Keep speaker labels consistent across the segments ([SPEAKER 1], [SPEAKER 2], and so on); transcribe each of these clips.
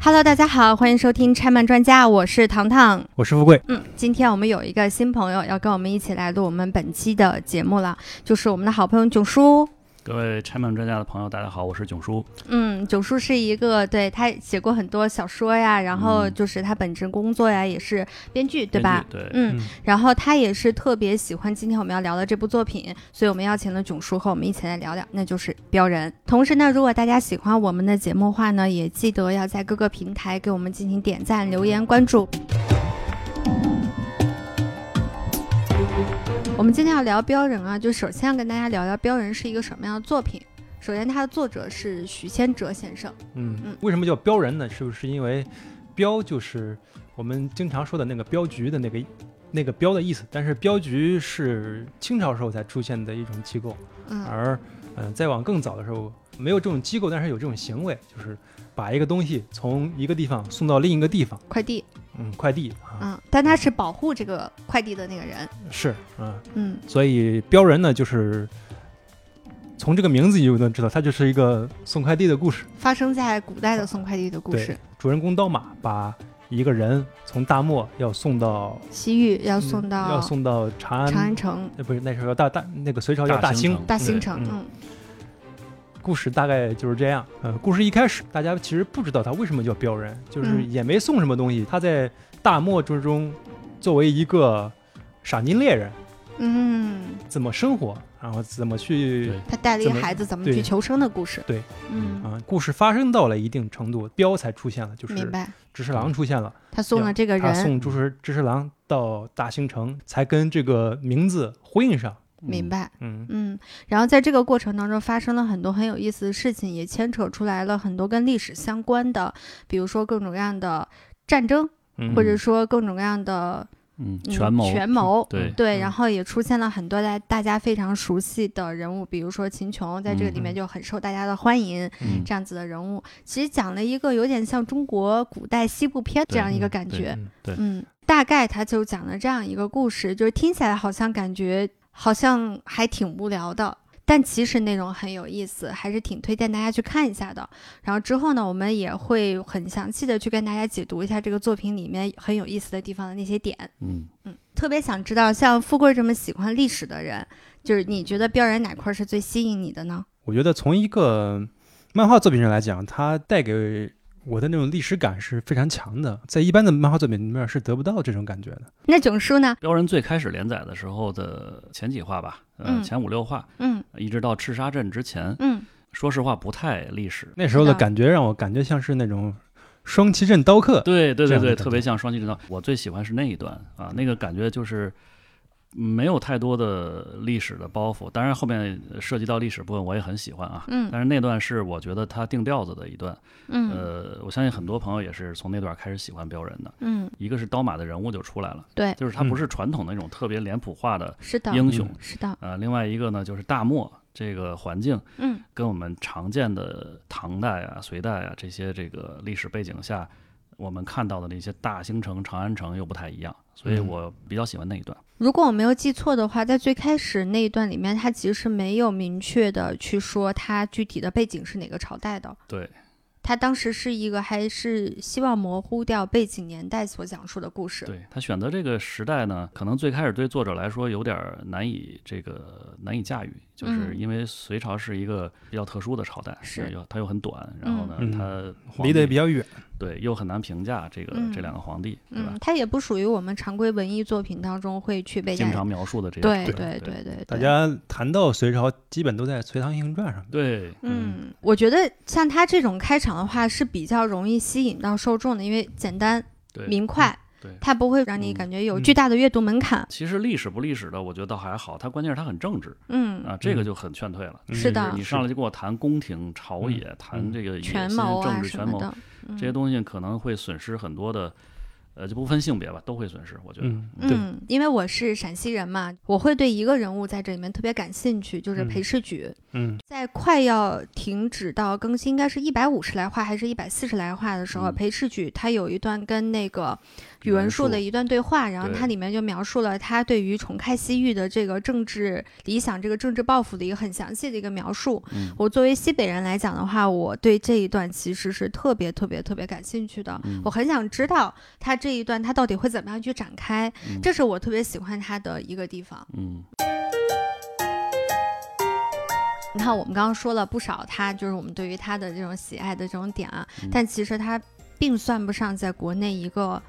[SPEAKER 1] Hello，大家好，欢迎收听拆漫专家，我是糖糖。
[SPEAKER 2] 我是富贵，
[SPEAKER 1] 嗯，今天我们有一个新朋友要跟我们一起来录我们本期的节目了，就是我们的好朋友囧叔。
[SPEAKER 3] 各位拆漫专家的朋友，大家好，我是囧叔。
[SPEAKER 1] 嗯，囧叔是一个对他写过很多小说呀，然后
[SPEAKER 3] 嗯
[SPEAKER 1] 就是他本职工作呀也是编剧，对
[SPEAKER 3] 编剧
[SPEAKER 1] 吧？
[SPEAKER 3] 对，
[SPEAKER 1] 嗯
[SPEAKER 2] 嗯，
[SPEAKER 1] 然后他也是特别喜欢今天我们要聊的这部作品，所以我们邀请了囧叔和我们一起来聊聊，那就是《标人》。同时呢，如果大家喜欢我们的节目的话呢，也记得要在各个平台给我们进行点赞、留言、关注。我们今天要聊《标人》啊，就首先要跟大家聊聊《标人》是一个什么样的作品。首先，它的作者是许仙哲先生。嗯
[SPEAKER 2] 嗯，为什么叫标人呢？是不是因为标就是我们经常说的那个镖局的那个那个标的意思？但是镖局是清朝时候才出现的一种机构，
[SPEAKER 1] 嗯
[SPEAKER 2] 而嗯、呃再往更早的时候没有这种机构，但是有这种行为，就是把一个东西从一个地方送到另一个地方，
[SPEAKER 1] 快递，
[SPEAKER 2] 嗯，快递啊，
[SPEAKER 1] 嗯，但他是保护这个快递的那个人。
[SPEAKER 2] 是啊，
[SPEAKER 1] 嗯
[SPEAKER 2] 所以标人呢就是。从这个名字你就能知道，它就是一个送快递的故事。
[SPEAKER 1] 发生在古代的送快递的故
[SPEAKER 2] 对
[SPEAKER 1] 事。
[SPEAKER 2] 主人公刀马把一个人从大漠要送到
[SPEAKER 1] 西域要
[SPEAKER 2] 要
[SPEAKER 1] 送到、
[SPEAKER 2] 嗯要送到长安，
[SPEAKER 1] 长安城、
[SPEAKER 2] 呃不是那时候叫大大那个隋朝哦叫大
[SPEAKER 3] 兴
[SPEAKER 2] 兴。
[SPEAKER 3] 城
[SPEAKER 1] 大兴城。
[SPEAKER 2] 对
[SPEAKER 1] 嗯
[SPEAKER 2] 故事大概就是这样。呃，故事一开始大家其实不知道他为什么叫镖人，就是
[SPEAKER 1] 嗯
[SPEAKER 2] 也没送什么东西，他在大漠之中作为一个赏金猎人
[SPEAKER 1] 嗯，
[SPEAKER 2] 怎么生活，然后怎么去
[SPEAKER 3] 对
[SPEAKER 1] 他带了一个
[SPEAKER 2] 怎么
[SPEAKER 1] 孩子怎么
[SPEAKER 2] 对
[SPEAKER 1] 去求生的故事。
[SPEAKER 2] 对，
[SPEAKER 1] 嗯，
[SPEAKER 2] 啊、故事发生到了一定程度，镖才出现了，就
[SPEAKER 1] 明
[SPEAKER 2] 是
[SPEAKER 1] 白。
[SPEAKER 2] 直侍郎出现了。
[SPEAKER 1] 他送了这个
[SPEAKER 2] 他
[SPEAKER 1] 人，
[SPEAKER 2] 送嗯朱十知十郎到大兴城，才跟这个名字呼应上。
[SPEAKER 1] 明白。
[SPEAKER 2] 嗯，
[SPEAKER 1] 嗯，然后在这个过程当中发生了很多很有意思的事情，也牵扯出来了很多跟历史相关的，比如说各种各样的战争，
[SPEAKER 2] 嗯
[SPEAKER 1] 或者说各种各样的、
[SPEAKER 3] 嗯，
[SPEAKER 1] 嗯、
[SPEAKER 3] 权谋，
[SPEAKER 1] 权谋，
[SPEAKER 3] 对，
[SPEAKER 1] 对，
[SPEAKER 2] 嗯
[SPEAKER 1] 然后也出现了很多大大家非常熟悉的人物，比如说秦琼，在这个里面
[SPEAKER 2] 嗯
[SPEAKER 1] 就很受大家的欢迎，
[SPEAKER 3] 嗯
[SPEAKER 1] 这样子的人物，其实讲了一个有点像中国古代西部片这
[SPEAKER 3] 对
[SPEAKER 1] 样一个
[SPEAKER 2] 嗯
[SPEAKER 1] 感
[SPEAKER 3] 对
[SPEAKER 1] 觉，
[SPEAKER 2] 嗯
[SPEAKER 3] 对
[SPEAKER 1] 嗯，大概他就讲了这样一个故事，就是听起来好像感觉好像还挺无聊的。但其实内容很有意思，还是挺推荐大家去看一下的。然后之后呢，我们也会很详细的去跟大家解读一下这个作品里面很有意思的地方的那些点。
[SPEAKER 3] 嗯，
[SPEAKER 1] 嗯，特别想知道，像富贵这么喜欢历史的人，就是你觉得标人哪块儿是最吸引你的呢？
[SPEAKER 2] 我觉得从一个漫画作品上来讲，它带给我的那种历史感是非常强的，在一般的漫画作品里面是得不到这种感觉的。
[SPEAKER 1] 那囧叔呢？
[SPEAKER 3] 标人最开始连载的时候的前几话吧，呃，
[SPEAKER 1] 嗯
[SPEAKER 3] 前五六话，呃
[SPEAKER 1] 嗯
[SPEAKER 3] 一直到赤沙镇之前，
[SPEAKER 1] 嗯，
[SPEAKER 3] 说实话不太历史。
[SPEAKER 2] 那时候的
[SPEAKER 1] 是的
[SPEAKER 2] 感觉让我感觉像是那种双旗镇刀客，
[SPEAKER 3] 对对
[SPEAKER 2] 这
[SPEAKER 3] 对
[SPEAKER 2] 样的
[SPEAKER 3] 对，
[SPEAKER 2] 感觉
[SPEAKER 3] 特别像双旗之道。我最喜欢是那一段啊，那个感觉就是没有太多的历史的包袱。当然，后面涉及到历史部分，我也很喜欢啊。
[SPEAKER 1] 嗯
[SPEAKER 3] 但是那段是我觉得他定调子的一段。
[SPEAKER 1] 嗯、
[SPEAKER 3] 呃，我相信很多朋友也是从那段开始喜欢标人的。
[SPEAKER 1] 嗯，
[SPEAKER 3] 一个是刀马的人物就出来了，
[SPEAKER 1] 对，
[SPEAKER 3] 就是他
[SPEAKER 2] 嗯
[SPEAKER 3] 不是传统的那种特别脸谱化的
[SPEAKER 1] 是的，
[SPEAKER 3] 英雄，
[SPEAKER 1] 是的，
[SPEAKER 3] 呃，另外一个呢就是大漠这个环境
[SPEAKER 1] 嗯
[SPEAKER 3] 跟我们常见的唐代啊、隋代啊这些这个历史背景下，我们看到的那些大兴城、长安城又不太一样，所以
[SPEAKER 2] 嗯
[SPEAKER 3] 我比较喜欢那一段。
[SPEAKER 1] 如果我没有记错的话，在最开始那一段里面，他其实没有明确的去说他具体的背景是哪个朝代的。
[SPEAKER 3] 对，
[SPEAKER 1] 他当时是一个还是希望模糊掉背景年代所讲述的故事。嗯
[SPEAKER 3] 对他选择这个时代呢，可能最开始对作者来说有点儿难以这个难以驾驭，就是
[SPEAKER 1] 嗯
[SPEAKER 3] 因为隋朝是一个比较特殊的朝代，
[SPEAKER 1] 是
[SPEAKER 3] 呃又它又很短，然后呢，
[SPEAKER 2] 嗯
[SPEAKER 3] 它皇
[SPEAKER 2] 离得
[SPEAKER 3] 帝
[SPEAKER 2] 也比较远。
[SPEAKER 3] 对又很难评价这个、这
[SPEAKER 1] 嗯
[SPEAKER 3] 两个皇帝，对吧
[SPEAKER 1] 嗯，？它也不属于我们常规文艺作品当中会去被
[SPEAKER 3] 经
[SPEAKER 1] 大家
[SPEAKER 3] 常描述的这些
[SPEAKER 1] 对
[SPEAKER 3] 朝代
[SPEAKER 1] 对
[SPEAKER 3] 对
[SPEAKER 1] 对对，
[SPEAKER 2] 大
[SPEAKER 1] 对
[SPEAKER 2] 家谈到隋朝，基本都在《隋唐英雄传》上。
[SPEAKER 3] 对
[SPEAKER 1] 嗯，我觉得像他这种开场的话是比较容易吸引到受众的，因为简单
[SPEAKER 3] 对
[SPEAKER 1] 明快，
[SPEAKER 3] 对。
[SPEAKER 1] 它不会让你
[SPEAKER 3] 嗯
[SPEAKER 1] 感觉有
[SPEAKER 2] 嗯
[SPEAKER 1] 巨大的阅读门槛。
[SPEAKER 3] 其实历史不历史的，我觉得倒还好，它关键是它很正直
[SPEAKER 1] 嗯，
[SPEAKER 3] 啊，这个
[SPEAKER 2] 嗯
[SPEAKER 3] 就很劝退了。
[SPEAKER 1] 是的
[SPEAKER 3] 你上来就跟我谈宫廷、朝野，谈
[SPEAKER 2] 嗯
[SPEAKER 3] 这个野
[SPEAKER 1] 权
[SPEAKER 3] 心
[SPEAKER 1] 谋
[SPEAKER 3] 政
[SPEAKER 1] 啊
[SPEAKER 3] 治、
[SPEAKER 1] 什
[SPEAKER 3] 权
[SPEAKER 1] 么
[SPEAKER 3] 谋
[SPEAKER 1] 的，嗯
[SPEAKER 3] 这些东西，可能会损失很多的，呃，就不分性别吧，都会损失。我觉得，
[SPEAKER 2] 嗯，对，
[SPEAKER 1] 嗯，因为我是陕西人嘛，我会对一个人物在这里面特别感兴趣，就是
[SPEAKER 2] 嗯
[SPEAKER 1] 裴世举。
[SPEAKER 2] 嗯
[SPEAKER 1] 在快要停止到更新，应该是一百五十来话还是一百四十来话的时候，
[SPEAKER 3] 嗯
[SPEAKER 1] 裴世举他有一段跟那个宇文述的一段对话，然后
[SPEAKER 3] 对
[SPEAKER 1] 它里面就描述了他对于重开西域的这个政治理想、这个政治抱负的一个很详细的一个描述。
[SPEAKER 3] 嗯
[SPEAKER 1] 我作为西北人来讲的话，我对这一段其实是特别特别特别感兴趣的。
[SPEAKER 3] 嗯
[SPEAKER 1] 我很想知道他这一段他到底会怎么样去展开，
[SPEAKER 3] 嗯
[SPEAKER 1] 这是我特别喜欢他的一个地方。
[SPEAKER 3] 嗯
[SPEAKER 1] 你看，我们刚刚说了不少他就是我们对于他的这种喜爱的这种点啊，
[SPEAKER 3] 嗯
[SPEAKER 1] 但其实他并算不上在国内一个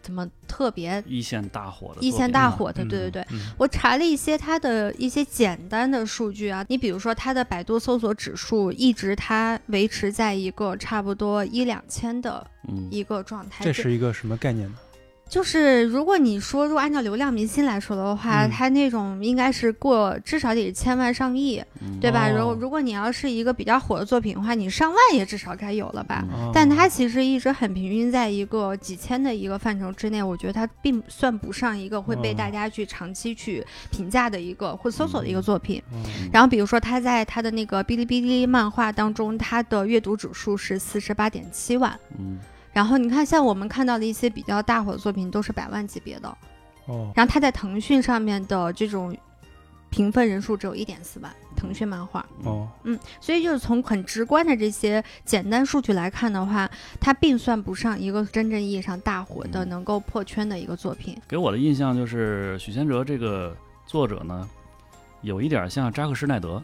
[SPEAKER 1] 怎么特别
[SPEAKER 3] 一线大火的
[SPEAKER 1] 一
[SPEAKER 3] 作
[SPEAKER 1] 线
[SPEAKER 3] 品
[SPEAKER 1] 大
[SPEAKER 3] 啊
[SPEAKER 1] 火的，
[SPEAKER 2] 嗯
[SPEAKER 1] 对对对。
[SPEAKER 2] 嗯
[SPEAKER 1] 我查了一些它的一些简单的数据啊，你比如说它的百度搜索指数一直它维持在一个差不多一两千的
[SPEAKER 3] 嗯
[SPEAKER 1] 一个状态，
[SPEAKER 2] 这
[SPEAKER 1] 就是
[SPEAKER 2] 一个什么概念呢？
[SPEAKER 1] 就是如果你说如果按照流量明星来说的话，
[SPEAKER 2] 嗯
[SPEAKER 1] 它那种应该是过至少得是千万上亿，
[SPEAKER 3] 嗯
[SPEAKER 1] 对吧？
[SPEAKER 2] 哦
[SPEAKER 1] 如果如果你要是一个比较火的作品的话，你上万也至少该有了吧？
[SPEAKER 3] 嗯
[SPEAKER 2] 哦
[SPEAKER 1] 但它其实一直很平均在一个几千的一个范畴之内，我觉得它并算不上一个会被
[SPEAKER 2] 嗯
[SPEAKER 1] 大家去长期去评价的一个或搜索的一个作品。
[SPEAKER 2] 嗯
[SPEAKER 1] 然后比如说它在它的那个哔哩哔哩漫画当中，它的阅读指数是四十八点七万。
[SPEAKER 3] 嗯
[SPEAKER 1] 然后你看，像我们看到的一些比较大火的作品都是百万级别的，
[SPEAKER 2] 哦，
[SPEAKER 1] 然后它在腾讯上面的这种评分人数只有一点四万，腾讯漫画。
[SPEAKER 2] 哦，
[SPEAKER 1] 嗯，所以就是从很直观的这些简单数据来看的话，它并算不上一个真正意义上大火的、
[SPEAKER 3] 嗯
[SPEAKER 1] 能够破圈的一个作品。
[SPEAKER 3] 给我的印象就是许仙哲这个作者呢，有一点像扎克施耐德，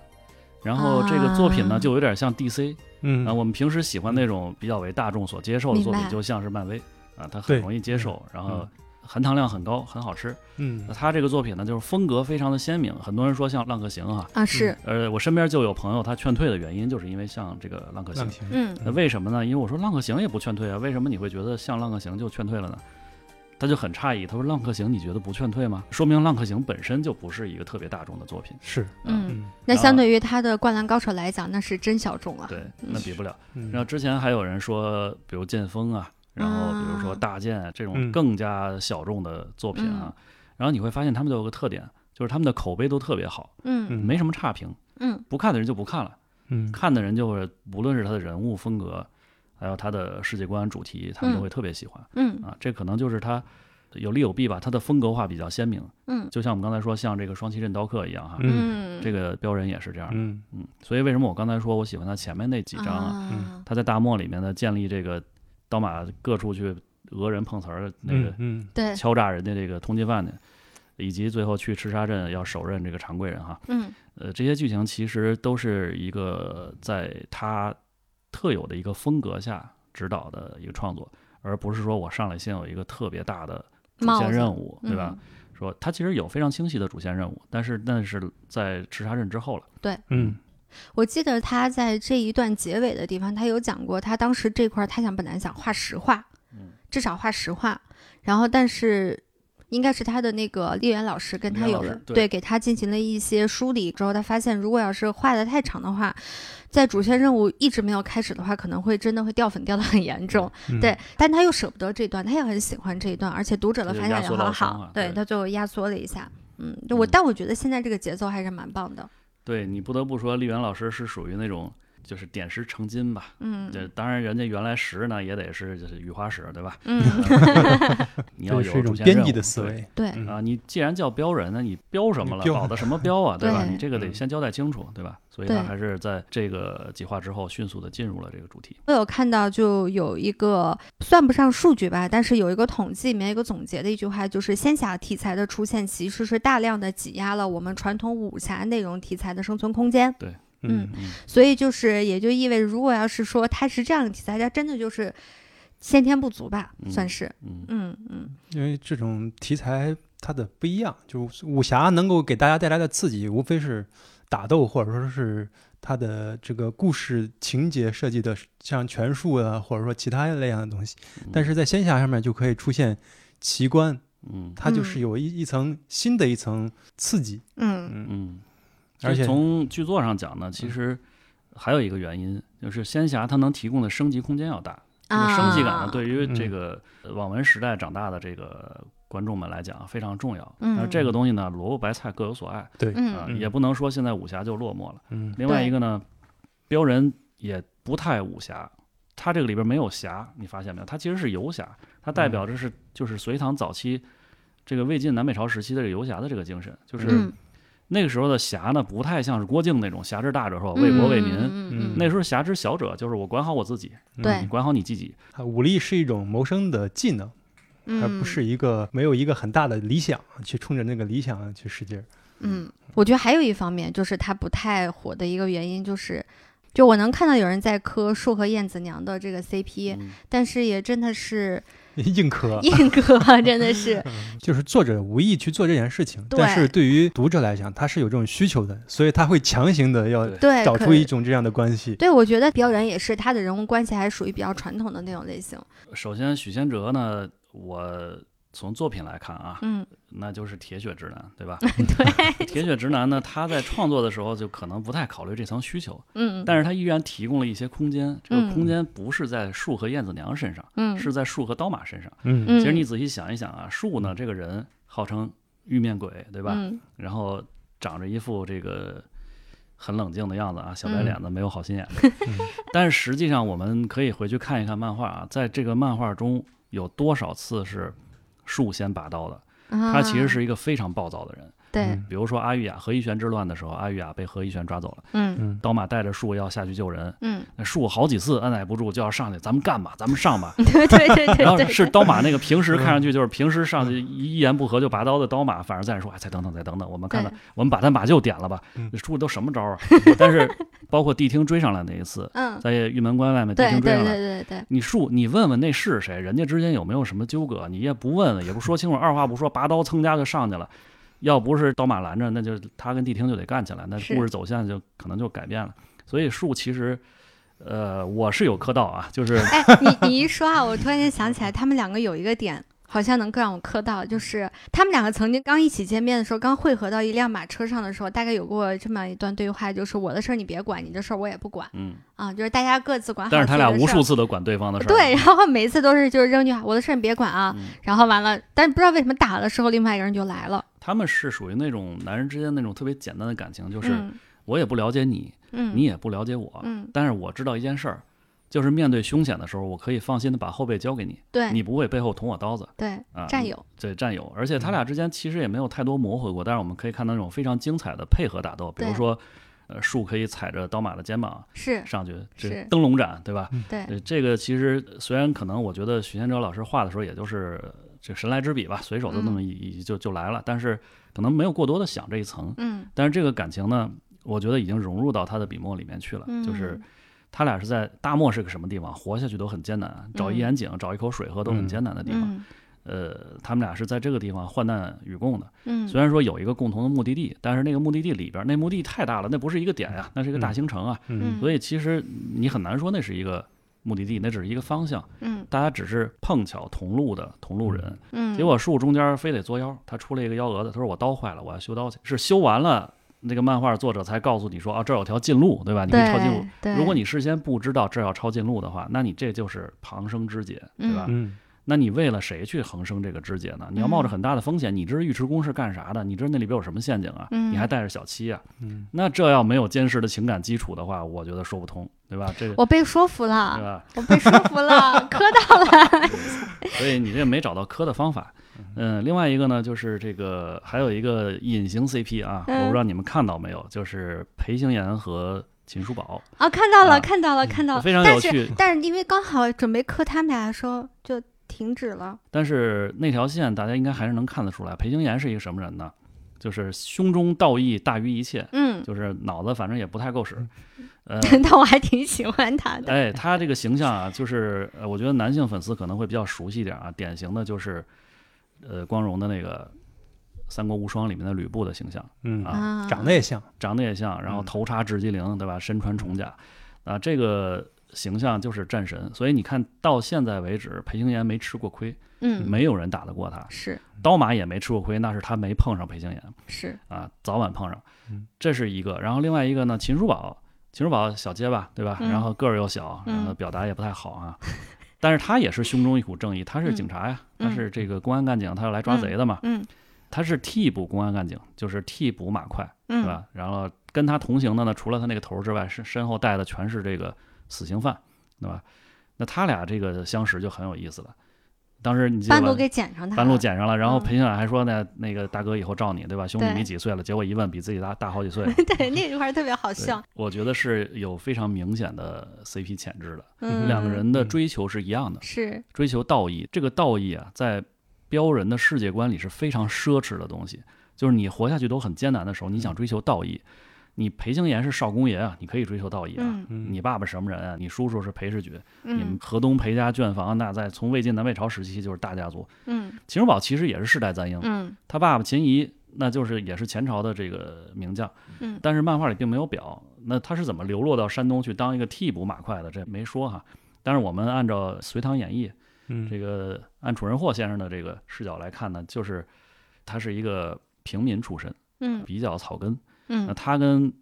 [SPEAKER 3] 然后这个作品呢、
[SPEAKER 1] 啊
[SPEAKER 3] 就有点像 DC
[SPEAKER 2] 嗯
[SPEAKER 3] 啊、我们平时喜欢那种比较为大众所接受的作
[SPEAKER 1] 明白
[SPEAKER 3] 品，就像是漫威啊，它很
[SPEAKER 2] 对
[SPEAKER 3] 容易接受，然后
[SPEAKER 2] 嗯
[SPEAKER 3] 含糖量很高，很好吃。
[SPEAKER 2] 嗯
[SPEAKER 3] 那他这个作品呢，就是风格非常的鲜明，很多人说像浪客行哈、
[SPEAKER 1] 啊，是，
[SPEAKER 3] 呃，我身边就有朋友他劝退的原因，就是因为像这个浪客行
[SPEAKER 2] 浪。琴
[SPEAKER 1] 嗯，
[SPEAKER 3] 那为什么呢？因为我说浪客行也不劝退啊，为什么你会觉得像浪客行就劝退了呢？他就很诧异，他说：“浪客行你觉得不劝退吗？说明浪客行本身就不是一个特别大众的作品。
[SPEAKER 2] 是
[SPEAKER 3] 嗯
[SPEAKER 1] 嗯，
[SPEAKER 2] 嗯
[SPEAKER 1] 那
[SPEAKER 3] 然后
[SPEAKER 1] 相对于它的《灌篮高手》来讲，那是真小众啊。
[SPEAKER 3] 对，那比不了。
[SPEAKER 2] 嗯
[SPEAKER 3] 然后之前还有人说，比如剑锋啊，然后比如说大剑啊这种
[SPEAKER 2] 嗯
[SPEAKER 3] 更加小众的作品啊，然后你会发现他们都有个特点，就是他们的口碑都特别好，
[SPEAKER 1] 嗯
[SPEAKER 3] 没什么差评，
[SPEAKER 1] 嗯
[SPEAKER 3] 不看的人就不看了。
[SPEAKER 2] 嗯
[SPEAKER 3] 看的人就是无论是他的人物风格，还有他的世界观主题，他们都会特别喜欢、
[SPEAKER 1] 嗯
[SPEAKER 3] 啊。这可能就是他有利有弊吧，他的风格化比较鲜明。
[SPEAKER 1] 嗯
[SPEAKER 3] 就像我们刚才说，像这个双旗镇刀客一样哈，
[SPEAKER 2] 嗯
[SPEAKER 1] 嗯，
[SPEAKER 3] 这个标人也是这样的。
[SPEAKER 2] 嗯
[SPEAKER 3] 嗯，所以为什么我刚才说我喜欢他前面那几章啊？
[SPEAKER 1] 啊，
[SPEAKER 3] 他在大漠里面呢建立这个刀马各处去讹人碰瓷儿，那个
[SPEAKER 2] 嗯
[SPEAKER 1] 对，
[SPEAKER 3] 敲诈人家这个通缉犯的，以及最后去赤沙镇要手刃这个长贵人哈。
[SPEAKER 1] 嗯
[SPEAKER 3] 呃，这些剧情其实都是一个在他特有的一个风格下指导的一个创作，而不是说我上来先有一个特别大的主
[SPEAKER 1] 帽
[SPEAKER 3] 线
[SPEAKER 1] 子
[SPEAKER 3] 任务，对
[SPEAKER 1] 嗯
[SPEAKER 3] 吧？说他其实有非常清晰的主线任务，但是那是在赤沙镇之后了。
[SPEAKER 2] 嗯
[SPEAKER 1] 我记得他在这一段结尾的地方，他有讲过，他当时这块儿他想本来想画实画，
[SPEAKER 3] 嗯
[SPEAKER 1] 至少画实画，然后但是应该是他的那个丽媛老师跟他有
[SPEAKER 3] 丽媛
[SPEAKER 1] 了
[SPEAKER 3] 老师对
[SPEAKER 1] 对给他进行了一些梳理之后，他发现如果要是画的太长的话，在主线任务一直没有开始的话，可能会真的会掉粉掉的很严重。
[SPEAKER 2] 嗯
[SPEAKER 1] 对，但他又舍不得这段，他也很喜欢这一段，而且读者的
[SPEAKER 3] 就
[SPEAKER 1] 反响
[SPEAKER 3] 压
[SPEAKER 1] 也
[SPEAKER 3] 缩到
[SPEAKER 1] 很
[SPEAKER 3] 伤
[SPEAKER 1] 好
[SPEAKER 3] 啊，
[SPEAKER 1] 对
[SPEAKER 3] 对
[SPEAKER 1] 他最后压缩了一下。嗯，就我
[SPEAKER 3] 嗯
[SPEAKER 1] 但我觉得现在这个节奏还是蛮棒的。
[SPEAKER 3] 对你不得不说，丽媛老师是属于那种就是点石成金吧。
[SPEAKER 1] 嗯
[SPEAKER 3] 这当然，人家原来石呢也得是就是雨花石，对吧？
[SPEAKER 1] 嗯，
[SPEAKER 3] 你要
[SPEAKER 2] 这
[SPEAKER 3] 有
[SPEAKER 2] 是一种
[SPEAKER 3] 主线
[SPEAKER 2] 编
[SPEAKER 3] 任
[SPEAKER 2] 辑
[SPEAKER 3] 务
[SPEAKER 2] 的思
[SPEAKER 3] 对
[SPEAKER 2] 维，
[SPEAKER 1] 对，
[SPEAKER 2] 嗯
[SPEAKER 3] 啊，你既然叫标人，那你标什么了？
[SPEAKER 2] 你标
[SPEAKER 3] 搞的什么标啊？对吧？
[SPEAKER 1] 对
[SPEAKER 3] 你这个得
[SPEAKER 2] 嗯
[SPEAKER 3] 先交代清楚，对吧？所以
[SPEAKER 1] 对
[SPEAKER 3] 他还是在这个计划之后，迅速的进入了这个主题。
[SPEAKER 1] 我有看到，就有一个算不上数据吧，但是有一个统计里面一个总结的一句话，就是仙侠题材的出现其实是大量的挤压了我们传统武侠内容题材的生存空间。嗯
[SPEAKER 3] 嗯，
[SPEAKER 1] 所以就是也就意味着，如果要是说它是这样的题材，它真的就是先天不足吧，
[SPEAKER 3] 嗯
[SPEAKER 1] 算是。
[SPEAKER 3] 嗯，
[SPEAKER 1] 嗯嗯
[SPEAKER 2] 因为这种题材它的不一样，就是武侠能够给大家带来的刺激，无非是打斗，或者说是它的这个故事情节设计的，像权术啊，或者说其他类样的东西。但是在仙侠上面就可以出现奇观，
[SPEAKER 3] 嗯
[SPEAKER 2] 它就
[SPEAKER 1] 嗯
[SPEAKER 2] 是有一一层新的一层刺激。
[SPEAKER 1] 嗯
[SPEAKER 2] 嗯，
[SPEAKER 3] 嗯，
[SPEAKER 2] 而且嗯
[SPEAKER 3] 从剧作上讲呢，其实还有一个原因就是仙侠它能提供的升级空间要大，这个
[SPEAKER 1] 啊，
[SPEAKER 3] 嗯升级感呢，对于
[SPEAKER 2] 嗯
[SPEAKER 3] 这个呃网文时代长大的这个观众们来讲非常重要。
[SPEAKER 1] 嗯
[SPEAKER 3] 那这个东西呢，萝卜白菜各有所爱
[SPEAKER 2] 对，
[SPEAKER 3] 啊，
[SPEAKER 1] 嗯
[SPEAKER 2] 嗯
[SPEAKER 3] 也不能说现在武侠就落寞了。
[SPEAKER 2] 嗯
[SPEAKER 3] 另外
[SPEAKER 1] 对
[SPEAKER 3] 一个呢，标人也不太武侠，它这个里边没有侠，你发现没有？它其实是游侠，它
[SPEAKER 2] 嗯
[SPEAKER 3] 代表着是就是隋唐早期这个魏晋南北朝时期的这个游侠的这个精神，就是
[SPEAKER 1] 嗯，
[SPEAKER 3] 那个时候的侠呢，不太像是郭靖那种侠之大者说为国为民，
[SPEAKER 1] 嗯嗯嗯
[SPEAKER 3] 那时候侠之小者就是我管好我自己，
[SPEAKER 2] 嗯
[SPEAKER 3] 你
[SPEAKER 1] 对
[SPEAKER 3] 管好你自己，
[SPEAKER 2] 啊武力是一种谋生的技能，
[SPEAKER 1] 嗯，
[SPEAKER 2] 而不是一个没有一个很大的理想去冲着那个理想去使劲儿。
[SPEAKER 1] 嗯，我觉得还有一方面就是它不太火的一个原因就是，就我能看到有人在磕树和燕子娘的这个 CP，、
[SPEAKER 3] 嗯
[SPEAKER 1] 但是也真的 是
[SPEAKER 2] 硬磕，
[SPEAKER 1] 硬磕，真的是
[SPEAKER 2] 就是作者无意去做这件事情，
[SPEAKER 1] 对
[SPEAKER 2] 但是对于读者来讲，他是有这种需求的，所以他会强行的要
[SPEAKER 3] 对
[SPEAKER 1] 对，
[SPEAKER 2] 找
[SPEAKER 1] 可
[SPEAKER 2] 出一
[SPEAKER 1] 以
[SPEAKER 2] 种这样的关系。
[SPEAKER 1] 对，我觉得表演也是他的人物关系还属于比较传统的那种类型。
[SPEAKER 3] 首先，许仙哲呢，我从作品来看啊，
[SPEAKER 1] 嗯，？
[SPEAKER 3] 那就是铁血直男，对吧
[SPEAKER 1] 对，
[SPEAKER 3] 铁血直男呢，他在创作的时候就可能不太考虑这层需求，
[SPEAKER 1] 嗯，
[SPEAKER 3] 但是他依然提供了一些空间。这
[SPEAKER 1] 嗯
[SPEAKER 3] 个空间不是在树和燕子娘身上，
[SPEAKER 1] 嗯
[SPEAKER 3] 是在树和刀马身上。
[SPEAKER 2] 嗯
[SPEAKER 1] 嗯，
[SPEAKER 3] 其实你仔细想一想啊，树呢这个人号称玉面鬼，对吧？
[SPEAKER 1] 嗯
[SPEAKER 3] 然后长着一副这个很冷静的样子啊，小白
[SPEAKER 1] 嗯
[SPEAKER 3] 脸子没有好 心眼的。但是实际上，我们可以回去看一看漫画啊，在这个漫画中有多少次是树先拔刀的？他其实
[SPEAKER 1] 啊
[SPEAKER 3] 是一个非常暴躁的人。
[SPEAKER 1] 对，
[SPEAKER 2] 嗯
[SPEAKER 3] 比如说阿玉雅和一玄之乱的时候，阿玉雅被和一玄抓走了，
[SPEAKER 1] 嗯
[SPEAKER 2] 嗯
[SPEAKER 3] 刀马带着树要下去救人，
[SPEAKER 1] 嗯，
[SPEAKER 3] 那树好几次按耐不住就要上去，咱们干吧，咱们上吧。
[SPEAKER 1] 对对对
[SPEAKER 3] 然后
[SPEAKER 1] 对对，
[SPEAKER 3] 是刀马那个平时看上去就是平时上去一一言不合就拔刀的刀马，反而在那说哎再等等再等等，我们看看
[SPEAKER 1] 对
[SPEAKER 3] 我们把他马厩点了吧
[SPEAKER 2] 嗯，
[SPEAKER 3] 这树都什么招啊？ 但是包括谛听追上来那一次，
[SPEAKER 1] 嗯，
[SPEAKER 3] 在玉门关外面谛
[SPEAKER 1] 对
[SPEAKER 3] 听
[SPEAKER 1] 对
[SPEAKER 3] 追上
[SPEAKER 1] 对
[SPEAKER 3] 来，
[SPEAKER 1] 对对，
[SPEAKER 3] 你树你问问那是谁，人家之间有没有什么纠葛，你也不问问也不说清楚，二话不说拔刀噌家就上去了。要不是刀马拦着，那就他跟谛听就得干起来，那
[SPEAKER 1] 是
[SPEAKER 3] 故事走向就可能就改变了。所以树其实，呃，我是有磕到啊， 就是
[SPEAKER 1] 哎，你你一说啊，我突然间想起来，他们两个有一个点。好像能更让我磕到，就是他们两个曾经刚一起见面的时候，刚汇合到一辆马车上的时候，大概有过这么一段对话，就是我的事儿你别管，你的事儿我也不管
[SPEAKER 3] 嗯，
[SPEAKER 1] 啊，就是大家各自管好自
[SPEAKER 3] 但
[SPEAKER 1] 己的事
[SPEAKER 3] 是他
[SPEAKER 1] 儿。
[SPEAKER 3] 俩无数次都管对方的事儿。
[SPEAKER 1] 对，然后每一次都是就是扔句话，我的事儿你别管啊，
[SPEAKER 3] 嗯
[SPEAKER 1] 然后完了，但不知道为什么打的时候，另外一个人就来了，
[SPEAKER 3] 他们是属于那种男人之间那种特别简单的感情，就是
[SPEAKER 1] 嗯
[SPEAKER 3] 我也不了解你，
[SPEAKER 1] 嗯，
[SPEAKER 3] 你也不了解我，
[SPEAKER 1] 嗯，
[SPEAKER 3] 但是我知道一件事儿，就是面对凶险的时候，我可以放心的把后背交给你，
[SPEAKER 1] 对，
[SPEAKER 3] 你不会背后捅我刀子
[SPEAKER 1] 对
[SPEAKER 3] 啊。
[SPEAKER 1] 战
[SPEAKER 3] 你
[SPEAKER 1] 友，嗯
[SPEAKER 3] 对战友，而且他俩之间其实也没有太多磨合过，但是我们可以看到那种非常精彩的配合打斗，比如
[SPEAKER 1] 对
[SPEAKER 3] 说，呃，树可以踩着刀马的肩膀
[SPEAKER 1] 是
[SPEAKER 3] 上去，
[SPEAKER 1] 是
[SPEAKER 3] 这灯笼斩，对吧？
[SPEAKER 1] 对，
[SPEAKER 3] 呃，这个其实虽然可能我觉得许仙哲老师画的时候，也就是这神来之笔吧，随手的那
[SPEAKER 1] 嗯
[SPEAKER 3] 么一、一就就来了，但是可能没有过多的想这一层。
[SPEAKER 1] 嗯，
[SPEAKER 3] 但是这个感情呢，我觉得已经融入到他的笔墨里面去了，就是
[SPEAKER 1] 嗯
[SPEAKER 3] 他俩是在大漠是个什么地方，活下去都很艰难啊，找一眼井、找一口水喝都很艰难的地方。
[SPEAKER 1] 嗯
[SPEAKER 3] 呃，他们俩是在这个地方患难与共的，
[SPEAKER 1] 嗯，
[SPEAKER 3] 虽然说有一个共同的目的地，但是那个目的地里边，那目的地太大了，那不是一个点呀、那是一个大
[SPEAKER 2] 嗯
[SPEAKER 3] 兴城啊。
[SPEAKER 1] 嗯，
[SPEAKER 3] 所
[SPEAKER 1] 以
[SPEAKER 3] 以其实你很难说那是一个目的地，那只是一个方向，
[SPEAKER 1] 嗯
[SPEAKER 3] 大家只是碰巧同路的同路人。
[SPEAKER 1] 嗯，
[SPEAKER 3] 结果树中间非得作妖，他出了一个幺蛾子，他说我刀坏了，我要修刀去。是修完了，那个漫画作者才告诉你说啊，这儿有条近路，对吧？你可以抄近路
[SPEAKER 1] 对。对，
[SPEAKER 3] 如果你事先不知道这儿要抄近路的话，那你这就是旁生枝节，对吧？
[SPEAKER 2] 嗯
[SPEAKER 3] 那你为了谁去横生这个枝节呢？你要冒
[SPEAKER 1] 嗯
[SPEAKER 3] 着很大的风险，你知道尉迟恭是干啥的？你知道那里边有什么陷阱啊？
[SPEAKER 1] 嗯
[SPEAKER 3] 你还带着小七啊？
[SPEAKER 2] 嗯，
[SPEAKER 3] 那这要没有坚实的情感基础的话，我觉得说不通，对吧？这个
[SPEAKER 1] 我被说服
[SPEAKER 3] 对
[SPEAKER 1] 了，
[SPEAKER 3] 吧？
[SPEAKER 1] 我被说服 了，磕到了，
[SPEAKER 3] 所以你这没找到磕的方法。嗯，另外一个呢，就是这个还有一个隐形 CP 啊，
[SPEAKER 1] 嗯
[SPEAKER 3] 我不知道你们看到没有，就是裴行言和秦叔宝，
[SPEAKER 1] 啊，看到了，
[SPEAKER 3] 啊
[SPEAKER 1] 看到了，看到了，
[SPEAKER 3] 非常有
[SPEAKER 1] 哦但是
[SPEAKER 3] 趣。
[SPEAKER 1] 但是因为刚好准备磕他们俩的时候就停止了，
[SPEAKER 3] 但是那条线大家应该还是能看得出来，裴行言是一个什么人呢？就是胸中道义大于一切，
[SPEAKER 1] 嗯，
[SPEAKER 3] 就是脑子反正也不太够使。呃，
[SPEAKER 1] 但我还挺喜欢他的，
[SPEAKER 3] 哎，他这个形象啊，就是呃，我觉得男性粉丝可能会比较熟悉一点啊，典型的就是，呃，光荣的那个《三国无双》里面的吕布的形象，
[SPEAKER 2] 嗯
[SPEAKER 3] 啊
[SPEAKER 2] 长得也像，
[SPEAKER 3] 长得也像，然后
[SPEAKER 2] 嗯
[SPEAKER 3] 头插直机灵，对吧？身穿重甲，啊，这个形象就是战神。所以你看到现在为止，裴行言没吃过亏，
[SPEAKER 1] 嗯，
[SPEAKER 3] 没有人打得过他，
[SPEAKER 1] 是
[SPEAKER 3] 刀马也没吃过亏，那是他没碰上裴行言
[SPEAKER 1] 是，
[SPEAKER 3] 啊，早晚碰上
[SPEAKER 2] 嗯，
[SPEAKER 3] 这是一个。然后另外一个呢，秦叔宝，秦叔宝小结巴，对吧？
[SPEAKER 1] 嗯
[SPEAKER 3] 然后个儿又小，
[SPEAKER 1] 嗯
[SPEAKER 3] 然后表达也不太好啊。但是他也是胸中一股正义，他是警察呀，
[SPEAKER 1] 嗯
[SPEAKER 3] 他是这个公安干警，他要来抓贼的嘛，
[SPEAKER 1] 嗯
[SPEAKER 3] 他是替补公安干警，就是替补马快，
[SPEAKER 1] 嗯，
[SPEAKER 3] 是吧？然后跟他同行的呢，除了他那个头儿之外，身身后带的全是这个死刑犯，对吧？那他俩这个相识就很有意思了。当时你记得
[SPEAKER 1] 半
[SPEAKER 3] 吧
[SPEAKER 1] 路给捡上他了，
[SPEAKER 3] 半路捡上了，然后
[SPEAKER 1] 嗯
[SPEAKER 3] 裴小冉还说呢，那个大哥以后罩你，对吧？兄弟
[SPEAKER 1] 对。
[SPEAKER 3] 你几岁了？结果一问，比自己大大好几岁
[SPEAKER 1] 对那一块儿特别好 笑，
[SPEAKER 3] 我觉得是有非常明显的 CP 潜质的，
[SPEAKER 1] 嗯，
[SPEAKER 3] 两个人的
[SPEAKER 2] 嗯
[SPEAKER 3] 追求是一样的，
[SPEAKER 1] 是
[SPEAKER 3] 追求道义。这个道义啊，在标人的世界观里是非常奢侈的东西，就是你活下去都很艰难的时候，你想追求道义，你裴青岩是少公爷啊，你可以追求道义啊。
[SPEAKER 1] 嗯
[SPEAKER 2] 嗯
[SPEAKER 3] 你爸爸什么人啊？你叔叔是裴世举，你们
[SPEAKER 1] 嗯
[SPEAKER 3] 河东裴家圈房，那在从魏晋南北朝时期就是大家族。
[SPEAKER 1] 嗯
[SPEAKER 3] 秦叔宝其实也是世代簪缨，
[SPEAKER 1] 嗯
[SPEAKER 3] 他爸爸秦怡，那就是也是前朝的这个名将，
[SPEAKER 1] 嗯
[SPEAKER 3] 但是漫画里并没有表，那他是怎么流落到山东去当一个替补马快的，这没说哈。但是我们按照《隋唐演义》
[SPEAKER 2] 嗯
[SPEAKER 3] 这个按楚人霍先生的这个视角来看呢，就是他是一个平民出身，
[SPEAKER 1] 嗯
[SPEAKER 3] 比较草根。那
[SPEAKER 1] 嗯，
[SPEAKER 3] 他跟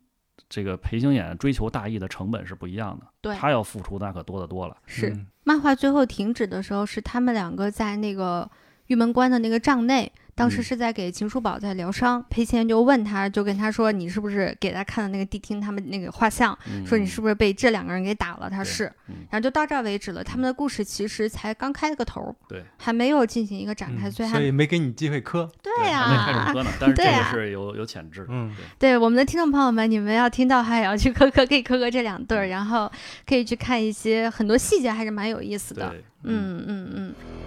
[SPEAKER 3] 这个裴行俨追求大义的成本是不一样的，
[SPEAKER 1] 对
[SPEAKER 3] 他要付出那可多得多了。
[SPEAKER 1] 是
[SPEAKER 2] 嗯
[SPEAKER 1] 漫画最后停止的时候，是他们两个在那个玉门关的那个帐内，当时
[SPEAKER 3] 嗯
[SPEAKER 1] 是在给秦叔宝在疗伤，裴贤就问他，就跟他说，你是不是给他看的那个谛听他们那个画像，
[SPEAKER 3] 嗯、
[SPEAKER 1] 说你是不是被这两个人给打了？他说
[SPEAKER 3] 对
[SPEAKER 1] 是，
[SPEAKER 3] 嗯
[SPEAKER 1] 然后就到这儿为止了。他们的故事其实才刚开了个头儿，
[SPEAKER 3] 对，
[SPEAKER 1] 还没有进行一个展开，
[SPEAKER 2] 嗯
[SPEAKER 1] 所以
[SPEAKER 2] 所
[SPEAKER 1] 还
[SPEAKER 2] 以没给你机会磕，
[SPEAKER 1] 对呀、
[SPEAKER 3] 还没开始
[SPEAKER 1] 啊。
[SPEAKER 3] 喝呢， 但是这
[SPEAKER 1] 对
[SPEAKER 3] 个
[SPEAKER 1] 啊
[SPEAKER 3] 是有有潜质的。
[SPEAKER 2] 嗯
[SPEAKER 3] 对
[SPEAKER 1] 对我们的听众朋友们，你们要听到还要去磕磕，可以磕磕这两对
[SPEAKER 3] 嗯
[SPEAKER 1] 儿，然后可以去看一些很多细节，还是蛮有意思的。
[SPEAKER 3] 对，
[SPEAKER 1] 嗯嗯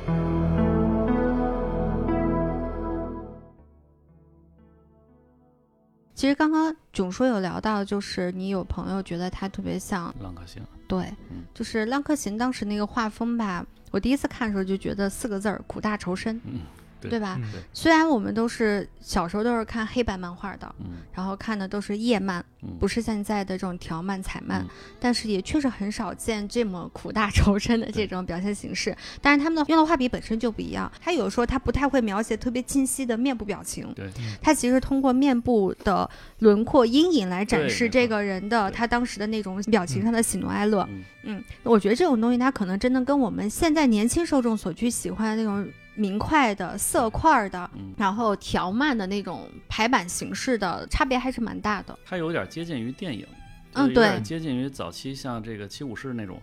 [SPEAKER 1] 嗯。其实刚刚囧叔有聊到，就是你有朋友觉得他特别像，
[SPEAKER 3] 浪客行，
[SPEAKER 1] 对
[SPEAKER 3] 嗯，
[SPEAKER 1] 就是浪客行当时那个画风吧，我第一次看的时候就觉得四个字儿苦大仇深，
[SPEAKER 3] 嗯，对
[SPEAKER 1] 对吧？
[SPEAKER 2] 嗯
[SPEAKER 1] 虽然我们都是小时候都是看黑白漫画的，
[SPEAKER 3] 嗯
[SPEAKER 1] 然后看的都是页漫，
[SPEAKER 3] 嗯，
[SPEAKER 1] 不是现在的这种条漫、彩漫，
[SPEAKER 3] 嗯
[SPEAKER 1] 但是也确实很少见这么苦大仇深的这种表现形式。但是他们的用的画笔本身就不一样，他有时候他不太会描写特别清晰的面部表情，
[SPEAKER 3] 对嗯
[SPEAKER 1] 他其实通过面部的轮廓、阴影来展
[SPEAKER 3] 对
[SPEAKER 1] 示
[SPEAKER 3] 没
[SPEAKER 1] 这
[SPEAKER 3] 错
[SPEAKER 1] 个人的
[SPEAKER 3] 对
[SPEAKER 1] 他当时的那种表情上的喜怒哀乐。
[SPEAKER 3] 嗯
[SPEAKER 1] 嗯，我觉得这种东西它可能真的跟我们现在年轻受众所去喜欢的那种明快的、色块儿的，
[SPEAKER 3] 嗯，
[SPEAKER 1] 然后条漫的那种排版形式的差别还是蛮大的。
[SPEAKER 3] 它有点接近于电影，
[SPEAKER 1] 嗯
[SPEAKER 3] 就是有
[SPEAKER 1] 对
[SPEAKER 3] 点接近于早期像这个七武士那种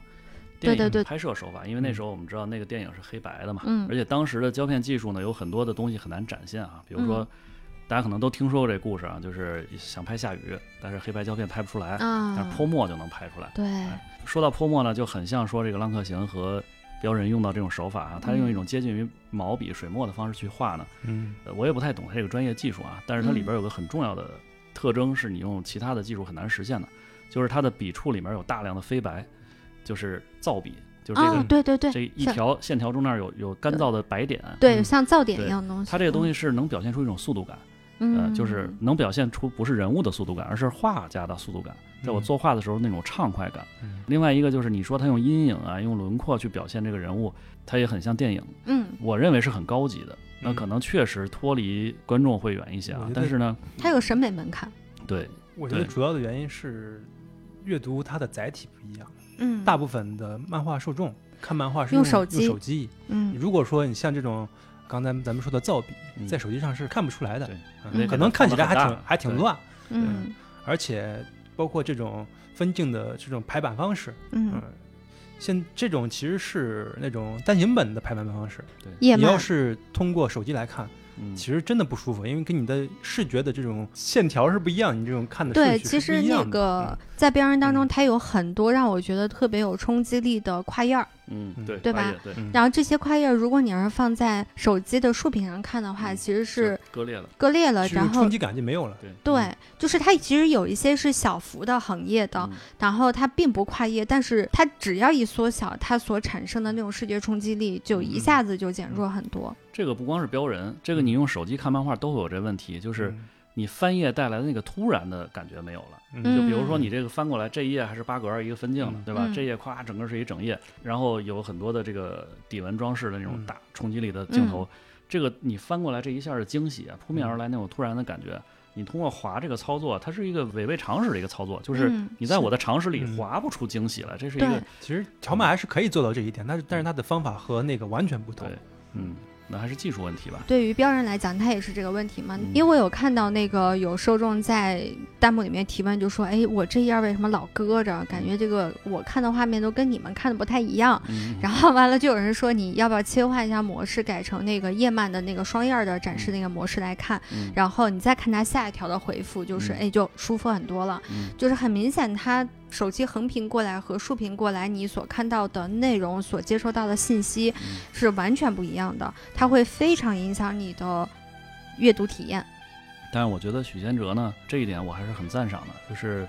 [SPEAKER 1] 对
[SPEAKER 3] 电影
[SPEAKER 1] 对对
[SPEAKER 3] 拍摄手法，因为那时候我们知道那个电影是黑白的嘛，
[SPEAKER 1] 嗯
[SPEAKER 3] 而且当时的胶片技术呢，有很多的东西很难展现啊，比如说。
[SPEAKER 1] 嗯
[SPEAKER 3] 大家可能都听说过这故事啊，就是想拍下雨，但是黑白胶片拍不出来，但
[SPEAKER 1] 啊
[SPEAKER 3] 是，泼墨就能拍出来。
[SPEAKER 1] 对，
[SPEAKER 3] 说到泼墨呢，就很像说这个浪客行和标人用到这种手法啊，他用一
[SPEAKER 1] 嗯
[SPEAKER 3] 种接近于毛笔水墨的方式去画呢，
[SPEAKER 2] 嗯
[SPEAKER 3] 呃，我也不太懂它这个专业技术啊，但是它里
[SPEAKER 1] 嗯
[SPEAKER 3] 边有个很重要的特征，是你用其他的技术很难实现的，就是它的笔触里面有大量的飞白，就是造笔，就是这个、
[SPEAKER 1] 哦，对对对，
[SPEAKER 3] 这一
[SPEAKER 1] 像
[SPEAKER 3] 条线条中那儿有有干燥的白点，
[SPEAKER 1] 对，
[SPEAKER 2] 嗯
[SPEAKER 1] 像噪点
[SPEAKER 3] 对
[SPEAKER 1] 一样的东西。
[SPEAKER 3] 它这个东西是能表现出一种速度感，
[SPEAKER 1] 嗯，
[SPEAKER 3] 呃，就是能表现出不是人物的速度感，而是画家的速度感，在我作画的时候那种畅快感。
[SPEAKER 2] 嗯
[SPEAKER 3] 另外一个就是你说他用阴影啊，用轮廓去表现这个人物，它也很像电影，
[SPEAKER 1] 嗯，
[SPEAKER 3] 我认为是很高级的。那可能确实脱离观众会远一些
[SPEAKER 2] 嗯我
[SPEAKER 3] 啊
[SPEAKER 2] 觉，得
[SPEAKER 3] 但是呢，
[SPEAKER 1] 它有审美门槛。
[SPEAKER 3] 对，
[SPEAKER 2] 我觉得
[SPEAKER 3] 对
[SPEAKER 2] 主要的原因是阅读它的载体不一样，
[SPEAKER 1] 嗯，
[SPEAKER 2] 大部分的漫画受众看漫画是
[SPEAKER 1] 用
[SPEAKER 2] 用
[SPEAKER 1] 手机
[SPEAKER 2] 用手机。
[SPEAKER 1] 嗯
[SPEAKER 2] 如果说你像这种刚才咱们说的造笔，
[SPEAKER 3] 嗯
[SPEAKER 2] 在手机上是看不出来的
[SPEAKER 3] 对，
[SPEAKER 1] 你得
[SPEAKER 2] 嗯
[SPEAKER 1] 给
[SPEAKER 2] 可
[SPEAKER 1] 它
[SPEAKER 2] 能看起
[SPEAKER 3] 放
[SPEAKER 2] 来
[SPEAKER 3] 得
[SPEAKER 2] 还
[SPEAKER 3] 很
[SPEAKER 2] 挺
[SPEAKER 3] 大
[SPEAKER 2] 还挺
[SPEAKER 3] 对
[SPEAKER 2] 乱，
[SPEAKER 1] 嗯
[SPEAKER 2] 而且包括这种分镜的这种排版方式，嗯
[SPEAKER 1] 嗯，，
[SPEAKER 2] 现这种其实是那种单行本的排版方式。
[SPEAKER 1] 夜
[SPEAKER 2] 你要
[SPEAKER 1] 漫
[SPEAKER 2] 是通过手机来看，
[SPEAKER 3] 嗯，
[SPEAKER 2] 其实真的不舒服，因为跟你的视觉的这种线条是不一样，你这种看的
[SPEAKER 1] 对，
[SPEAKER 2] 顺
[SPEAKER 1] 其
[SPEAKER 2] 序是
[SPEAKER 1] 实
[SPEAKER 2] 不一
[SPEAKER 1] 那
[SPEAKER 2] 样的。
[SPEAKER 1] 个在《边人》当中，
[SPEAKER 2] 嗯
[SPEAKER 1] 它有很多让我觉得特别有冲击力的跨页儿。
[SPEAKER 3] 嗯，
[SPEAKER 2] 嗯
[SPEAKER 3] 对，
[SPEAKER 1] 对吧
[SPEAKER 3] 八页对，
[SPEAKER 2] 嗯
[SPEAKER 1] 然后这些跨页儿，如果你要是放在手机的竖屏上看的话，
[SPEAKER 3] 嗯
[SPEAKER 1] 其实是
[SPEAKER 3] 割裂了，
[SPEAKER 1] 割裂了，
[SPEAKER 2] 其实
[SPEAKER 1] 呃然后
[SPEAKER 2] 冲。击感就没有了。
[SPEAKER 3] 对
[SPEAKER 1] 对，就是它其实有一些是小幅的横页的，
[SPEAKER 3] 嗯
[SPEAKER 1] 然后它并不跨页，但是它只要一缩小，它所产生的那种视觉冲击力就一
[SPEAKER 2] 嗯
[SPEAKER 1] 下子就减弱很多。
[SPEAKER 3] 这个不光是标人，这个你用手机看漫画都会有这问题，就是
[SPEAKER 2] 嗯，
[SPEAKER 3] 你翻页带来的那个突然的感觉没有了。
[SPEAKER 1] 嗯
[SPEAKER 3] 就比如说你这个翻过来，这一页还是八格儿一个分镜的
[SPEAKER 2] 嗯，
[SPEAKER 3] 对吧
[SPEAKER 1] 嗯？
[SPEAKER 3] 这页夸整个是一整页，然后有很多的这个底纹装饰的那种
[SPEAKER 2] 嗯
[SPEAKER 3] 大冲击力的镜
[SPEAKER 1] 嗯
[SPEAKER 3] 头，这个你翻过来这一下的惊喜啊，扑面而来那种突然的感觉。你通过滑这个操作，它是一个违背常识的一个操作，就是
[SPEAKER 1] 嗯
[SPEAKER 3] 你在
[SPEAKER 1] 是
[SPEAKER 3] 我的常识里
[SPEAKER 2] 嗯
[SPEAKER 3] 滑不出惊喜来，这是一
[SPEAKER 1] 对
[SPEAKER 3] 个，
[SPEAKER 2] 其实条漫还是可以做到这一点，但是但是它的方法和那个完全不同
[SPEAKER 3] 对。嗯，那还是技术问题吧。
[SPEAKER 1] 对于标人来讲，他也是这个问题嘛。
[SPEAKER 3] 嗯
[SPEAKER 1] 因为我有看到那个有受众在弹幕里面提问，就说：“哎，我这页为什么老搁着？感觉这个我看的画面都跟你们看的不太一样。”
[SPEAKER 3] 嗯，
[SPEAKER 1] 然后完了，就有人说你要不要切换一下模式，改成那个叶漫的那个双页儿的展示那个模式来看，
[SPEAKER 3] 嗯
[SPEAKER 1] 然后你再看他下一条的回复，就是
[SPEAKER 3] 嗯
[SPEAKER 1] 哎就舒服很多了，
[SPEAKER 3] 嗯
[SPEAKER 1] 就是很明显他手机横屏过来和竖屏过来，你所看到的内容、所接收到的信息
[SPEAKER 3] 嗯
[SPEAKER 1] 是完全不一样的，它会非常影响你的阅读体验。
[SPEAKER 3] 但是我觉得许仙哲呢，这一点我还是很赞赏的，就是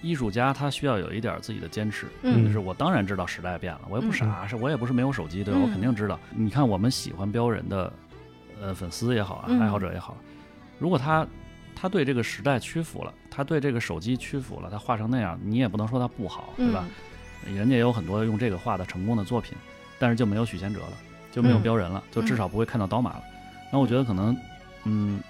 [SPEAKER 3] 艺术家他需要有一点自己的坚持。
[SPEAKER 1] 嗯
[SPEAKER 2] 嗯
[SPEAKER 3] 就是我当然知道时代变了，我也不傻，是我也不是没有手机，对吧？
[SPEAKER 1] 嗯
[SPEAKER 3] 我肯定知道。你看我们喜欢标人的，呃，粉丝也好啊，
[SPEAKER 1] 嗯
[SPEAKER 3] 爱好者也好，如果他他对这个时代屈服了，他对这个手机屈服了，他画成那样，你也不能说他不好，对嗯
[SPEAKER 1] 嗯
[SPEAKER 3] 吧？人家也有很多用这个画的成功的作品，但是就没有许仙哲了，就没有
[SPEAKER 1] 嗯
[SPEAKER 3] 标人了，就至少不会看到刀马了。那我觉得可能，嗯，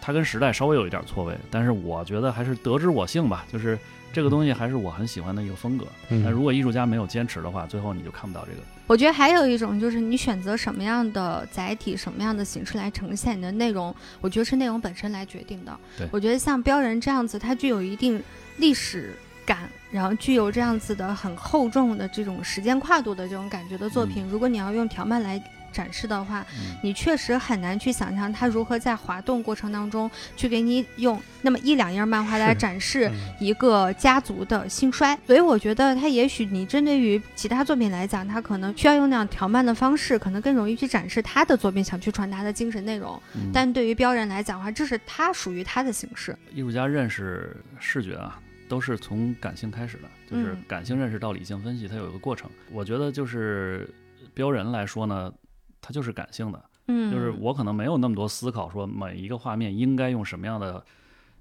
[SPEAKER 3] 他跟时代稍微有一点错位，但是我觉得还是得之我幸吧，就是这个东西还是我很喜欢的一个风格。
[SPEAKER 2] 嗯
[SPEAKER 3] 那如果艺术家没有坚持的话，最后你就看不到这个。
[SPEAKER 1] 我觉得还有一种就是你选择什么样的载体、什么样的形式来呈现你的内容，我觉得是内容本身来决定的
[SPEAKER 3] 对。
[SPEAKER 1] 我觉得像标人这样子，它具有一定历史感，然后具有这样子的很厚重的这种时间跨度的这种感觉的作品，如果你要用条漫来展示的话，
[SPEAKER 3] 嗯
[SPEAKER 1] 你确实很难去想象它如何在滑动过程当中去给你用那么一两页漫画来
[SPEAKER 2] 是
[SPEAKER 1] 展示
[SPEAKER 2] 嗯
[SPEAKER 1] 一个家族的兴衰，所以我觉得它也许你针对于其他作品来讲，它可能需要用那样条漫的方式，可能更容易去展示他的作品想去传达的精神内容。
[SPEAKER 3] 嗯
[SPEAKER 1] 但对于标人来讲的话，这是他属于他的形式。
[SPEAKER 3] 艺术家认识视觉啊，都是从感性开始的，就是
[SPEAKER 1] 嗯
[SPEAKER 3] 感性认识到理性分析，它有一个过程。我觉得就是标人来说呢，它就是感性的，
[SPEAKER 1] 嗯，
[SPEAKER 3] 就是我可能没有那么多思考，说每一个画面应该用什么样的，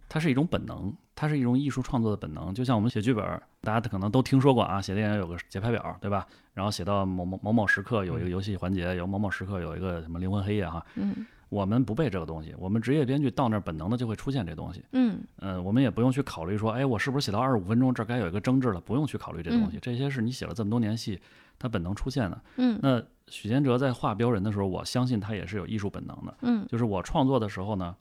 [SPEAKER 3] 它是一种本能，它是一种艺术创作的本能。就像我们写剧本儿，大家可能都听说过啊，写电影有个节拍表，对吧？然后写到某某某某时刻有一个游戏环节，有某某时刻有一个什么灵魂黑夜哈，
[SPEAKER 1] 嗯
[SPEAKER 3] 我们不背这个东西，我们职业编剧到那儿本能的就会出现这东西。
[SPEAKER 1] 嗯
[SPEAKER 3] 嗯，我们也不用去考虑说，哎，我是不是写到二十五分钟这儿该有一个争执了，不用去考虑这东西，这些是你写了这么多年戏，它本能出现的。
[SPEAKER 1] 嗯
[SPEAKER 3] 那许仙哲在画标人的时候，我相信他也是有艺术本能的，
[SPEAKER 1] 嗯
[SPEAKER 3] 就是我创作的时候呢，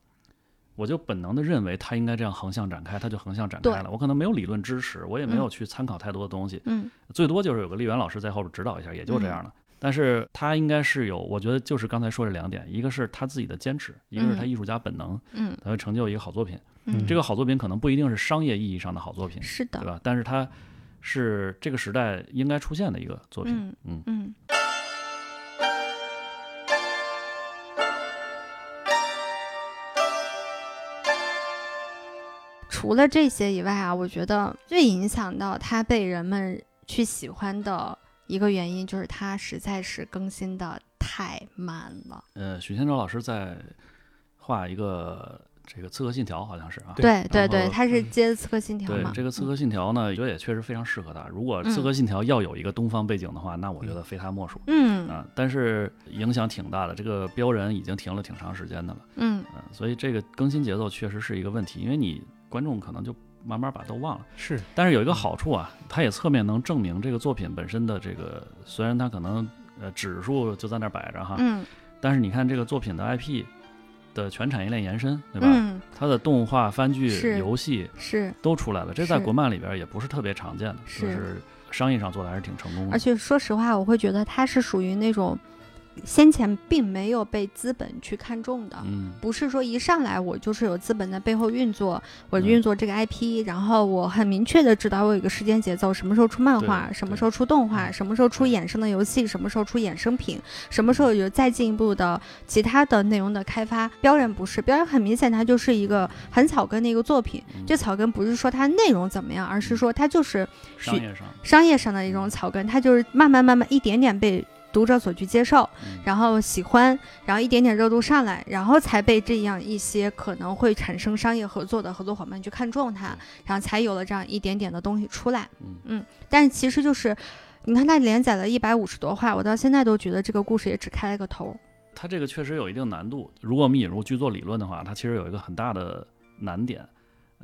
[SPEAKER 3] 我就本能的认为他应该这样横向展开，他就横向展开了。我可能没有理论支持，我也没有去参考太多的东西，
[SPEAKER 1] 嗯
[SPEAKER 3] 最多就是有个丽媛老师在后边指导一下，也就这样了。但是他应该是有，我觉得就是刚才说这两点，一个是他自己的坚持，一个是他
[SPEAKER 1] 嗯
[SPEAKER 3] 艺术家本能，
[SPEAKER 1] 嗯
[SPEAKER 3] 他会成就一个好作品。
[SPEAKER 1] 嗯，
[SPEAKER 3] 这个好作品可能不一定是商业意义上的好作品，
[SPEAKER 1] 是
[SPEAKER 3] 对
[SPEAKER 1] 的，
[SPEAKER 3] 吧？但是它是这个时代应该出现的一个作品。
[SPEAKER 1] 嗯
[SPEAKER 3] 嗯
[SPEAKER 1] 嗯。除了这些以外啊，我觉得最影响到它被人们去喜欢的一个原因，就是它实在是更新的太慢了。
[SPEAKER 3] 呃，许天哲老师在画一个这个《刺客信条》，好像是啊。
[SPEAKER 1] 对对
[SPEAKER 3] 然
[SPEAKER 1] 对，
[SPEAKER 3] 后嗯
[SPEAKER 1] 它是
[SPEAKER 2] 嗯
[SPEAKER 1] 接《刺客信条》
[SPEAKER 3] 对
[SPEAKER 1] 嘛。
[SPEAKER 3] 这个《刺客信条》呢，我觉得也确实非常适合他。如果
[SPEAKER 1] 嗯
[SPEAKER 3] 《刺客信条》要有一个东方背景的话，那我觉得非他莫属
[SPEAKER 1] 嗯
[SPEAKER 3] 啊。但是影响挺大的，这个标人已经停了挺长时间的了，
[SPEAKER 1] 嗯
[SPEAKER 3] 嗯，所以这个更新节奏确实是一个问题，因为你观众可能就慢慢把都忘了。
[SPEAKER 2] 是
[SPEAKER 3] 但是有一个好处啊，它也侧面能证明这个作品本身的这个，虽然它可能呃指数就在那儿摆着哈，
[SPEAKER 1] 嗯
[SPEAKER 3] 但是你看这个作品的 IP 的全产业链延伸，对吧？
[SPEAKER 1] 嗯，
[SPEAKER 3] 它的动画、番剧、
[SPEAKER 1] 是
[SPEAKER 3] 游戏
[SPEAKER 1] 是。
[SPEAKER 3] 都出来了，这在
[SPEAKER 1] 是
[SPEAKER 3] 国漫里边也不是特别常见的，
[SPEAKER 1] 是
[SPEAKER 3] 就是商业上做的还是挺成功
[SPEAKER 1] 而
[SPEAKER 3] 的。
[SPEAKER 1] 且说实话，我会觉得它是属于那种先前并没有被资本去看中的。
[SPEAKER 3] 嗯，
[SPEAKER 1] 不是说一上来我就是有资本在背后运作，我
[SPEAKER 3] 嗯
[SPEAKER 1] 运作这个 IP，、然后我很明确的知道我有一个时间节奏，什么时候出漫画，
[SPEAKER 3] 对
[SPEAKER 1] 什么
[SPEAKER 3] 对
[SPEAKER 1] 时候出动画，
[SPEAKER 2] 嗯
[SPEAKER 1] 什么时候出
[SPEAKER 3] 对
[SPEAKER 1] 衍生的游戏，什么时候出衍生品，什么时候有再进一步的其他的内容的开发。标人不是，标人很明显它就是一个很草根的一个作品。
[SPEAKER 3] 嗯
[SPEAKER 1] 这草根不是说它内容怎么样，而是说它就是
[SPEAKER 3] 商业上，
[SPEAKER 1] 商业上的一种草根，它就是慢慢慢慢一点点被读者所去接受，
[SPEAKER 3] 嗯
[SPEAKER 1] 然后喜欢，然后一点点热度上来，然后才被这样一些可能会产生商业合作的合作伙伴去看中它
[SPEAKER 3] 对，
[SPEAKER 1] 然后才有了这样一点点的东西出来。
[SPEAKER 3] 嗯
[SPEAKER 1] 但是其实就是，你看它连载了一百五十多话，我到现在都觉得这个故事也只开了个头。
[SPEAKER 3] 它这个确实有一定难度。如果我们引入剧作理论的话，它其实有一个很大的难点，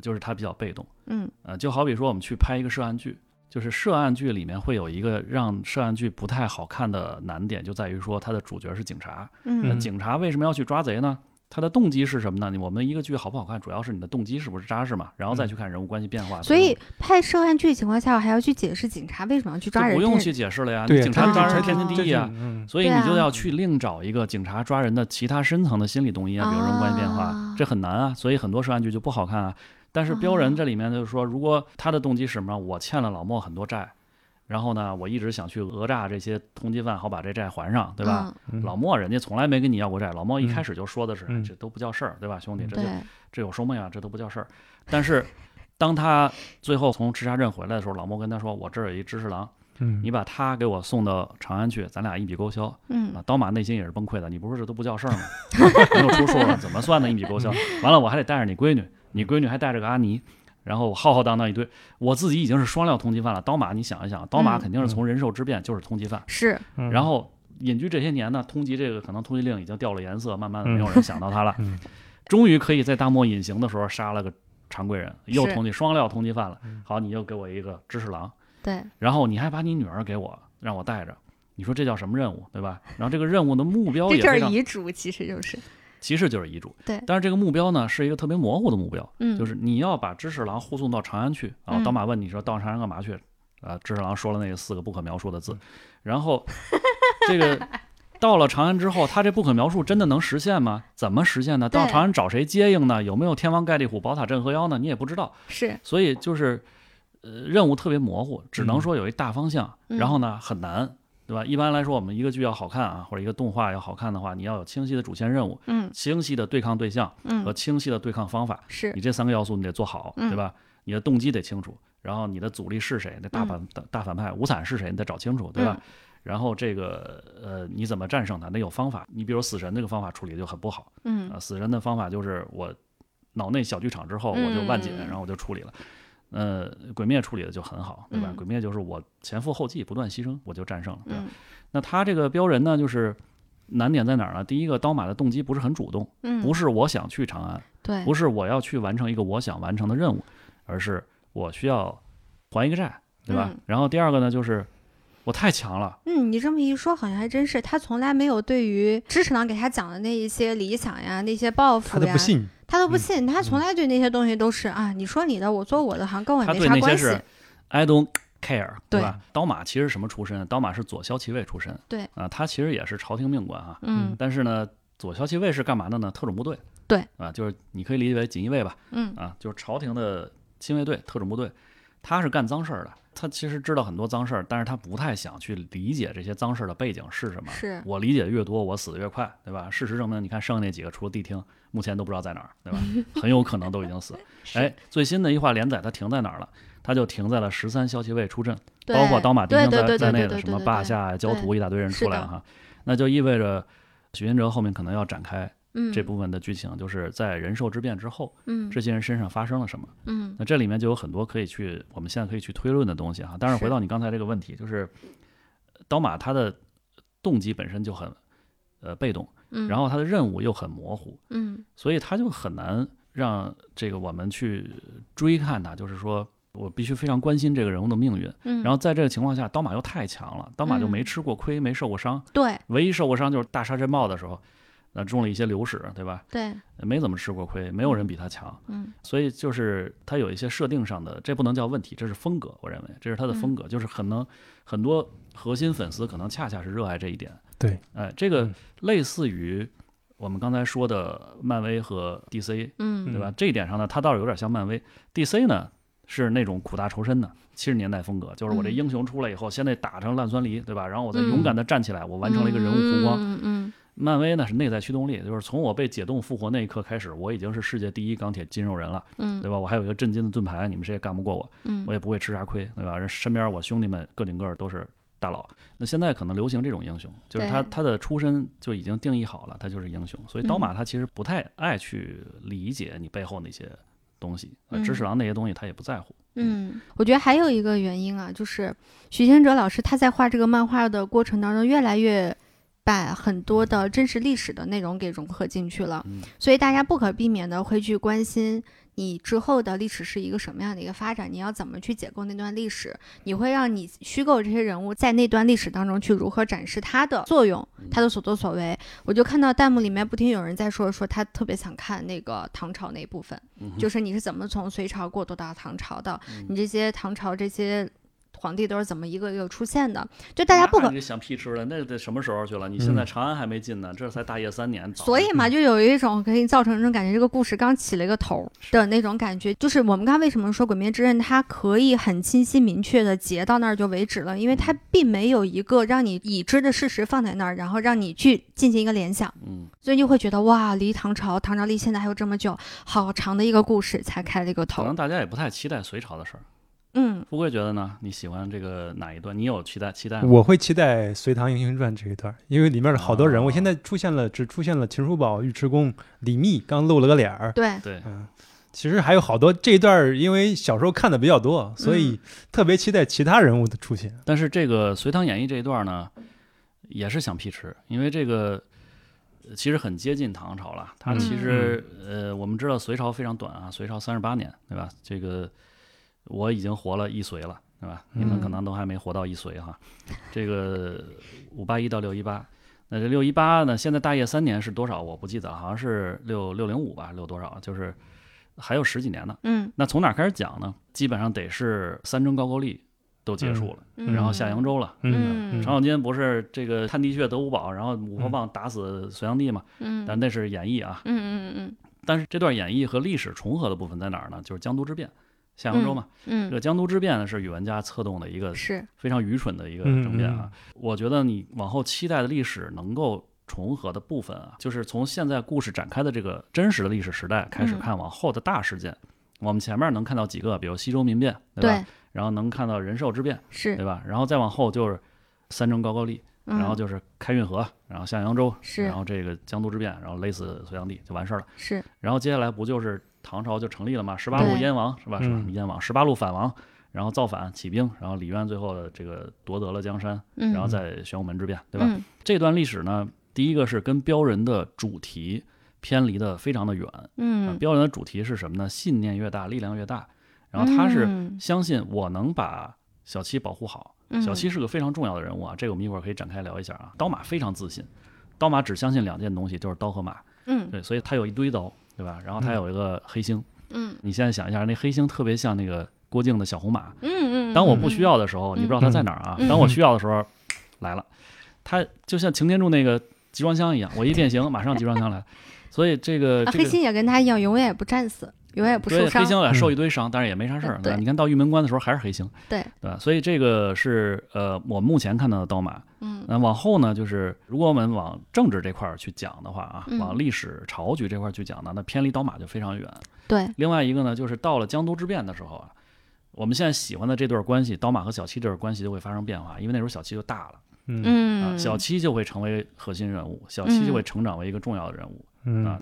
[SPEAKER 3] 就是它比较被动。
[SPEAKER 1] 嗯
[SPEAKER 3] 呃，就好比说我们去拍一个涉案剧，就是涉案剧里面会有一个让涉案剧不太好看的难点，就在于说它的主角是警察，那
[SPEAKER 1] 嗯
[SPEAKER 2] 嗯
[SPEAKER 3] 警察为什么要去抓贼呢？他的动机是什么呢？你我们一个剧好不好看，主要是你的动机是不是扎实嘛，然后再去看人物关系变化。
[SPEAKER 1] 所以拍涉案剧的情况下，我还要去解释警察为什么要去
[SPEAKER 3] 就
[SPEAKER 1] 抓人，
[SPEAKER 3] 不用
[SPEAKER 1] 这
[SPEAKER 3] 去解释了呀，
[SPEAKER 2] 对
[SPEAKER 3] 你警察
[SPEAKER 1] 他
[SPEAKER 3] 抓
[SPEAKER 1] 这
[SPEAKER 3] 人
[SPEAKER 1] 这
[SPEAKER 3] 天经
[SPEAKER 1] 这
[SPEAKER 3] 地义啊。
[SPEAKER 2] 嗯，
[SPEAKER 3] 所以
[SPEAKER 1] 对
[SPEAKER 3] 你就
[SPEAKER 1] 啊
[SPEAKER 3] 要去另找一个警察抓人的其他深层的心理动因啊，比如人物关系变化
[SPEAKER 1] 啊，
[SPEAKER 3] 这很难啊。所以很多涉案剧就不好看啊。但是标
[SPEAKER 1] 啊
[SPEAKER 3] 人这里面就是说，如果他的动机是什么呢？我欠了老莫很多债，然后呢，我一直想去讹诈这些通缉犯，好把这债还上，对吧？？
[SPEAKER 2] 嗯
[SPEAKER 3] 老莫人家从来没跟你要过债，老莫一
[SPEAKER 2] 嗯
[SPEAKER 3] 开始就说的是、
[SPEAKER 2] 嗯
[SPEAKER 3] 这都不叫事儿，对吧，兄弟？
[SPEAKER 2] 嗯
[SPEAKER 1] 嗯、
[SPEAKER 3] 这就
[SPEAKER 1] 对，
[SPEAKER 3] 这有收妹啊，这都不叫事儿。但是当他最后从赤沙镇回来的时候，老莫跟他说：“我这儿有一知识郎，
[SPEAKER 2] 嗯
[SPEAKER 3] 你把他给我送到长安去，咱俩一笔勾销。”啊
[SPEAKER 1] 嗯，，
[SPEAKER 3] 刀马内心也是崩溃的。你不是这都不叫事儿吗？ 没有出数了，怎么算的一笔勾销？完了，我还得带着你闺女，你闺女还带着个阿尼，然后我浩浩荡荡一堆，我自己已经是双料通缉犯了。刀马，你想一想，刀马
[SPEAKER 1] 嗯
[SPEAKER 3] 肯定是从人兽之变就是通缉犯，
[SPEAKER 1] 是，
[SPEAKER 2] 嗯
[SPEAKER 3] 然后隐居这些年呢，通缉这个可能通缉令已经掉了颜色，慢慢的没有人想到他了。
[SPEAKER 2] 嗯
[SPEAKER 3] 终于可以在大漠隐形的时候杀了个常贵人，又
[SPEAKER 1] 是
[SPEAKER 3] 通缉双料通缉犯了。
[SPEAKER 2] 嗯
[SPEAKER 3] 好，你又给我一个知识郎，
[SPEAKER 1] 对，
[SPEAKER 3] 然后你还把你女儿给我，让我带着。你说这叫什么任务，对吧？然后这个任务的目标
[SPEAKER 1] 这
[SPEAKER 3] 也
[SPEAKER 1] 就
[SPEAKER 3] 非
[SPEAKER 1] 是
[SPEAKER 3] 常，
[SPEAKER 1] 遗嘱，其实就是，
[SPEAKER 3] 其实就是遗嘱。
[SPEAKER 1] 对
[SPEAKER 3] 但是这个目标呢，是一个特别模糊的目标，
[SPEAKER 1] 嗯，
[SPEAKER 3] 就是你要把知识郎护送到长安去啊。
[SPEAKER 1] 嗯
[SPEAKER 3] 刀马问你说到长安干嘛去？啊，知识郎说了那四个不可描述的
[SPEAKER 1] 嗯
[SPEAKER 3] 字，然后这个到了长安之后，他这不可描述真的能实现吗？怎么实现呢？到
[SPEAKER 1] 对
[SPEAKER 3] 长安找谁接应呢？有没有天王盖地虎、宝塔镇河妖呢？你也不知道。
[SPEAKER 1] 是，
[SPEAKER 3] 所以就是，呃，任务特别模糊，只能
[SPEAKER 2] 嗯
[SPEAKER 3] 说有一大方向，
[SPEAKER 1] 嗯
[SPEAKER 3] 然后呢很难，对吧？一般来说，我们一个剧要好看啊，或者一个动画要好看的话，你要有清晰的主线任务、
[SPEAKER 1] 嗯
[SPEAKER 3] 清晰的对抗对象和
[SPEAKER 1] 嗯，
[SPEAKER 3] 清晰的对抗方法，
[SPEAKER 1] 是
[SPEAKER 3] 你这三个要素你得做好，
[SPEAKER 1] 嗯
[SPEAKER 3] 对吧？你的动机得清楚，然后你的阻力是谁？那
[SPEAKER 1] 嗯
[SPEAKER 3] 大反大大反派无惨是谁？你得找清楚，对吧？然后这个呃，你怎么战胜他？得有方法。你比如死神这个方法处理得就很不好，
[SPEAKER 1] 嗯
[SPEAKER 3] 啊，死神的方法就是我脑内小剧场之后，我就万解，
[SPEAKER 1] 嗯
[SPEAKER 3] 然后我就处理了。呃，鬼灭处理的就很好，对吧？
[SPEAKER 1] 嗯
[SPEAKER 3] 鬼灭就是我前赴后继，不断牺牲，我就战胜了，对吧？
[SPEAKER 1] 嗯
[SPEAKER 3] 那他这个标人呢，就是难点在哪儿呢？第一个，刀马的动机不是很主动，
[SPEAKER 1] 嗯，
[SPEAKER 3] 不是我想去长安，
[SPEAKER 1] 对，
[SPEAKER 3] 不是我要去完成一个我想完成的任务，而是我需要还一个债，对吧？
[SPEAKER 1] 嗯
[SPEAKER 3] 然后第二个呢，就是我太强了，
[SPEAKER 1] 嗯，你这么一说，好像还真是，他从来没有对于知识郎给他讲的那一些理想呀、那些抱负
[SPEAKER 2] 他
[SPEAKER 1] 呀，
[SPEAKER 2] 都不信，
[SPEAKER 1] 他都不
[SPEAKER 2] 嗯
[SPEAKER 1] 信，他从
[SPEAKER 2] 嗯
[SPEAKER 1] 来对那些东西都是啊，你说你的，我做我的，好像跟我也
[SPEAKER 3] 他
[SPEAKER 1] 没
[SPEAKER 3] 对
[SPEAKER 1] 啥
[SPEAKER 3] 那些
[SPEAKER 1] 关系
[SPEAKER 3] 是。I don't care，
[SPEAKER 1] 对
[SPEAKER 3] 吧？刀马其实什么出身啊？刀马是左骁骑卫出身，
[SPEAKER 1] 对
[SPEAKER 3] 啊、他其实也是朝廷命官啊。
[SPEAKER 1] 嗯
[SPEAKER 3] 但是呢，左骁骑卫是干嘛的呢？特种部队。
[SPEAKER 1] 对
[SPEAKER 3] 啊、就是你可以理解为锦衣卫吧，
[SPEAKER 1] 嗯
[SPEAKER 3] 啊，就是朝廷的亲卫队、特种部队，他是干脏事儿的。他其实知道很多脏事儿，但是他不太想去理解这些脏事儿的背景是什么。
[SPEAKER 1] 嗯是
[SPEAKER 3] 我理解得越多，我死得越快，对吧？事实证明，你看剩下那几个，除了谛听，目前都不知道在哪儿， 对吧？很有可能都已经死了。哎，最新的一话连载它停在哪儿了？它就停在了十三消息卫出阵，
[SPEAKER 1] 对
[SPEAKER 3] 包括刀马丁
[SPEAKER 1] 对
[SPEAKER 3] 丁
[SPEAKER 1] 对
[SPEAKER 3] 在
[SPEAKER 1] 对
[SPEAKER 3] 在
[SPEAKER 1] 对
[SPEAKER 3] 内
[SPEAKER 1] 对
[SPEAKER 3] 的
[SPEAKER 1] 对
[SPEAKER 3] 什么
[SPEAKER 1] 对
[SPEAKER 3] 霸
[SPEAKER 1] 对
[SPEAKER 3] 下啊、焦
[SPEAKER 1] 对
[SPEAKER 3] 土一大堆人
[SPEAKER 1] 是
[SPEAKER 3] 出来
[SPEAKER 1] 的
[SPEAKER 3] 哈，那就意味着许愿哲后面可能要展开
[SPEAKER 1] 嗯
[SPEAKER 3] 这部分的剧情，就是在人兽之变之后，
[SPEAKER 1] 嗯
[SPEAKER 3] 这些人身上发生了什么。
[SPEAKER 1] 嗯
[SPEAKER 3] 那这里面就有很多可以去，我们现在可以去推论的东西哈。但是
[SPEAKER 1] 是
[SPEAKER 3] 回到你刚才这个问题，就是呃刀马他的动机本身就很呃被动，
[SPEAKER 1] 嗯，
[SPEAKER 3] 然后他的任务又很模糊，
[SPEAKER 1] 嗯
[SPEAKER 3] 所以他就很难让这个我们去追看他，就是说我必须非常关心这个人物的命运。
[SPEAKER 1] 嗯，
[SPEAKER 3] 然后在这个情况下，刀马又太强了，刀马就没
[SPEAKER 1] 嗯
[SPEAKER 3] 吃过亏，没受过伤，
[SPEAKER 1] 对
[SPEAKER 3] 唯一受过伤就是大沙尘暴的时候，呃，中了一些流矢，对吧？
[SPEAKER 1] 对
[SPEAKER 3] 没怎么吃过亏，没有人比他强，
[SPEAKER 1] 嗯
[SPEAKER 3] 所以就是他有一些设定上的，这不能叫问题，这是风格，我认为这是他的
[SPEAKER 1] 嗯
[SPEAKER 3] 风格，就是可能很多核心粉丝可能恰恰是热爱这一点。
[SPEAKER 2] 对，
[SPEAKER 3] 哎，这个
[SPEAKER 2] 嗯
[SPEAKER 3] 类似于我们刚才说的漫威和 DC，
[SPEAKER 1] 嗯
[SPEAKER 3] 对吧？这一点上呢，它倒是有点像漫威。DC 呢是那种苦大仇深的七十年代风格，就是我这
[SPEAKER 1] 嗯
[SPEAKER 3] 英雄出来以后，先得打成烂酸梨，对吧？然后我再
[SPEAKER 1] 嗯
[SPEAKER 3] 勇敢的站起来，我完成了一个人物弧光。
[SPEAKER 1] 嗯嗯
[SPEAKER 3] 漫威呢是内在驱动力，就是从我被解冻复活那一刻开始，我已经是世界第一钢铁筋肉人了，
[SPEAKER 1] 嗯
[SPEAKER 3] 对吧？我还有一个震惊的盾牌，你们谁也干不过我，
[SPEAKER 1] 嗯
[SPEAKER 3] 我也不会吃啥亏，对吧？人身边我兄弟们个顶个儿都是大佬。那现在可能流行这种英雄，就是他
[SPEAKER 1] 对嗯
[SPEAKER 3] 他的出身就已经定义好了，他就是英雄。所以刀马他其实不太爱去理解你背后那些东西，呃，
[SPEAKER 1] 嗯
[SPEAKER 3] 知识郎那些东西他也不在乎。
[SPEAKER 1] 嗯，我觉得还有一个原因啊，就是许仙哲老师他在画这个漫画的过程当中，越来越把很多的真实历史的内容给融合进去了，
[SPEAKER 3] 嗯
[SPEAKER 1] 所以大家不可避免的会去关心你之后的历史是一个什么样的一个发展，你要怎么去解构那段历史，你会让你虚构这些人物在那段历史当中去如何展示他的作用，他的所作所为。我就看到弹幕里面不停有人在说，说他特别想看那个唐朝那一部分，就是你是怎么从隋朝过渡到唐朝的，
[SPEAKER 3] 嗯
[SPEAKER 1] 你这些唐朝这些。皇帝都是怎么一个一个出现的？就大家不可
[SPEAKER 3] 那你想屁吃了，那得什么时候去了？你
[SPEAKER 1] 嗯
[SPEAKER 3] 现在长安还没进呢，这才大业三年。
[SPEAKER 1] 所以
[SPEAKER 3] 嗯
[SPEAKER 1] 嘛，就有一种可以造成这种感觉，这个故事刚起了一个头的那种感觉。就是我们刚为什么说《鬼灭之刃》它可以很清晰明确的截到那儿就为止了，因为它
[SPEAKER 3] 嗯
[SPEAKER 1] 并没有一个让你已知的事实放在那儿，然后让你去进行一个联想，
[SPEAKER 3] 嗯，
[SPEAKER 1] 所以你就会觉得哇，离唐朝唐朝离现在还有这么久，好长的一个故事才开了一个
[SPEAKER 3] 可能
[SPEAKER 1] 头。
[SPEAKER 3] 大家也不太期待隋朝的事儿。
[SPEAKER 1] 嗯，
[SPEAKER 3] 富贵觉得呢？你喜欢这个哪一段？你有期待期待吗？
[SPEAKER 2] 我会期待《隋唐英雄传》这一段儿，因为里面的好多人物
[SPEAKER 3] 哦
[SPEAKER 2] 现在出现了，只出现了秦叔宝、尉迟恭、李密，刚露了个脸儿。
[SPEAKER 1] 对，
[SPEAKER 3] 对，
[SPEAKER 2] 嗯，其实还有好多这一段儿，因为小时候看的比较多，所以
[SPEAKER 1] 嗯
[SPEAKER 2] 特别期待其他人物的出现。
[SPEAKER 3] 但是这个《隋唐演义》这一段呢，也是想屁吃，因为这个呃其实很接近唐朝了。它其实、呃，我们知道隋朝非常短啊，隋朝三十八年，对吧？这个我已经活了一隋了，对吧？你们可能都还没活到一隋哈。这个五八一到六一八，那这六一八呢？现在大业三年是多少？我不记得，好像是六六零五吧，六多少？就是还有十几年呢。
[SPEAKER 1] 嗯，
[SPEAKER 3] 那从哪儿开始讲呢？基本上得是三征高句丽都结束了。
[SPEAKER 1] 嗯
[SPEAKER 3] 然后下扬州了。
[SPEAKER 1] 嗯
[SPEAKER 3] 程咬金不是这个探地穴得五宝，然后五婆棒打死隋炀帝嘛？
[SPEAKER 1] 嗯
[SPEAKER 3] 但那是演义啊。
[SPEAKER 1] 嗯嗯
[SPEAKER 3] 但是这段演义和历史重合的部分在哪儿呢？就是江都之变，下扬州嘛。这
[SPEAKER 1] 嗯
[SPEAKER 3] 个江都之变呢，是宇文家策动的一个
[SPEAKER 1] 嗯，是，
[SPEAKER 3] 非常愚蠢的一个
[SPEAKER 2] 嗯
[SPEAKER 3] 政变啊。我觉得你往后期待的历史能够重合的部分啊，就是从现在故事展开的这个真实的历史时代开始
[SPEAKER 1] 嗯
[SPEAKER 3] 看往后的大事件。我们前面能看到几个，比如西周民变，对吧？
[SPEAKER 1] 对，
[SPEAKER 3] 然后能看到仁寿之变，
[SPEAKER 1] 是
[SPEAKER 3] 对，吧？然后再往后就是三征高句丽，
[SPEAKER 1] 嗯
[SPEAKER 3] 然后就是开运河，然后下扬州，
[SPEAKER 1] 是
[SPEAKER 3] 然后这个江都之变，然后勒死隋炀帝就完事儿了。
[SPEAKER 1] 是，
[SPEAKER 3] 然后接下来不就是唐朝就成立了嘛？十八路
[SPEAKER 1] 对
[SPEAKER 3] 燕王是吧？是吧
[SPEAKER 2] 嗯？
[SPEAKER 3] 燕王十八路反王，然后造反起兵，然后李渊最后这个夺得了江山，
[SPEAKER 1] 嗯，
[SPEAKER 3] 然后再玄武门之变，对吧？
[SPEAKER 1] 嗯
[SPEAKER 3] 这段历史呢，第一个是跟标人的主题偏离的非常的远。啊
[SPEAKER 1] 嗯，
[SPEAKER 3] 标人的主题是什么呢？信念越大，力量越大。然后他是
[SPEAKER 1] 嗯
[SPEAKER 3] 相信我能把小七保护好，小七是个非常重要的人物啊，这个我们一会儿可以展开聊一下啊。刀马非常自信，刀马只相信两件东西，就是刀和马。
[SPEAKER 1] 嗯
[SPEAKER 3] 对，所以他有一堆刀，对吧？然后他有一个黑星，
[SPEAKER 1] 嗯
[SPEAKER 3] 你现在想一下，那黑星特别像那个郭靖的小红马。
[SPEAKER 1] 嗯嗯，
[SPEAKER 3] 当我不
[SPEAKER 1] 嗯
[SPEAKER 3] 需，要的时候，你不知道他在哪儿啊；当我需要的时候，来了。他就像擎天柱那个集装箱一样，我一变形，马上集装箱 来了。所以这个
[SPEAKER 1] 啊，
[SPEAKER 3] 这
[SPEAKER 1] 黑
[SPEAKER 3] 个
[SPEAKER 1] 心也跟他一样，永远也不战死，永远也不
[SPEAKER 3] 对
[SPEAKER 1] 受伤嗯
[SPEAKER 3] 黑。星也受一堆伤，但是也没啥事儿。
[SPEAKER 1] 对
[SPEAKER 3] 吧你看到玉门关的时候还是黑星，
[SPEAKER 1] 对
[SPEAKER 3] 对吧？所以这个是呃，我目前看到的刀马。
[SPEAKER 1] 嗯
[SPEAKER 3] 那往后呢，就是如果我们往政治这块儿去讲的话啊，
[SPEAKER 1] 嗯
[SPEAKER 3] 往历史朝局这块儿去讲呢，那偏离刀马就非常远。
[SPEAKER 1] 对，
[SPEAKER 3] 另外一个呢，就是到了江都之变的时候啊，我们现在喜欢的这对关系，刀马和小七这对关系就会发生变化，因为那时候小七就大了，
[SPEAKER 2] 嗯
[SPEAKER 3] 啊，
[SPEAKER 1] 嗯，
[SPEAKER 3] 小七就会成为核心人物，小七就会成长为一个重要的人物。
[SPEAKER 2] 嗯
[SPEAKER 3] 啊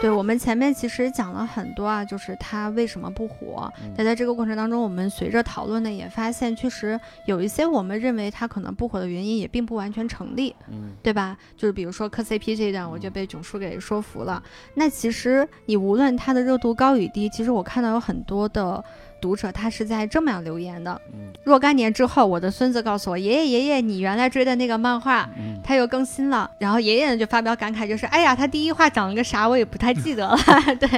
[SPEAKER 1] 对我们前面其实讲了很多啊，就是他为什么不火。
[SPEAKER 3] 嗯
[SPEAKER 1] 但在这个过程当中，我们随着讨论呢，也发现确实有一些我们认为他可能不火的原因，也并不完全成立。
[SPEAKER 3] 嗯，
[SPEAKER 1] 对吧？就是比如说磕 CP 这一段，我就被囧叔给说服了。那其实你无论它的热度高与低，其实我看到有很多的读者他是在这么样留言的
[SPEAKER 3] 嗯：
[SPEAKER 1] 若干年之后，我的孙子告诉我，爷爷爷爷，你原来追的那个漫画。
[SPEAKER 3] 嗯，
[SPEAKER 1] 它又更新了，然后爷爷呢就发表感慨，就是哎呀，他第一话讲了个啥，我也不太记得了。对，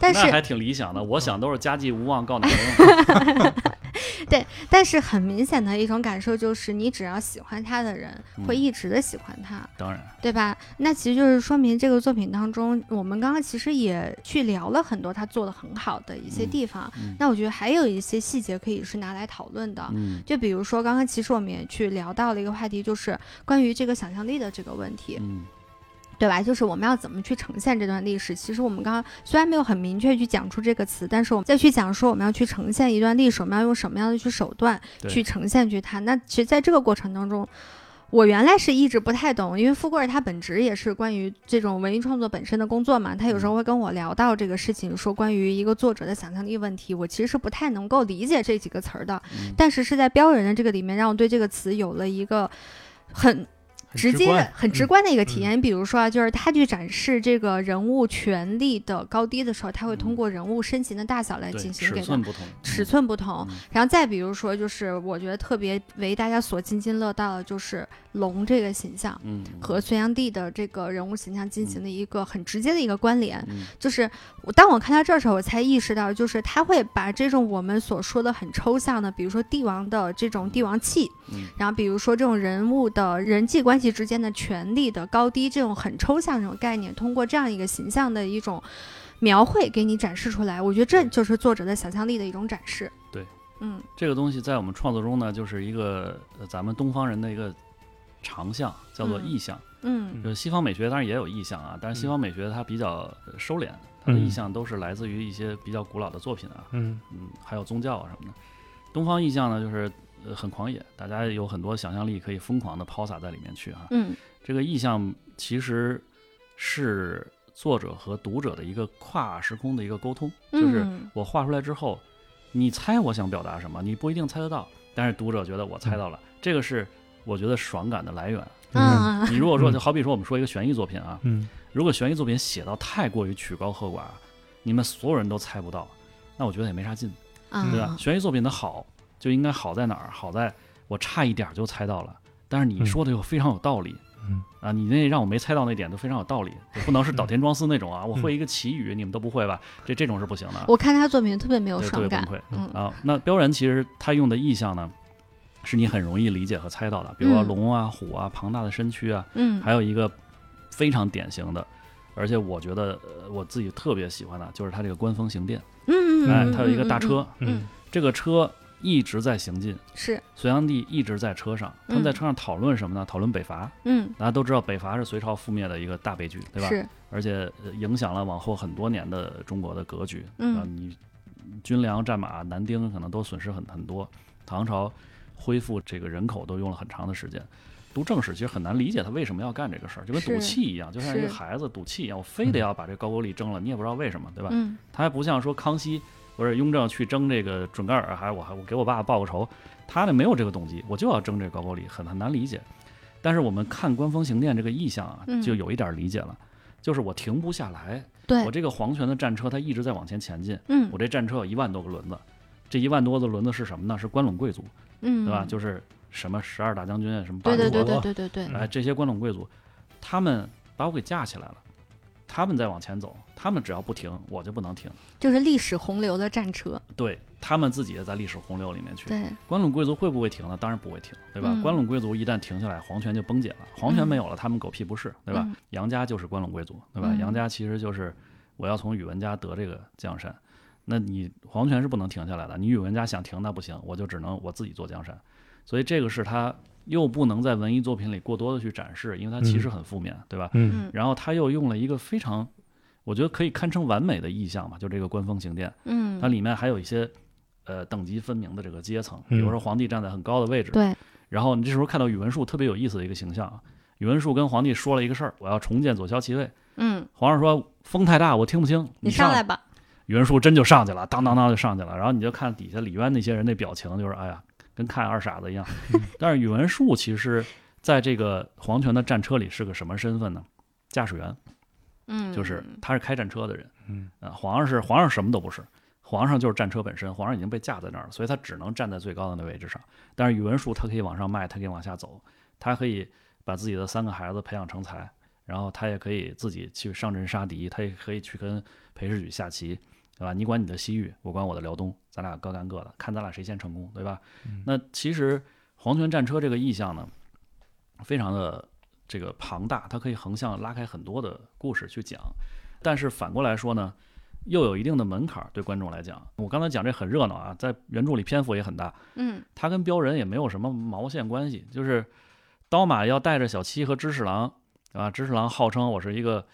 [SPEAKER 1] 但
[SPEAKER 3] 那
[SPEAKER 1] 是嗯
[SPEAKER 3] 还挺理想的，我想都是家祭无望告乃 翁。
[SPEAKER 1] 但是很明显的一种感受就是，你只要喜欢他的人，会
[SPEAKER 3] 嗯
[SPEAKER 1] 一直的喜欢他。
[SPEAKER 3] 当然，
[SPEAKER 1] 对吧？那其实就是说明这个作品当中，我们刚刚其实也去聊了很多他做的很好的一些地方。
[SPEAKER 3] 嗯嗯
[SPEAKER 1] 那我觉得还有一些细节可以是拿来讨论的。
[SPEAKER 3] 嗯
[SPEAKER 1] 就比如说，刚刚其实我们也去聊到了一个话题，就是关于这个想象力的这个问题，
[SPEAKER 3] 嗯
[SPEAKER 1] 对吧？就是我们要怎么去呈现这段历史。其实我们刚刚虽然没有很明确去讲出这个词，但是我们再去讲说我们要去呈现一段历史，我们要用什么样的去手段
[SPEAKER 3] 对
[SPEAKER 1] 去呈现去它。那其实在这个过程当中，我原来是一直不太懂，因为富贵儿他本职也是关于这种文艺创作本身的工作嘛，他有时候会跟我聊到这个事情，说关于一个作者的想象力问题，我其实是不太能够理解这几个词儿的，
[SPEAKER 3] 嗯
[SPEAKER 1] 但是是在标人的这个里面，让我对这个词有了一个很。直接
[SPEAKER 2] 观
[SPEAKER 1] 很直
[SPEAKER 2] 嗯
[SPEAKER 1] 观的一个体验。比如说啊，就是他去展示这个人物权力的高低的时候，他会通
[SPEAKER 3] 嗯
[SPEAKER 1] 过人物身形的大小来
[SPEAKER 3] 对，
[SPEAKER 1] 进行
[SPEAKER 3] 尺
[SPEAKER 1] 给
[SPEAKER 3] 寸
[SPEAKER 1] 它
[SPEAKER 3] 不同，
[SPEAKER 1] 尺寸不同。
[SPEAKER 3] 嗯
[SPEAKER 1] 然后再比如说，就是我觉得特别为大家所津津乐道的，就是龙这个形象
[SPEAKER 3] 嗯嗯
[SPEAKER 1] 和隋炀帝的这个人物形象进行
[SPEAKER 3] 嗯
[SPEAKER 1] 了一个很直接的一个关联。
[SPEAKER 3] 嗯
[SPEAKER 1] 就是我当我看到这儿的时候，我才意识到，就是他会把这种我们所说的很抽象的，比如说帝王的这种帝王气，
[SPEAKER 3] 嗯
[SPEAKER 1] 然后比如说这种人物的人际关系之间的权力的高低这种很抽象这种概念，通过这样一个形象的一种描绘给你展示出来，我觉得这就是作者的想象力的一种展示。
[SPEAKER 3] 对，
[SPEAKER 1] 嗯
[SPEAKER 3] 这个东西在我们创作中呢，就是一个呃咱们东方人的一个长项，叫做
[SPEAKER 1] 嗯
[SPEAKER 3] 意象。
[SPEAKER 1] 嗯
[SPEAKER 2] 嗯
[SPEAKER 3] 就是西方美学当然也有意象啊，但是西
[SPEAKER 2] 嗯
[SPEAKER 3] 方美学它比较呃收敛，它的意
[SPEAKER 2] 嗯
[SPEAKER 3] 象都是来自于一些比较古老的作品啊，
[SPEAKER 2] 嗯
[SPEAKER 3] 嗯，还有宗教啊什么的。东方意象呢，就是呃很狂野，大家有很多想象力可以疯狂的抛洒在里面去哈、
[SPEAKER 1] 嗯
[SPEAKER 3] 这个意象其实是作者和读者的一个跨时空的一个沟通，就是
[SPEAKER 1] 嗯
[SPEAKER 3] 我画出来之后，你猜我想表达什么，你不一定猜得到，但是读者觉得我
[SPEAKER 2] 嗯
[SPEAKER 3] 猜到了，这个是我觉得爽感的 来源。
[SPEAKER 1] 嗯
[SPEAKER 3] 你如果说，
[SPEAKER 2] 嗯
[SPEAKER 3] 就好比说我们说一个悬疑作品啊，
[SPEAKER 2] 嗯
[SPEAKER 3] 如果悬疑作品写到太过于曲高和寡，你们所有人都猜不到，那我觉得也没啥劲，
[SPEAKER 1] 啊
[SPEAKER 3] 对吧？悬疑作品的好就应该好在哪儿？好在我差一点儿就猜到了，但是你
[SPEAKER 2] 嗯
[SPEAKER 3] 说的又非常有道理。
[SPEAKER 2] 嗯
[SPEAKER 3] 啊，你那让我没猜到那点都非常有道理，就不能是岛田庄司那种啊，我会一个祈雨，你们都不会吧？这这种是不行的。
[SPEAKER 1] 我看他作品特别没有
[SPEAKER 3] 对，特别
[SPEAKER 1] 爽
[SPEAKER 3] 崩
[SPEAKER 1] 感，
[SPEAKER 3] 溃。
[SPEAKER 1] 嗯
[SPEAKER 3] 啊，那标人其实他用的意象呢，是你很容易理解和猜到的，比如说
[SPEAKER 1] 嗯
[SPEAKER 3] 龙啊、虎啊、庞大的身躯啊，
[SPEAKER 1] 嗯
[SPEAKER 3] 还有一个非常典型的，而且我觉得呃我自己特别喜欢的就是他这个官方行殿，
[SPEAKER 1] 嗯嗯，
[SPEAKER 3] 哎
[SPEAKER 1] 嗯，
[SPEAKER 3] 他有一个
[SPEAKER 1] 嗯
[SPEAKER 3] 大，
[SPEAKER 1] 嗯
[SPEAKER 3] 车，
[SPEAKER 1] 嗯
[SPEAKER 2] 嗯
[SPEAKER 3] 这个车一直在行进，
[SPEAKER 1] 嗯是
[SPEAKER 3] 隋炀帝一直在车上，他们在车上讨论什么呢？讨论北伐。
[SPEAKER 1] 嗯
[SPEAKER 3] 大家都知道北伐是隋朝覆灭的一个大悲剧，对吧？
[SPEAKER 1] 是
[SPEAKER 3] 而且呃影响了往后很多年的中国的格局。
[SPEAKER 1] 嗯
[SPEAKER 3] 啊，你军粮、战马、男丁可能都损失很很多。唐朝恢复这个人口都用了很长的时间。读正史其实很难理解他为什么要干这个事儿，就跟
[SPEAKER 1] 是
[SPEAKER 3] 赌气一样，就像一个
[SPEAKER 1] 是
[SPEAKER 3] 孩子赌气一样，我非得要把这高句丽争了，你也不知道为什么，对吧？
[SPEAKER 1] 嗯
[SPEAKER 3] 他还不像说康熙或者雍正去争这个准噶尔，还是我还我给我爸报个仇，他那没有这个动机，我就要争这个高句丽，很很难理解。但是我们看官方行殿这个意象啊
[SPEAKER 1] 嗯，
[SPEAKER 3] 就有一点理解了，就是我停不下来，
[SPEAKER 1] 对
[SPEAKER 3] 我这个皇权的战车它一直在往前前进，
[SPEAKER 1] 嗯
[SPEAKER 3] 我这战车有一万多个轮子，这一万多个轮子是什么呢？是关陇贵族，
[SPEAKER 1] 嗯
[SPEAKER 3] 对吧？就是什么十二大将军啊，什么八
[SPEAKER 1] 对对
[SPEAKER 3] 路
[SPEAKER 1] 对
[SPEAKER 3] 国
[SPEAKER 1] 对
[SPEAKER 2] 国
[SPEAKER 1] 对对对，
[SPEAKER 3] 哎，这些关陇贵族，他们把我给架起来了，他们在往前走，他们只要不停，我就不能停。
[SPEAKER 1] 就是历史洪流的战车，
[SPEAKER 3] 对他们自己也在历史洪流里面去。
[SPEAKER 1] 对，
[SPEAKER 3] 关陇贵族会不会停呢？当然不会停，对吧？
[SPEAKER 1] 嗯
[SPEAKER 3] 关陇贵族一旦停下来，皇权就崩解了，皇权没有了，他们狗屁不是，对吧？
[SPEAKER 1] 嗯
[SPEAKER 3] 杨家就是关陇贵族，对吧？
[SPEAKER 1] 嗯
[SPEAKER 3] 杨家其实就是我要从宇文家得这个江山，那你皇权是不能停下来的，你宇文家想停那不行，我就只能我自己做江山，所以这个是他又不能在文艺作品里过多的去展示，因为它其实很负面，对吧？
[SPEAKER 2] 嗯
[SPEAKER 1] 嗯
[SPEAKER 3] 然后他又用了一个非常，我觉得可以堪称完美的意象吧，就这个官方行殿。它
[SPEAKER 1] 嗯，
[SPEAKER 3] 里面还有一些呃等级分明的这个阶层，比
[SPEAKER 2] 嗯
[SPEAKER 3] 如说皇帝站在很高的位置，
[SPEAKER 1] 对，
[SPEAKER 3] 然后你这时候看到宇文述特别有意思的一个形象啊，宇文述跟皇帝说了一个事儿，我要重建左骁骑位，
[SPEAKER 1] 嗯，
[SPEAKER 3] 皇上说风太大，我听不清，
[SPEAKER 1] 你
[SPEAKER 3] 上
[SPEAKER 1] 上来，吧，
[SPEAKER 3] 宇文述真就上去了，当当当就上去了，然后你就看底下李渊那些人那表情，就是哎呀，跟看二傻子一样，但是宇文述其实在这个皇权的战车里是个什么身份呢？驾驶员，
[SPEAKER 1] 嗯，
[SPEAKER 3] 就是他是开战车的人，
[SPEAKER 2] 嗯
[SPEAKER 3] 呃，皇上是皇上什么都不是，皇上就是战车本身，皇上已经被架在那儿了，所以他只能站在最高的那位置上。但是宇文述他可以往上迈，他可以往下走，他可以把自己的三个孩子培养成才，然后他也可以自己去上阵杀敌，他也可以去跟裴世举下棋，对吧？你管你的西域，我管我的辽东，咱俩各干各的，看咱俩谁先成功，对吧？那其实皇权战车这个意象呢，非常的这个庞大，它可以横向拉开很多的故事去讲。但是反过来说呢，又有一定的门槛儿对观众来讲。我刚才讲这很热闹啊，在原著里篇幅也很大，
[SPEAKER 1] 嗯
[SPEAKER 3] 它跟标人也没有什么毛线关系。就是刀马要带着小七和知侍郎啊，知侍郎号称我是一个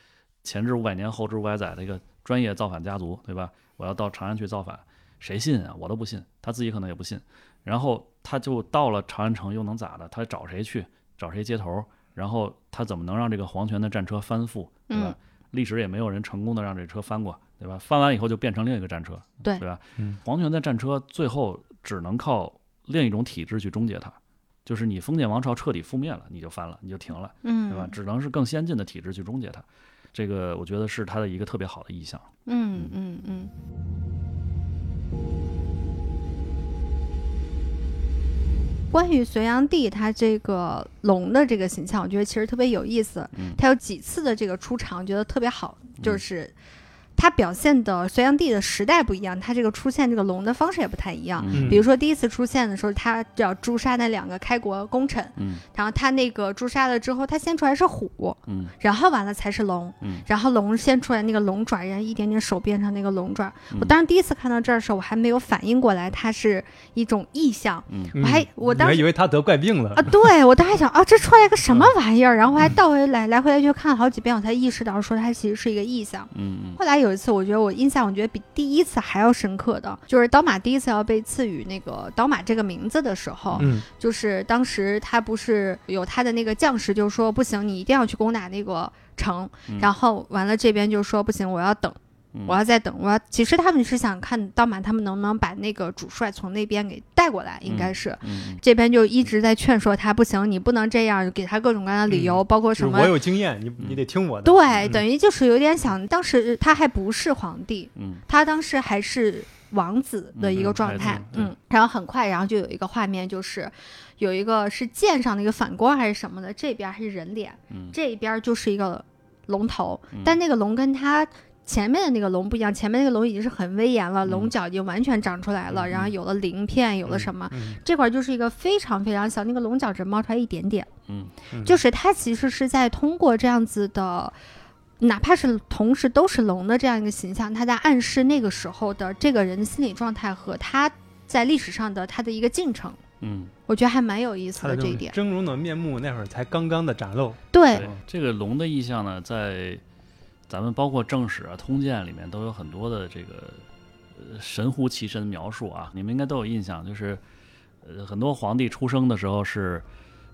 [SPEAKER 3] 前知五百年后知五百载的一个专业造反家族，对吧？我要到长安去造反，谁信啊？我都不信，他自己可能也不信。然后他就到了长安城，又能咋的？他找谁去？找谁接头？然后他怎么能让这个皇权的战车翻覆，对吧？
[SPEAKER 1] 嗯
[SPEAKER 3] 历史也没有人成功的让这车翻过，对吧？翻完以后就变成另一个战车，
[SPEAKER 1] 对
[SPEAKER 3] 吧
[SPEAKER 2] 嗯？
[SPEAKER 3] 皇权的战车最后只能靠另一种体制去终结它，就是你封建王朝彻底覆灭了，你就翻了，你就停了，
[SPEAKER 1] 嗯，
[SPEAKER 3] 对吧？只能是更先进的体制去终结它。这个我觉得是它的一个特别好的意象。
[SPEAKER 1] 嗯嗯嗯。关于隋炀帝他这个龙的这个形象，我觉得其实特别有意思。
[SPEAKER 3] 嗯
[SPEAKER 1] 他有几次的这个出场，觉得特别好，就
[SPEAKER 3] 嗯
[SPEAKER 1] 是他表现的隋炀帝的时代不一样，他这个出现这个龙的方式也不太一样。啊
[SPEAKER 3] 嗯
[SPEAKER 1] 比如说第一次出现的时候，他要诛杀那两个开国功臣，
[SPEAKER 3] 嗯
[SPEAKER 1] 然后他那个诛杀了之后，他先出来是虎，
[SPEAKER 3] 嗯
[SPEAKER 1] 然后完了才是龙，
[SPEAKER 3] 嗯
[SPEAKER 1] 然后龙先出来那个龙爪，然后一点点手变成那个龙爪。
[SPEAKER 3] 嗯
[SPEAKER 1] 我当时第一次看到这儿的时候，我还没有反应过来，它是一种意象。
[SPEAKER 3] 嗯
[SPEAKER 1] 我还
[SPEAKER 2] 嗯
[SPEAKER 1] 我
[SPEAKER 2] 你
[SPEAKER 1] 当
[SPEAKER 2] 还
[SPEAKER 1] 时
[SPEAKER 2] 以为他得怪病了
[SPEAKER 1] 啊，对我当时还想啊，这出来个什么玩意儿？然后我还倒回来来回来去看了好几遍，我才意识到说它其实是一个意象。
[SPEAKER 3] 嗯嗯
[SPEAKER 1] 后来有一次，我觉得我印象，我觉得比第一次还要深刻的，就是刀马第一次要被赐予那个刀马这个名字的时候，
[SPEAKER 2] 嗯
[SPEAKER 1] 就是当时他不是有他的那个将士就说不行，你一定要去攻打那个城，
[SPEAKER 3] 嗯
[SPEAKER 1] 然后完了这边就说不行，我要等，
[SPEAKER 3] 嗯，
[SPEAKER 1] 我要再等，我要。其实他们是想看刀马他们能不能把那个主帅从那边给带过来，应该是。
[SPEAKER 3] 嗯
[SPEAKER 1] 这边就一直在劝说他，不行，你不能这样，给他各种各样的理由，包括
[SPEAKER 2] 就是
[SPEAKER 1] 什
[SPEAKER 2] 嗯我
[SPEAKER 1] 么。
[SPEAKER 2] 有经验，你你得听我的。
[SPEAKER 1] 对，
[SPEAKER 2] 嗯
[SPEAKER 1] 等于就是有点想，当时他还不是皇帝，
[SPEAKER 3] 嗯
[SPEAKER 1] 他当时还是王子的一个状态，
[SPEAKER 3] 嗯嗯孩子
[SPEAKER 1] 嗯，然后很快，然后就有一个画面，就是有一个是剑上的一个反光还是什么的，这边还是人脸，
[SPEAKER 3] 嗯
[SPEAKER 1] 这边就是一个龙头，
[SPEAKER 3] 嗯
[SPEAKER 1] 但那个龙跟它前面的那个龙不一样，前面那个龙已经是很威严了，
[SPEAKER 3] 嗯
[SPEAKER 1] 龙角已经完全长出来了，
[SPEAKER 3] 嗯
[SPEAKER 1] 然后有了鳞片，有了什么，
[SPEAKER 2] 嗯
[SPEAKER 1] 这块儿就是一个非常非常小，那个龙角只冒出来一点点，
[SPEAKER 3] 嗯
[SPEAKER 2] 嗯
[SPEAKER 1] 就是它其实是在通过这样子的。哪怕是同时都是龙的这样一个形象，它在暗示那个时候的这个人的心理状态和他在历史上的他的一个进程，
[SPEAKER 3] 嗯，
[SPEAKER 1] 我觉得还蛮有意思
[SPEAKER 2] 他
[SPEAKER 1] 的
[SPEAKER 2] 的
[SPEAKER 1] 这
[SPEAKER 2] 这
[SPEAKER 1] 一
[SPEAKER 2] 种
[SPEAKER 1] 点。
[SPEAKER 2] 峥嵘的面目那会儿才刚刚的展露。
[SPEAKER 1] 对，
[SPEAKER 3] 对，这个龙的意象呢，在咱们包括正史啊、通鉴里面都有很多的这个呃神乎其神的描述啊，你们应该都有印象，就是呃很多皇帝出生的时候是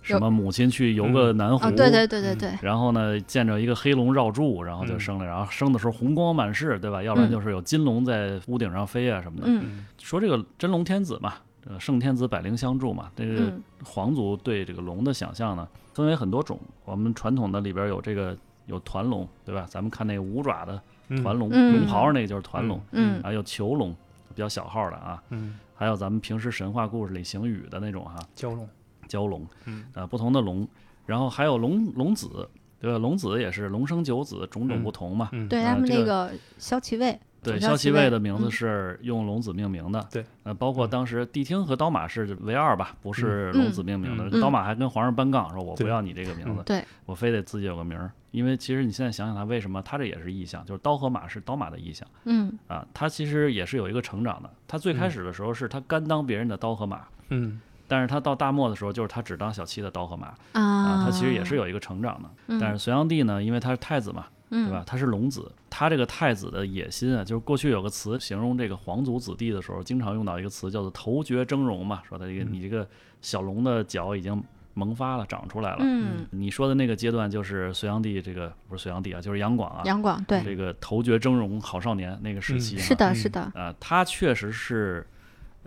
[SPEAKER 3] 什么母亲去游个南湖，
[SPEAKER 1] 哦，对对对对对，
[SPEAKER 3] 然后呢，见着一个黑龙绕柱，然后就
[SPEAKER 2] 嗯
[SPEAKER 3] 生了，然后生的时候红光满室，对吧？要不然就是有金龙在屋顶上飞啊什么的。
[SPEAKER 1] 嗯
[SPEAKER 2] 嗯
[SPEAKER 3] 说这个真龙天子嘛，呃，圣天子百灵相助嘛，这个
[SPEAKER 1] 嗯
[SPEAKER 3] 皇族对这个龙的想象呢，分为很多种。我们传统的里边有这个有团龙，对吧？咱们看那个五爪的
[SPEAKER 2] 嗯
[SPEAKER 3] 团龙，
[SPEAKER 1] 嗯
[SPEAKER 3] 龙袍那个就是团龙，啊
[SPEAKER 1] 嗯
[SPEAKER 3] 还有囚龙，比较小号的啊，
[SPEAKER 2] 嗯，
[SPEAKER 3] 还有咱们平时神话故事里行雨的那种哈、啊
[SPEAKER 2] 蛟龙。
[SPEAKER 3] 蛟龙，
[SPEAKER 2] 嗯
[SPEAKER 3] 啊、不同的龙，然后还有龙龙子，对吧？龙子也是龙生九子，种种不同嘛。
[SPEAKER 2] 嗯，
[SPEAKER 1] 对
[SPEAKER 3] 啊
[SPEAKER 1] 他们
[SPEAKER 3] 这
[SPEAKER 1] 那
[SPEAKER 3] 个
[SPEAKER 1] 个萧其卫，
[SPEAKER 3] 对，
[SPEAKER 1] 总
[SPEAKER 3] 萧
[SPEAKER 1] 其
[SPEAKER 3] 其
[SPEAKER 1] 卫
[SPEAKER 3] 卫的名字
[SPEAKER 1] 嗯
[SPEAKER 3] 是用龙子命名的。
[SPEAKER 2] 对，
[SPEAKER 3] 呃，包括当时谛听和刀马是为二吧，不是
[SPEAKER 1] 嗯
[SPEAKER 3] 龙子命名的。
[SPEAKER 1] 嗯
[SPEAKER 3] 刀马还跟皇上搬杠，说我不
[SPEAKER 2] 对
[SPEAKER 3] 要你这个名字，
[SPEAKER 1] 对，
[SPEAKER 3] 我非得自己有个名儿。因为其实你现在想想他为什么他这也是意象，就是刀和马是刀马的意象
[SPEAKER 1] 嗯
[SPEAKER 3] 啊，他其实也是有一个成长的。他最开
[SPEAKER 2] 嗯
[SPEAKER 3] 始的时候是他甘当别人的刀和马，
[SPEAKER 2] 嗯
[SPEAKER 3] 但是他到大漠的时候就是他只当小七的刀和马
[SPEAKER 1] 啊
[SPEAKER 3] 啊，他其实也是有一个成长的。
[SPEAKER 1] 嗯，
[SPEAKER 3] 但是隋炀帝呢，因为他是太子嘛，
[SPEAKER 1] 对
[SPEAKER 3] 对吧？？他是龙子，他这个太子的野心啊，就是过去有个词形容这个皇族子弟的时候，经常用到一个词叫做“头角峥嵘”嘛，说他这个
[SPEAKER 2] 嗯
[SPEAKER 3] 你这个小龙的角已经萌发了，长出来了。
[SPEAKER 1] 嗯，
[SPEAKER 3] 你说的那个阶段就是隋炀帝这个不是隋炀帝啊，就是杨广啊，
[SPEAKER 1] 杨广对，
[SPEAKER 3] 这个头角峥嵘好少年那个时期、啊
[SPEAKER 1] 是的，
[SPEAKER 2] 嗯
[SPEAKER 1] 是的，
[SPEAKER 3] 啊、他确实是，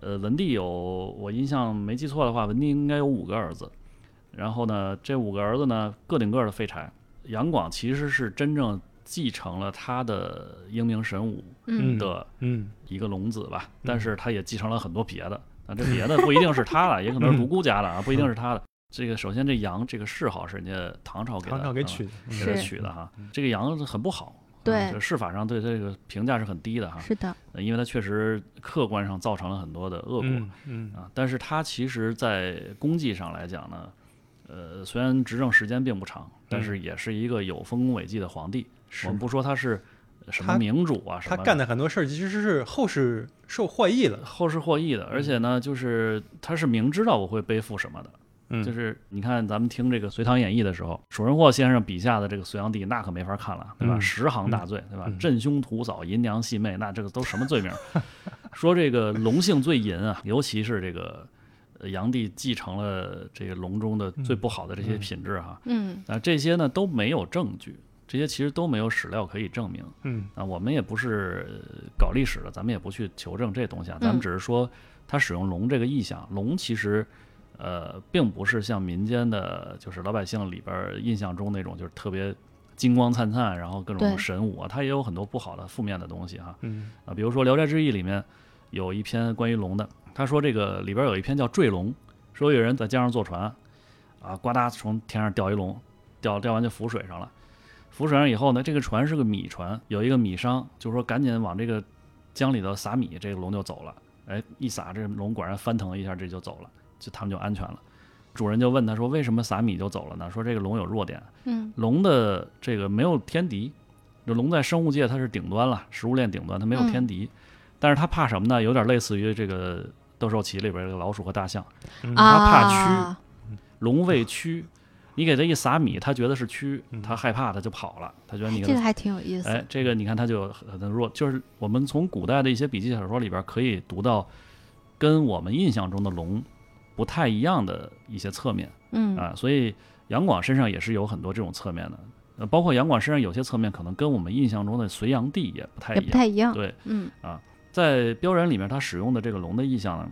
[SPEAKER 3] 呃，文帝有我印象没记错的话，文帝应该有五个儿子，然后呢，这五个儿子呢个顶个儿的废柴。杨广其实是真正继承了他的英明神武
[SPEAKER 1] 嗯
[SPEAKER 2] 嗯
[SPEAKER 3] 的
[SPEAKER 2] 嗯
[SPEAKER 3] 一个龙子吧，但是他也继承了很多别的，啊，这 别的不一定是他的，也可能
[SPEAKER 2] 嗯
[SPEAKER 3] 是独孤家的啊，不一定是他的。这个首先这杨这个谥号是人家唐朝给
[SPEAKER 2] 唐
[SPEAKER 3] 他
[SPEAKER 2] 朝给
[SPEAKER 3] 啊
[SPEAKER 2] 取的。嗯
[SPEAKER 3] 给他
[SPEAKER 1] 是
[SPEAKER 3] 取的哈，这个杨很不好，啊
[SPEAKER 1] 对
[SPEAKER 3] 这谥法上对他这个评价是很低的哈。
[SPEAKER 1] 是的，
[SPEAKER 3] 呃因为它确实客观上造成了很多的恶果、
[SPEAKER 2] 嗯嗯
[SPEAKER 3] 啊。但是它其实，在功绩上来讲呢，呃，虽然执政时间并不长，但是也是一个有丰功伟绩的皇帝。
[SPEAKER 2] 嗯是
[SPEAKER 3] 我们不说他是什么
[SPEAKER 2] 他
[SPEAKER 3] 明主啊，什
[SPEAKER 2] 他
[SPEAKER 3] 么
[SPEAKER 2] 干的很多事儿其实是后世受获益了。
[SPEAKER 3] 后世获益的，而且呢，就是他是明知道我会背负什么的。
[SPEAKER 2] 嗯
[SPEAKER 3] 就是你看，咱们听这个《隋唐演义》的时候，楚人霍先生笔下的这个隋炀帝，那可没法看了，对吧？
[SPEAKER 2] 嗯
[SPEAKER 3] 十行大罪，对吧
[SPEAKER 2] 嗯？
[SPEAKER 3] 镇凶屠嫂、淫娘戏媚，那这个都什么罪名？ 说这个龙性最淫啊，尤其是这个呃炀帝继承了这个龙中的最不好的这些品质哈、
[SPEAKER 1] 嗯
[SPEAKER 3] 那这些呢都没有证据，这些其实都没有史料可以证明。
[SPEAKER 2] 嗯
[SPEAKER 3] 啊，我们也不是呃搞历史的，咱们也不去求证这东西啊，咱们
[SPEAKER 1] 嗯
[SPEAKER 3] 只是说它使用龙这个意象。龙其实呃，并不是像民间的，就是老百姓里边儿印象中那种，就是特别金光灿灿，然后各
[SPEAKER 1] 对
[SPEAKER 3] 种神武啊，它也有很多不好的负面的东西哈。
[SPEAKER 2] 嗯
[SPEAKER 3] 啊，比如说《聊斋志异》里面有一篇关于龙的，他说这个里边有一篇叫《坠龙》，说有人在江上坐船，啊，呱嗒从天上掉一龙，掉掉完就浮水上了。浮水上以后呢，这个船是个米船，有一个米商就说赶紧往这个江里头撒米，这个龙就走了。哎，一撒这龙果然翻腾一下，这就走了，就他们就安全了。主人就问他说：“为什么撒米就走了呢？”说这个龙有弱点，
[SPEAKER 1] 嗯
[SPEAKER 3] 龙的这个没有天敌，就龙在生物界它是顶端了，食物链顶端，它
[SPEAKER 1] 嗯
[SPEAKER 3] 没有天敌，但是它怕什么呢？有点类似于这个斗兽棋里边的老鼠和大象，
[SPEAKER 2] 嗯
[SPEAKER 1] 啊，
[SPEAKER 3] 怕龙畏蛆，你给它一撒米，它觉得是蛆，
[SPEAKER 2] 嗯
[SPEAKER 3] 它害怕，它就跑了，它觉得你
[SPEAKER 1] 这个还挺有意思。
[SPEAKER 3] 哎，这个你看它就很很弱，就是我们从古代的一些笔记小说里边可以读到，跟我们印象中的龙不太一样的一些侧面。
[SPEAKER 1] 嗯
[SPEAKER 3] 啊，所以杨广身上也是有很多这种侧面的，呃，包括杨广身上有些侧面可能跟我们印象中的隋炀帝也不太
[SPEAKER 1] 也
[SPEAKER 3] 一
[SPEAKER 1] 不
[SPEAKER 3] 样。
[SPEAKER 1] 太一样。
[SPEAKER 3] 对，
[SPEAKER 1] 嗯
[SPEAKER 3] 在《标人》里面，他使用的这个龙的意象呢，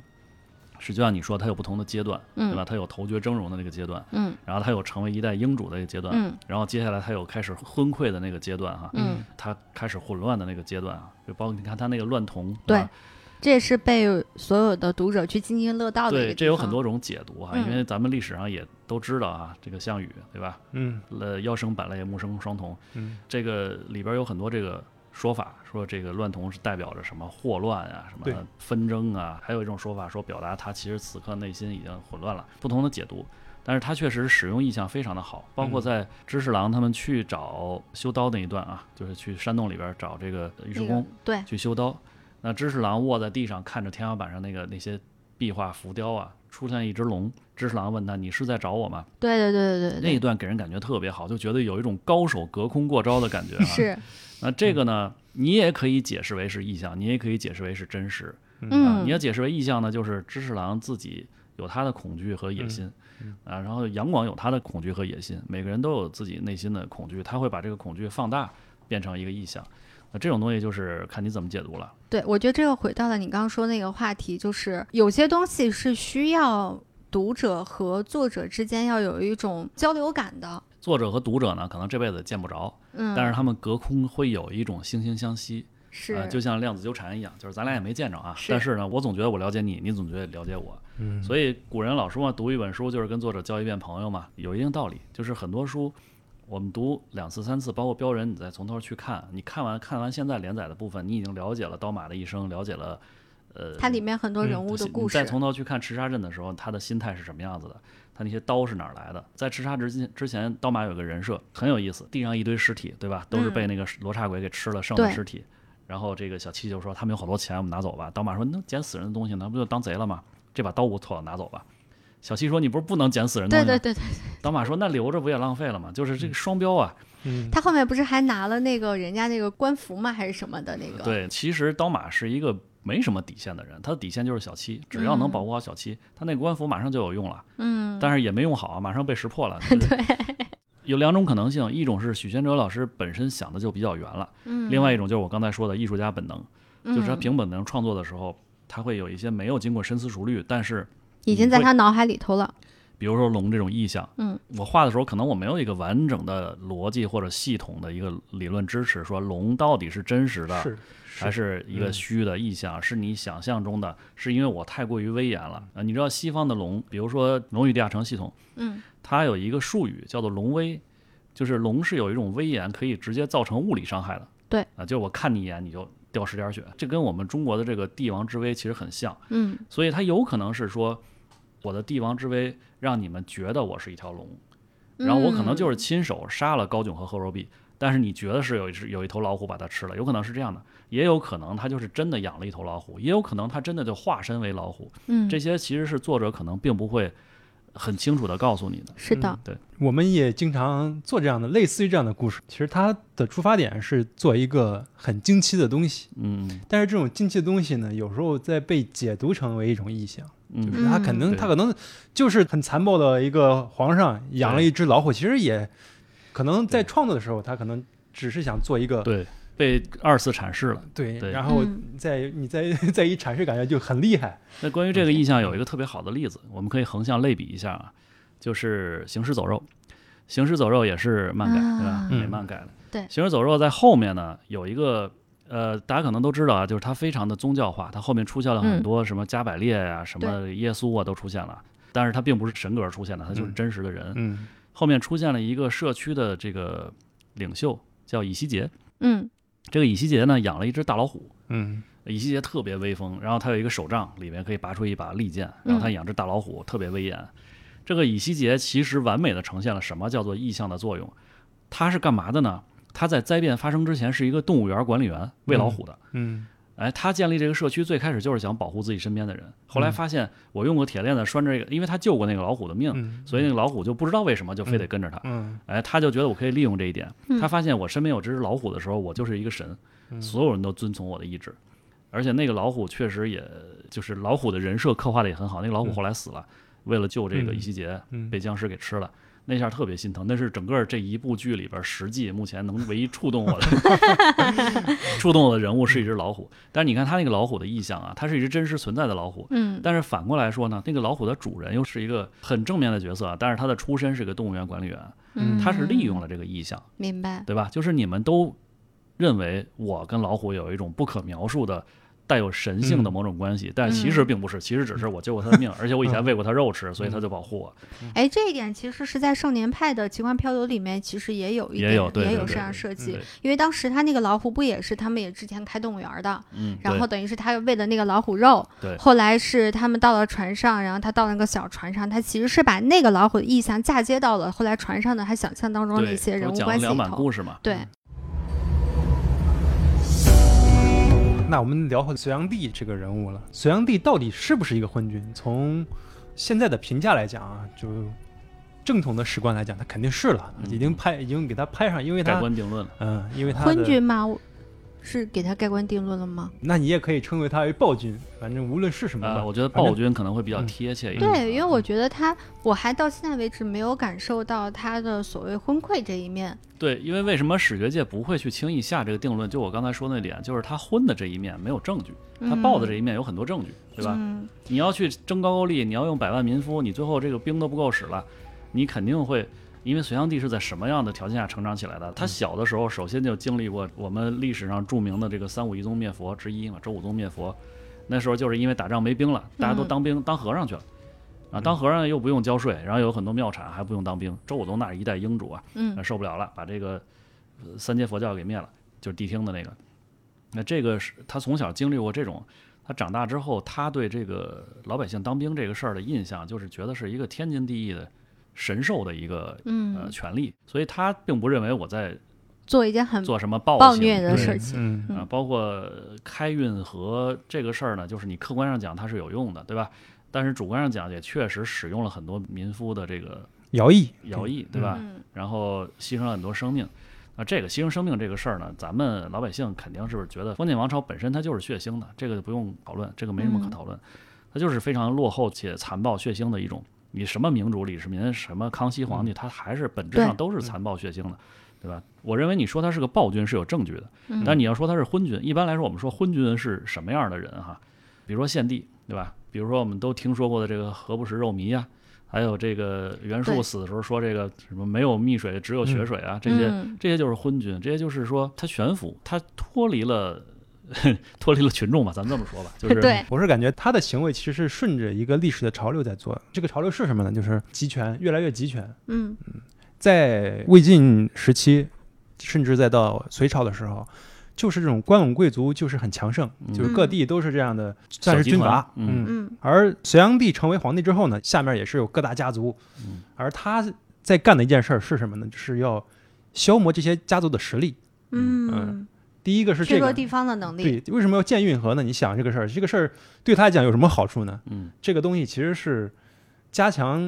[SPEAKER 3] 是就像你说，它有不同的阶段，对吧？
[SPEAKER 1] 嗯
[SPEAKER 3] 它有头角峥嵘的那个阶段，
[SPEAKER 1] 嗯
[SPEAKER 3] 然后它有成为一代英主的那个阶段，
[SPEAKER 1] 嗯
[SPEAKER 3] 然后接下来它有开始昏聩的那个阶段哈，
[SPEAKER 1] 嗯，
[SPEAKER 3] 它开始混乱的那个阶段啊，就包括你看它那个乱童，
[SPEAKER 1] 对
[SPEAKER 3] 吧
[SPEAKER 1] 这也是被所有的读者去津津乐道的一个
[SPEAKER 3] 对，
[SPEAKER 1] 地
[SPEAKER 3] 这有
[SPEAKER 1] 方
[SPEAKER 3] 很多种解读哈，
[SPEAKER 1] 嗯
[SPEAKER 3] 因为咱们历史上也都知道啊，这个项羽对吧？
[SPEAKER 2] 嗯
[SPEAKER 3] 呃，腰生板肋，目生双瞳，
[SPEAKER 2] 嗯
[SPEAKER 3] 这个里边有很多这个说法，说这个乱童是代表着什么祸乱啊，什
[SPEAKER 2] 对
[SPEAKER 3] 么纷争啊，还有一种说法说表达他其实此刻内心已经混乱了，不同的解读。但是他确实使用意象非常的好，包
[SPEAKER 2] 嗯
[SPEAKER 3] 括在知世郎他们去找修刀那一段啊，就是去山洞里边找这个尉迟
[SPEAKER 1] 那
[SPEAKER 3] 恭
[SPEAKER 1] 个对，
[SPEAKER 3] 去修刀，那知世郎卧在地上看着天花板上那个那些壁画浮雕啊，出现一只龙，知世郎问他：“你是在找我吗？”
[SPEAKER 1] 对对对对
[SPEAKER 3] 那
[SPEAKER 1] 对
[SPEAKER 3] 一段给人感觉特别好，就觉得有一种高手隔空过招的感觉、啊。
[SPEAKER 1] 对，。是
[SPEAKER 3] 那这个呢，你也可以解释为是意象，你也可以解释为是真实。啊
[SPEAKER 1] 嗯
[SPEAKER 3] 你要解释为意象呢，就是知世郎自己有他的恐惧和野心，啊，然后杨广有他的恐惧和野心，每个人都有自己内心的恐惧，他会把这个恐惧放大，变成一个意象。那这种东西就是看你怎么解读了。
[SPEAKER 1] 对，我觉得这个回到了你刚刚说那个话题，就是有些东西是需要读者和作者之间要有一种交流感的。
[SPEAKER 3] 作者和读者呢，可能这辈子见不着，
[SPEAKER 1] 嗯，
[SPEAKER 3] 但是他们隔空会有一种惺惺相惜。
[SPEAKER 1] 是、
[SPEAKER 3] 啊，就像量子纠缠一样，就是咱俩也没见着啊，
[SPEAKER 1] 是
[SPEAKER 3] 但是呢，我总觉得我了解你，你总觉得了解我，
[SPEAKER 2] 嗯
[SPEAKER 3] 所以古人老说嘛，读一本书就是跟作者交一遍朋友嘛，有一定道理。就是很多书，我们读两次、三次，包括标人，你再从头去看，你看完看完现在连载的部分，你已经了解了刀马的一生，了解了，呃，
[SPEAKER 1] 它里面很多
[SPEAKER 2] 嗯
[SPEAKER 1] 人物的
[SPEAKER 3] 你
[SPEAKER 1] 故事。
[SPEAKER 3] 再从头去看池沙镇的时候，他的心态是什么样子的？他那些刀是哪儿来的？在池沙之前之前，刀马有个人设很有意思，地上一堆尸体，对吧？都是被那个罗刹鬼给吃了剩的
[SPEAKER 1] 嗯对
[SPEAKER 3] 尸体。然后这个小七就说：“他们有好多钱，我们拿走吧。”刀马说：“能捡死人的东西，那不就当贼了吗？这把刀我妥了，拿走吧。”小七说：“你不是不能捡死人的
[SPEAKER 1] 对
[SPEAKER 3] 东西
[SPEAKER 1] 对
[SPEAKER 3] 吗？”
[SPEAKER 1] 对对，
[SPEAKER 3] 刀马说：“那留着不也浪费了吗？就是这个双标啊。
[SPEAKER 2] 嗯
[SPEAKER 1] 他后面不是还拿了那个人家那个官服吗？还是什么的那个？，
[SPEAKER 3] 对，其实刀马是一个没什么底线的人，他的底线就是小七，只要能保护好小七，他那个官服马上就有用了。
[SPEAKER 1] 嗯，
[SPEAKER 3] 但是也没用好啊，马上被 识破了。对，有两种可能性，一种是许宣哲老师本身想的就比较圆了，
[SPEAKER 1] 嗯
[SPEAKER 3] 另外一种就是我刚才说的艺术家本能，就是他
[SPEAKER 1] 嗯
[SPEAKER 3] 凭本能创作的时候，他会有一些没有经过深思熟虑，但是
[SPEAKER 1] 已经在他脑海里头了。
[SPEAKER 3] 比如说龙这种意象，
[SPEAKER 1] 嗯，
[SPEAKER 3] 我画的时候可能我没有一个完整的逻辑或者系统的一个理论支持，说龙到底是真实的
[SPEAKER 2] 是
[SPEAKER 3] 还是一个虚的意象，是你想象中的，是因为我太过于威严了啊！你知道西方的龙，比如说《龙与地下城》系统，
[SPEAKER 1] 嗯，
[SPEAKER 3] 它有一个术语叫做龙威，就是龙是有一种威严，可以直接造成物理伤害的。
[SPEAKER 1] 对
[SPEAKER 3] 啊，就是我看你一眼你就掉十点血，这跟我们中国的这个帝王之威其实很像，
[SPEAKER 1] 嗯
[SPEAKER 3] 所以它有可能是说我的帝王之威让你们觉得我是一条龙，然后我可
[SPEAKER 1] 嗯
[SPEAKER 3] 能就是亲手杀了高炯和贺若弼，但是你觉得是有一只有一头老虎把它吃了，有可能是这样的，也有可能他就是真的养了一头老虎，也有可能他真的就化身为老虎，
[SPEAKER 1] 嗯，
[SPEAKER 3] 这些其实是作者可能并不会很清楚的告诉你的。
[SPEAKER 1] 是的
[SPEAKER 2] 嗯，我们也经常做这样的类似于这样的故事。其实它的出发点是做一个很惊奇的东西，
[SPEAKER 3] 嗯
[SPEAKER 2] 但是这种惊奇的东西呢，有时候在被解读成为一种意象，就
[SPEAKER 3] 嗯
[SPEAKER 2] 是它可能
[SPEAKER 3] 对
[SPEAKER 2] 它可能就是很残暴的一个皇上养了一只老虎，其实也可能在
[SPEAKER 3] 对
[SPEAKER 2] 创作的时候，他可能只是想做一个
[SPEAKER 3] 对被二次阐释了。
[SPEAKER 2] 对，
[SPEAKER 3] 对
[SPEAKER 2] 然后
[SPEAKER 1] 嗯
[SPEAKER 2] 再你再再一阐释，感觉就很厉害。
[SPEAKER 3] 那关于这个意象有一个特别好的例子，我们可以横向类比一下啊，就是《行尸走肉》，《行尸走肉》也是漫改，对吧
[SPEAKER 1] 啊？
[SPEAKER 3] 美
[SPEAKER 2] 嗯
[SPEAKER 3] 漫改的。
[SPEAKER 1] 对
[SPEAKER 3] 《行尸走肉》在后面呢有一个。呃，大家可能都知道啊，就是它非常的宗教化，它后面出现了很
[SPEAKER 1] 嗯
[SPEAKER 3] 多什么加百列呀、什么耶稣啊，都出现了。但是它并不是神格出现的，它就是
[SPEAKER 2] 嗯
[SPEAKER 3] 真实的人。
[SPEAKER 2] 嗯
[SPEAKER 3] 后面出现了一个社区的这个领袖，叫以西杰。
[SPEAKER 1] 嗯
[SPEAKER 3] 这个以西杰呢，养了一只大老虎，
[SPEAKER 2] 嗯
[SPEAKER 3] 以西杰特别威风，然后他有一个手杖，里面可以拔出一把利剑，然后他养只大老虎，特别威严。这个以西杰其实完美的呈现了什么叫做意象的作用。他是干嘛的呢？他在灾变发生之前是一个动物园管理员，喂老虎的。
[SPEAKER 2] 嗯
[SPEAKER 3] 哎，他建立这个社区最开始就是想保护自己身边的人，后
[SPEAKER 2] 嗯
[SPEAKER 3] 来发现我用过铁链子拴这个，因为他救过那个老虎的命，
[SPEAKER 2] 嗯
[SPEAKER 3] 所以那个老虎就不知道为什么就非得跟着他。
[SPEAKER 2] 嗯
[SPEAKER 3] 哎，他就觉得我可以利用这一点。
[SPEAKER 1] 嗯
[SPEAKER 3] 他发现我身边有只老虎的时候，我就是一个神，
[SPEAKER 2] 嗯
[SPEAKER 3] 所有人都遵从我的意志。而且那个老虎确实也，就是老虎的人设刻画的也很好。那个老虎
[SPEAKER 2] 嗯
[SPEAKER 3] 后来死了，为了救这个
[SPEAKER 2] 嗯
[SPEAKER 3] 以西结，
[SPEAKER 2] 嗯
[SPEAKER 3] 被僵尸给吃了。那下特别心疼，那是整个这一部剧里边实际目前能唯一触动我的 触动我的人物是一只老虎。但是你看他那个老虎的意象啊，它是一只真实存在的老虎，
[SPEAKER 1] 嗯
[SPEAKER 3] 但是反过来说呢，那个老虎的主人又是一个很正面的角色啊，但是他的出身是个动物园管理员，
[SPEAKER 1] 嗯，
[SPEAKER 3] 他是利用了这个意象，
[SPEAKER 1] 明白，
[SPEAKER 3] 对吧？就是你们都认为我跟老虎有一种不可描述的、带有神性的某种关系，
[SPEAKER 1] 嗯
[SPEAKER 3] 但其实并不是，其实只是我救过他的命，而且我以前喂过他肉吃，所以他就保护我。
[SPEAKER 1] 哎，这一点其实是在少年派的《奇幻漂流》里面，其实也有一
[SPEAKER 3] 也
[SPEAKER 1] 点，也
[SPEAKER 3] 有对对
[SPEAKER 1] 这
[SPEAKER 3] 对对
[SPEAKER 1] 样设计
[SPEAKER 3] 对，
[SPEAKER 1] 因为当时他那个老虎不也是他们也之前开动物园儿的，
[SPEAKER 3] 嗯，
[SPEAKER 1] 然后
[SPEAKER 3] 对
[SPEAKER 1] 等于是他为了那个老虎肉，
[SPEAKER 3] 对
[SPEAKER 1] 后来是他们到了船上，然后他到那个小船上，他其实是把那个老虎的意象嫁接到了后来船上的他想象当中的
[SPEAKER 3] 对
[SPEAKER 1] 一些人
[SPEAKER 3] 我
[SPEAKER 1] 物
[SPEAKER 3] 讲了
[SPEAKER 1] 关系
[SPEAKER 3] 两
[SPEAKER 1] 里
[SPEAKER 3] 版
[SPEAKER 1] 头。
[SPEAKER 3] 故事嘛，
[SPEAKER 2] 嗯
[SPEAKER 1] 对，
[SPEAKER 2] 那我们聊回隋炀帝这个人物了。隋炀帝到底是不是一个昏君？从现在的评价来讲啊，就正统的史观来讲，他肯定是了，
[SPEAKER 3] 嗯
[SPEAKER 2] 已经拍，已经给他拍上，因为
[SPEAKER 3] 盖
[SPEAKER 2] 他，
[SPEAKER 3] 棺定论了。
[SPEAKER 2] 嗯，因为他
[SPEAKER 1] 昏
[SPEAKER 2] 的
[SPEAKER 1] 君吗？我是给他盖棺定论了吗？
[SPEAKER 2] 那你也可以称为他为暴君，反正无论是什么吧，
[SPEAKER 3] 呃，我觉得
[SPEAKER 2] 嗯反正
[SPEAKER 3] 暴君可能会比较
[SPEAKER 2] 嗯
[SPEAKER 3] 贴切一点。啊
[SPEAKER 1] 对，因为我觉得他，我还到现在为止没有感受到他的所谓昏聩这一面。
[SPEAKER 3] 对，因为为什么史学界不会去轻易下这个定论？就我刚才说那点，就是他昏的这一面没有证据，他暴的这一面有很多证据，对吧？
[SPEAKER 1] 嗯，
[SPEAKER 3] 你要去征高句丽，你要用百万民夫，你最后这个兵都不够使了，你肯定会，因为隋炀帝是在什么样的条件下成长起来的？他小的时候首先就经历过我们历史上著名的这个三武一宗灭佛之一嘛，周武宗灭佛，那时候就是因为打仗没兵了，大家都
[SPEAKER 1] 嗯
[SPEAKER 3] 当兵、当和尚去了。啊，当和尚又不用交税，然后有很多庙产还不用当兵。周武宗那是一代英主啊，
[SPEAKER 1] 嗯
[SPEAKER 3] 呃受不了了，把这个呃三阶佛教给灭了，就是谛听的那个。那这个是他从小经历过这种，他长大之后，他对这个老百姓当兵这个事儿的印象，就是觉得是一个天经地义的神授的一个呃
[SPEAKER 1] 嗯，
[SPEAKER 3] 权利，所以他并不认为我在
[SPEAKER 1] 做一件很
[SPEAKER 3] 做什么暴
[SPEAKER 1] 嗯暴
[SPEAKER 3] 行
[SPEAKER 1] 虐的
[SPEAKER 2] 对
[SPEAKER 1] 事儿情
[SPEAKER 2] 嗯
[SPEAKER 3] 啊，包括呃开运河这个事儿呢，就是你客观上讲它是有用的，对吧？但是主观上讲，也确实使用了很多民夫的这个
[SPEAKER 2] 徭役，
[SPEAKER 3] 徭役，对吧？
[SPEAKER 1] 嗯
[SPEAKER 3] 然后牺牲了很多生命。那这个牺牲生命这个事儿呢，咱们老百姓肯定是觉得封建王朝本身它就是血腥的，这个就不用讨论，这个没什么可
[SPEAKER 1] 嗯
[SPEAKER 3] 讨论，它就是非常落后且残暴血腥的一种。你什么明主李世民，什么康熙皇帝，他还是本质上
[SPEAKER 1] 对
[SPEAKER 3] 都是残暴血腥的，对吧？我认为你说他是个暴君是有证据的，
[SPEAKER 1] 嗯
[SPEAKER 3] 但你要说他是昏君，一般来说我们说昏君是什么样的人哈？比如说献帝，对吧？比如说我们都听说过的这个何不食肉糜呀、还有这个袁术
[SPEAKER 1] 对
[SPEAKER 3] 死的时候说这个什么没有蜜水只有血水啊，这些
[SPEAKER 1] 嗯
[SPEAKER 3] 这些就是昏君，这些就是说他悬浮，他脱离了 脱离了群众吧，咱们这么说吧，就是
[SPEAKER 1] 对，
[SPEAKER 2] 我是感觉他的行为其实是顺着一个历史的潮流在做。这个潮流是什么呢？就是集权，越来越集权。
[SPEAKER 1] 嗯
[SPEAKER 2] 在魏晋时期，甚至再到隋朝的时候，就是这种官僚贵族就是很强盛，
[SPEAKER 3] 嗯
[SPEAKER 2] 就是各地都是这样的，算是军阀。
[SPEAKER 3] 小集团
[SPEAKER 1] 嗯
[SPEAKER 2] 而隋炀帝成为皇帝之后呢，下面也是有各大家族，
[SPEAKER 3] 嗯
[SPEAKER 2] 而他在干的一件事儿是什么呢？就是要消磨这些家族的实力。
[SPEAKER 1] 嗯，
[SPEAKER 2] 第一个是
[SPEAKER 1] 削
[SPEAKER 2] 这
[SPEAKER 1] 弱
[SPEAKER 2] 个，
[SPEAKER 1] 地方的能力。
[SPEAKER 2] 对，为什么要建运河呢？你想这个事儿，这个事儿对他来讲有什么好处呢？
[SPEAKER 3] 嗯，
[SPEAKER 2] 这个东西其实是加强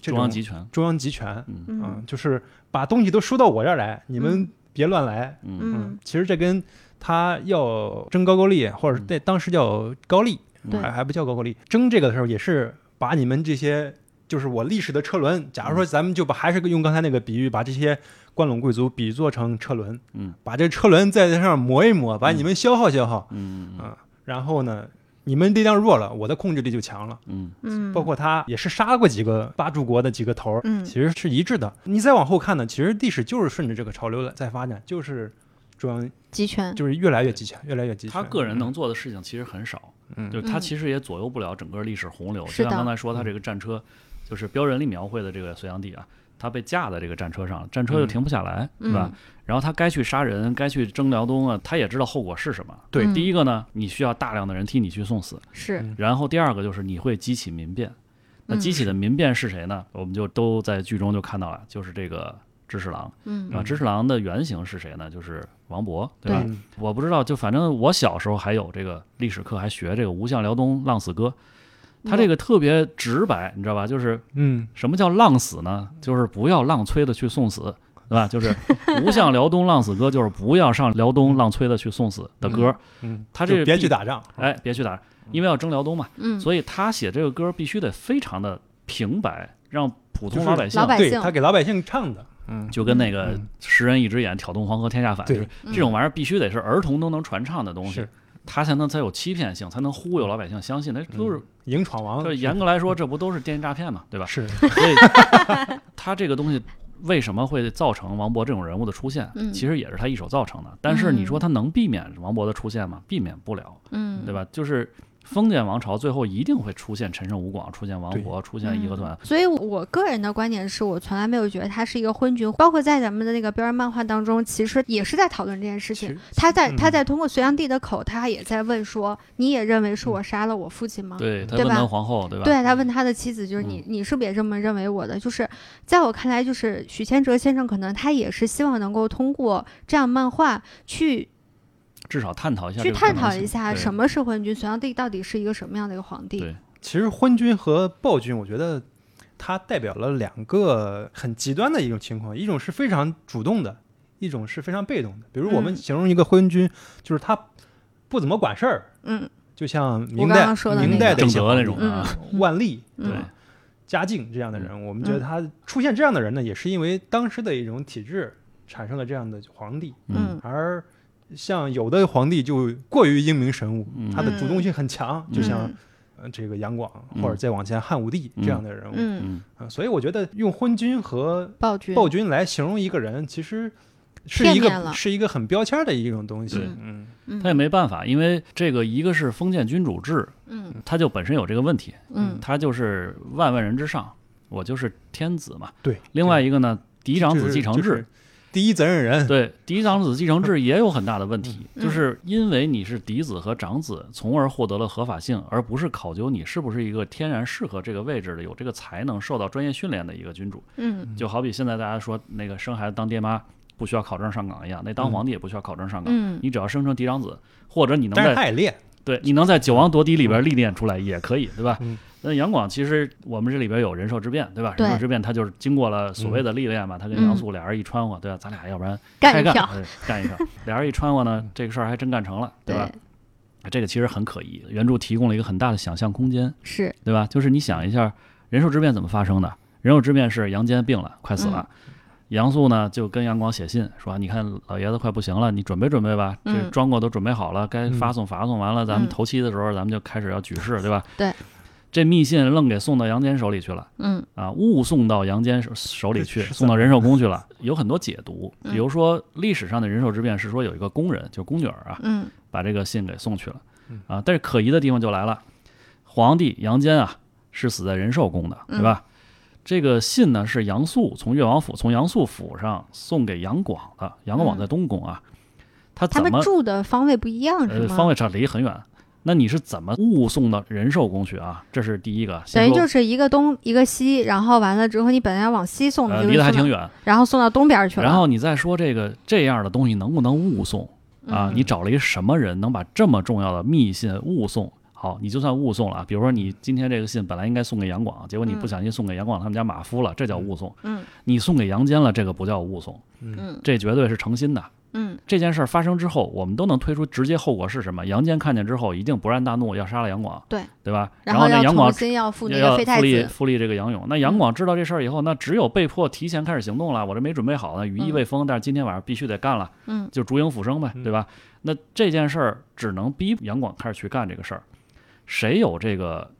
[SPEAKER 2] 这
[SPEAKER 3] 中
[SPEAKER 2] 种
[SPEAKER 3] 央集权，
[SPEAKER 2] 中央集权，啊
[SPEAKER 3] 嗯
[SPEAKER 1] 嗯
[SPEAKER 2] 就是把东西都输到我这儿来，你们
[SPEAKER 1] 嗯
[SPEAKER 2] 别乱来。
[SPEAKER 3] 嗯
[SPEAKER 1] 嗯
[SPEAKER 2] 其实这跟他要争高句丽，或者是
[SPEAKER 3] 嗯
[SPEAKER 2] 在当时叫高丽，
[SPEAKER 1] 对
[SPEAKER 2] 还还不叫高句丽，争这个的时候也是把
[SPEAKER 3] 嗯
[SPEAKER 2] 你们这些。就是我历史的车轮，假如说咱们就把还是用刚才那个比喻，把这些关陇贵族比作成车轮，
[SPEAKER 3] 嗯，
[SPEAKER 2] 把这车轮在这上磨一磨，把你们消耗消耗，
[SPEAKER 3] 嗯嗯
[SPEAKER 2] 然后呢，你们力量弱了，我的控制力就强了。
[SPEAKER 3] 嗯
[SPEAKER 1] 嗯，
[SPEAKER 2] 包括他也是杀过几个八柱国的几个头儿，
[SPEAKER 1] 嗯
[SPEAKER 2] 其实是一致的。你再往后看呢，其实历史就是顺着这个潮流在发展，就是中央
[SPEAKER 1] 集权，
[SPEAKER 2] 就是越来越极权，越来越极
[SPEAKER 3] 嗯，
[SPEAKER 2] 权。
[SPEAKER 3] 他个人能做的事情其实很少，
[SPEAKER 2] 嗯
[SPEAKER 3] 就是他
[SPEAKER 1] 嗯
[SPEAKER 3] 其实也左右不了整个历史洪流。
[SPEAKER 1] 是
[SPEAKER 3] 就像
[SPEAKER 1] 的
[SPEAKER 3] 刚才说，他这个战车就是标人里描绘的这个隋炀帝啊，他被架在这个战车上，战车就
[SPEAKER 2] 嗯
[SPEAKER 3] 停不下来，
[SPEAKER 1] 嗯
[SPEAKER 3] 是吧？然后他该去杀人，该去征辽东啊，他也知道后果是什么。
[SPEAKER 2] 对
[SPEAKER 1] 嗯
[SPEAKER 3] 第一个呢，你需要大量的人替你去送死，
[SPEAKER 1] 是，
[SPEAKER 3] 然后第二个就是你会激起民变。那
[SPEAKER 1] 嗯
[SPEAKER 3] 激起的民变是谁呢？我们就都在剧中就看到了，就是这个知世郎
[SPEAKER 1] 嗯
[SPEAKER 3] 啊。知世郎的原型是谁呢？就是王勃，对吧？
[SPEAKER 1] 对
[SPEAKER 2] 嗯
[SPEAKER 3] 我不知道，就反正我小时候还有这个历史课，还学这个《吴相辽东浪死歌》，他这个特别直白，你知道吧？就是
[SPEAKER 2] 嗯，
[SPEAKER 3] 什么叫浪死呢？就是不要浪催的去送死，对吧？就是《吴相辽东浪死歌》，就是不要上辽东浪催的去送死的歌。
[SPEAKER 2] 嗯，
[SPEAKER 3] 他这
[SPEAKER 2] 就
[SPEAKER 3] 个
[SPEAKER 2] 别去
[SPEAKER 3] 必
[SPEAKER 2] 打仗，
[SPEAKER 3] 哎，别去打，因为要征辽东嘛。
[SPEAKER 1] 嗯，
[SPEAKER 3] 所以他写这个歌必须得非常的平白，让普通老百姓
[SPEAKER 1] 老百
[SPEAKER 2] 对
[SPEAKER 1] 姓
[SPEAKER 2] 他给老百姓唱的，嗯，
[SPEAKER 3] 就跟那个
[SPEAKER 2] 嗯
[SPEAKER 3] “十人一只眼，挑动黄河天下反”，就
[SPEAKER 2] 对
[SPEAKER 3] 是
[SPEAKER 1] 嗯
[SPEAKER 3] 这种玩意儿必须得是儿童都能传唱的东西
[SPEAKER 2] 是，
[SPEAKER 3] 他才能才有欺骗性，才能忽悠老百姓相信。那
[SPEAKER 2] 嗯
[SPEAKER 3] 都是
[SPEAKER 2] 赢闯王
[SPEAKER 3] 这严格来说，这不都是电信诈骗嘛，对
[SPEAKER 2] 嗯
[SPEAKER 3] 吧？
[SPEAKER 2] 是
[SPEAKER 3] 所以他这个东西为什么会造成王勃这种人物的出现
[SPEAKER 1] 嗯？
[SPEAKER 3] 其实也是他一手造成的。但是你
[SPEAKER 1] 嗯
[SPEAKER 3] 说他能避免王勃的出现吗？避免不了。
[SPEAKER 1] 嗯，
[SPEAKER 3] 对吧？就是封建王朝最后一定会出现陈胜吴广，出现王勃，出现义
[SPEAKER 1] 嗯
[SPEAKER 3] 和团。
[SPEAKER 1] 所以，我个人的观点是我从来没有觉得他是一个昏君，包括在咱们的那个标人漫画当中，其实也是在讨论这件事情
[SPEAKER 2] 是。
[SPEAKER 1] 他在、
[SPEAKER 2] 嗯
[SPEAKER 1] 他在通过隋炀帝的口，他也在问说：“你也认为是我杀了我父亲吗？”
[SPEAKER 3] 对他
[SPEAKER 1] 嗯对
[SPEAKER 3] 问
[SPEAKER 1] 吧
[SPEAKER 3] 问皇后，对吧？嗯
[SPEAKER 1] 对他问他的妻子，就是你，你是不是也这么认为我的？就是在我看来，就是许千哲先生可能他也是希望能够通过这样漫画去
[SPEAKER 3] 至少探讨一下，
[SPEAKER 1] 去探讨一下什
[SPEAKER 3] 么。
[SPEAKER 1] 么是昏君，隋炀帝到底是一个什么样的一个皇帝
[SPEAKER 3] 对？
[SPEAKER 2] 其实昏君和暴君，我觉得它代表了两个很极端的一种情况，一种是非常主动的，一种是非常被动的。比如我们
[SPEAKER 1] 嗯
[SPEAKER 2] 形容一个昏君，就是他不怎么管事儿，
[SPEAKER 1] 嗯
[SPEAKER 2] 就像明
[SPEAKER 1] 我刚
[SPEAKER 2] 代
[SPEAKER 1] 刚说的
[SPEAKER 2] 明
[SPEAKER 1] 那
[SPEAKER 2] 代
[SPEAKER 1] 个
[SPEAKER 2] 的一些
[SPEAKER 3] 郑和那种
[SPEAKER 2] 皇帝
[SPEAKER 1] 嗯
[SPEAKER 3] 啊，
[SPEAKER 1] 嗯
[SPEAKER 2] 万历、
[SPEAKER 3] 对
[SPEAKER 1] 嗯，
[SPEAKER 2] 嘉靖这样的人，我们觉得他出现这样的人呢，也是因为当时的一种体制产生了这样的皇帝，
[SPEAKER 1] 嗯
[SPEAKER 2] 而。像有的皇帝就过于英明神武，
[SPEAKER 3] 嗯
[SPEAKER 2] 他的主动性很强，就像
[SPEAKER 1] 嗯
[SPEAKER 2] 呃这个杨广
[SPEAKER 3] 嗯
[SPEAKER 2] 或者再往前汉武帝这样的人物，
[SPEAKER 1] 嗯
[SPEAKER 3] 嗯，
[SPEAKER 2] 啊，所以我觉得用昏君和
[SPEAKER 1] 暴君
[SPEAKER 2] 暴君来形容一个人，其实是
[SPEAKER 1] 片
[SPEAKER 2] 一
[SPEAKER 1] 面了
[SPEAKER 2] 个是一个很标签的一种东西
[SPEAKER 3] 对。
[SPEAKER 2] 嗯
[SPEAKER 1] 嗯
[SPEAKER 3] 他也没办法，因为这个一个是封建君主制，
[SPEAKER 1] 嗯
[SPEAKER 3] 他就本身有这个问题，
[SPEAKER 1] 嗯
[SPEAKER 3] 他就是万万人之上，我就是天子嘛。
[SPEAKER 2] 对。
[SPEAKER 3] 另外一个呢，嫡长
[SPEAKER 2] 就
[SPEAKER 3] 子
[SPEAKER 2] 是
[SPEAKER 3] 继承
[SPEAKER 2] 就
[SPEAKER 3] 制
[SPEAKER 2] 是，第一责任人，
[SPEAKER 3] 对，嫡长子继承制也有很大的问题，
[SPEAKER 1] 嗯
[SPEAKER 3] 就是因为你是嫡子和长子，从而获得了合法性，而不是考究你是不是一个天然适合这个位置的、有这个才能、受到专业训练的一个君主。
[SPEAKER 1] 嗯
[SPEAKER 3] 就好比现在大家说那个生孩子当爹妈不需要考证上岗一样，那当
[SPEAKER 2] 嗯
[SPEAKER 3] 皇帝也不需要考证上岗，
[SPEAKER 1] 嗯
[SPEAKER 3] 你只要生成嫡长子，或者你能
[SPEAKER 2] 但是
[SPEAKER 3] 在
[SPEAKER 2] 他也练，
[SPEAKER 3] 对你能在九王夺嫡里边历练出来也可以，对吧？
[SPEAKER 2] 嗯
[SPEAKER 3] 那杨广其实我们这里边有人兽之变，对吧？
[SPEAKER 1] 对嗯
[SPEAKER 3] 人兽之变他就是经过了所谓的历练嘛，他跟杨素俩人一穿和，对吧？咱俩要不然。
[SPEAKER 1] 干
[SPEAKER 3] 开
[SPEAKER 1] 一票，
[SPEAKER 3] 对干一票。俩人一穿和呢，这个事儿还真干成了，对吧？哎这个其实很可疑，原著提供了一个很大的想象空间，
[SPEAKER 1] 是，
[SPEAKER 3] 对吧？就是你想一下，人兽之变怎么发生的？人兽之变是杨坚病了，快死了。
[SPEAKER 1] 嗯
[SPEAKER 3] 杨素呢，就跟杨广写信说：“你看老爷子快不行了，你准备准备吧。
[SPEAKER 1] 嗯
[SPEAKER 3] 这装过都准备好了，该
[SPEAKER 2] 嗯
[SPEAKER 3] 发送发送完了，咱
[SPEAKER 1] 嗯
[SPEAKER 3] 们头七的时候，咱们就开始要举事，对吧？”
[SPEAKER 1] 对。
[SPEAKER 3] 这密信愣给送到杨坚手里去了。
[SPEAKER 1] 嗯
[SPEAKER 3] 啊，误送到杨坚手手里去，
[SPEAKER 2] 是
[SPEAKER 3] 送到人寿宫去了。有很多解读，
[SPEAKER 1] 嗯
[SPEAKER 3] 比如说历史上的人寿之变是说有一个宫人，就是宫女儿啊，
[SPEAKER 1] 嗯
[SPEAKER 3] 把这个信给送去了
[SPEAKER 2] 嗯。
[SPEAKER 3] 啊，但是可疑的地方就来了，皇帝杨坚啊是死在仁寿宫的，对
[SPEAKER 1] 嗯
[SPEAKER 3] 吧？这个信呢是杨素从越王府从杨素府上送给杨广的，杨广
[SPEAKER 1] 嗯
[SPEAKER 3] 在东宫啊，他
[SPEAKER 1] 他
[SPEAKER 3] 怎
[SPEAKER 1] 们
[SPEAKER 3] 么
[SPEAKER 1] 住的方位不一样是
[SPEAKER 3] 呃
[SPEAKER 1] 吗？
[SPEAKER 3] 方位上离很远？那你是怎么误送到仁寿宫去啊？这是第一个，先
[SPEAKER 1] 等于
[SPEAKER 3] 说
[SPEAKER 1] 就是一个东一个西，然后完了之后，你本来要往西送的，
[SPEAKER 3] 呃
[SPEAKER 1] 就
[SPEAKER 3] 离
[SPEAKER 1] 是
[SPEAKER 3] 得还
[SPEAKER 1] 送
[SPEAKER 3] 挺
[SPEAKER 1] 到
[SPEAKER 3] 远，
[SPEAKER 1] 然后送到东边儿去了。
[SPEAKER 3] 然后你再说这个这样的东西能不能误送啊？
[SPEAKER 1] 嗯
[SPEAKER 3] 你找了一什么人能把这么重要的密信误送？好，你就算误送了啊，比如说你今天这个信本来应该送给杨广，结果你
[SPEAKER 1] 嗯
[SPEAKER 3] 不小心送给杨广他们家马夫了，这叫误送。
[SPEAKER 1] 嗯
[SPEAKER 3] 你送给杨坚了，这个不叫误送，
[SPEAKER 2] 嗯
[SPEAKER 1] 嗯
[SPEAKER 3] 这绝对是诚心的，
[SPEAKER 1] 嗯
[SPEAKER 3] 这件事儿发生之后，我们都能推出直接后果是什么。杨坚看见之后，一定勃然大怒，要杀了杨广，
[SPEAKER 1] 对
[SPEAKER 3] 对吧？
[SPEAKER 1] 然
[SPEAKER 3] 后呢，
[SPEAKER 1] 要
[SPEAKER 3] 杨广
[SPEAKER 1] 重新要付那
[SPEAKER 3] 要
[SPEAKER 1] 个
[SPEAKER 3] 要
[SPEAKER 1] 废太
[SPEAKER 3] 复立
[SPEAKER 1] 子，嗯
[SPEAKER 3] 复立这个杨勇。那杨广知道这事儿以后，那只有被迫提前开始行动了。我这没准备好呢，羽翼未丰，但是今天晚上必须得干了，
[SPEAKER 1] 嗯
[SPEAKER 3] 就烛影斧声呗，
[SPEAKER 2] 嗯
[SPEAKER 3] 对吧？那这件事儿只能逼杨广开始去干这个事儿。谁有这个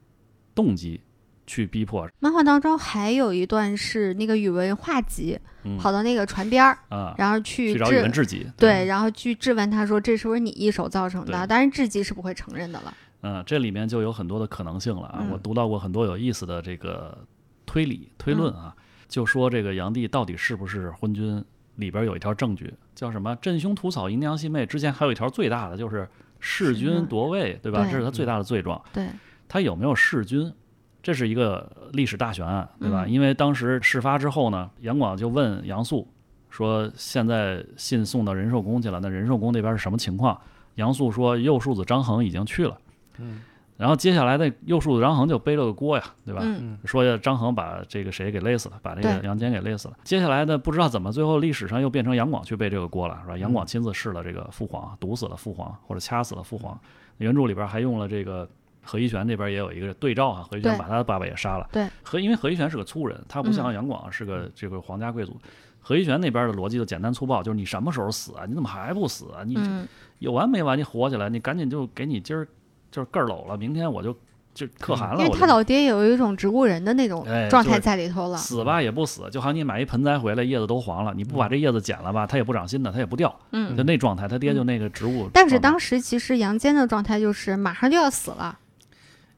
[SPEAKER 3] 动机去逼迫？
[SPEAKER 1] 漫画当中还有一段是那个宇文化及
[SPEAKER 3] 嗯
[SPEAKER 1] 跑到那个船边儿，
[SPEAKER 3] 啊，
[SPEAKER 1] 然后去
[SPEAKER 3] 去找宇文
[SPEAKER 1] 质
[SPEAKER 3] 智己。
[SPEAKER 1] 对，然后去质问他说这是不是你一手造成的？
[SPEAKER 3] 对
[SPEAKER 1] 当然智己是不会承认的了。
[SPEAKER 3] 嗯，这里面就有很多的可能性了啊！
[SPEAKER 1] 嗯
[SPEAKER 3] 我读到过很多有意思的这个推理推论啊，就说这个炀帝到底是不是昏君，里边有一条证据叫什么“镇凶屠嫂，淫娘戏媚”。之前还有一条最大的就是弑
[SPEAKER 1] 是
[SPEAKER 3] 君
[SPEAKER 1] 的
[SPEAKER 3] 夺位，对吧？
[SPEAKER 1] 对
[SPEAKER 3] 这是他最大的罪状。
[SPEAKER 1] 对，
[SPEAKER 3] 他有没有弑君，这是一个历史大悬案，对吧？
[SPEAKER 1] 嗯
[SPEAKER 3] 因为当时事发之后呢，杨广就问杨素说：“现在信送到仁寿宫去了，那仁寿宫那边是什么情况？”杨素说：“右庶子张衡已经去了。”
[SPEAKER 2] 嗯，
[SPEAKER 3] 然后接下来那右庶子张衡就背了个锅呀，对吧？
[SPEAKER 1] 嗯
[SPEAKER 3] 说张衡把这个谁给勒死了，把这个
[SPEAKER 1] 对
[SPEAKER 3] 杨坚给勒死了。接下来呢，不知道怎么，最后历史上又变成杨广去背这个锅了，是吧？
[SPEAKER 1] 嗯
[SPEAKER 3] 杨广亲自弑了这个父皇，毒死了父皇，或者掐死了父皇。原著里边还用了这个何一玄这边也有一个对照啊，何一玄
[SPEAKER 1] 对
[SPEAKER 3] 把他的爸爸也杀了。
[SPEAKER 1] 对，嗯
[SPEAKER 3] 何因为何一玄是个粗人，他不像杨广是个这个皇家贵族。何一玄那边的逻辑就简单粗暴，就是你什么时候死啊？你怎么还不死啊？你
[SPEAKER 1] 嗯，
[SPEAKER 3] 有完没完？你活起来，你赶紧就给你今儿就是个儿搂了，明天我就就可汗了。
[SPEAKER 1] 因为
[SPEAKER 3] 我就
[SPEAKER 1] 他老爹有一种植物人的那种
[SPEAKER 3] 哎
[SPEAKER 1] 状
[SPEAKER 3] 就是
[SPEAKER 1] 态在里头了。
[SPEAKER 3] 死吧也不死，就好像你买一盆栽回来，叶子都黄了，你不把这叶子剪了吧，它也不长新的，它也不掉，
[SPEAKER 1] 嗯
[SPEAKER 3] 就那状态。他爹就那个植物状态。
[SPEAKER 1] 但是当时其实杨坚的状态就是马上就要死了，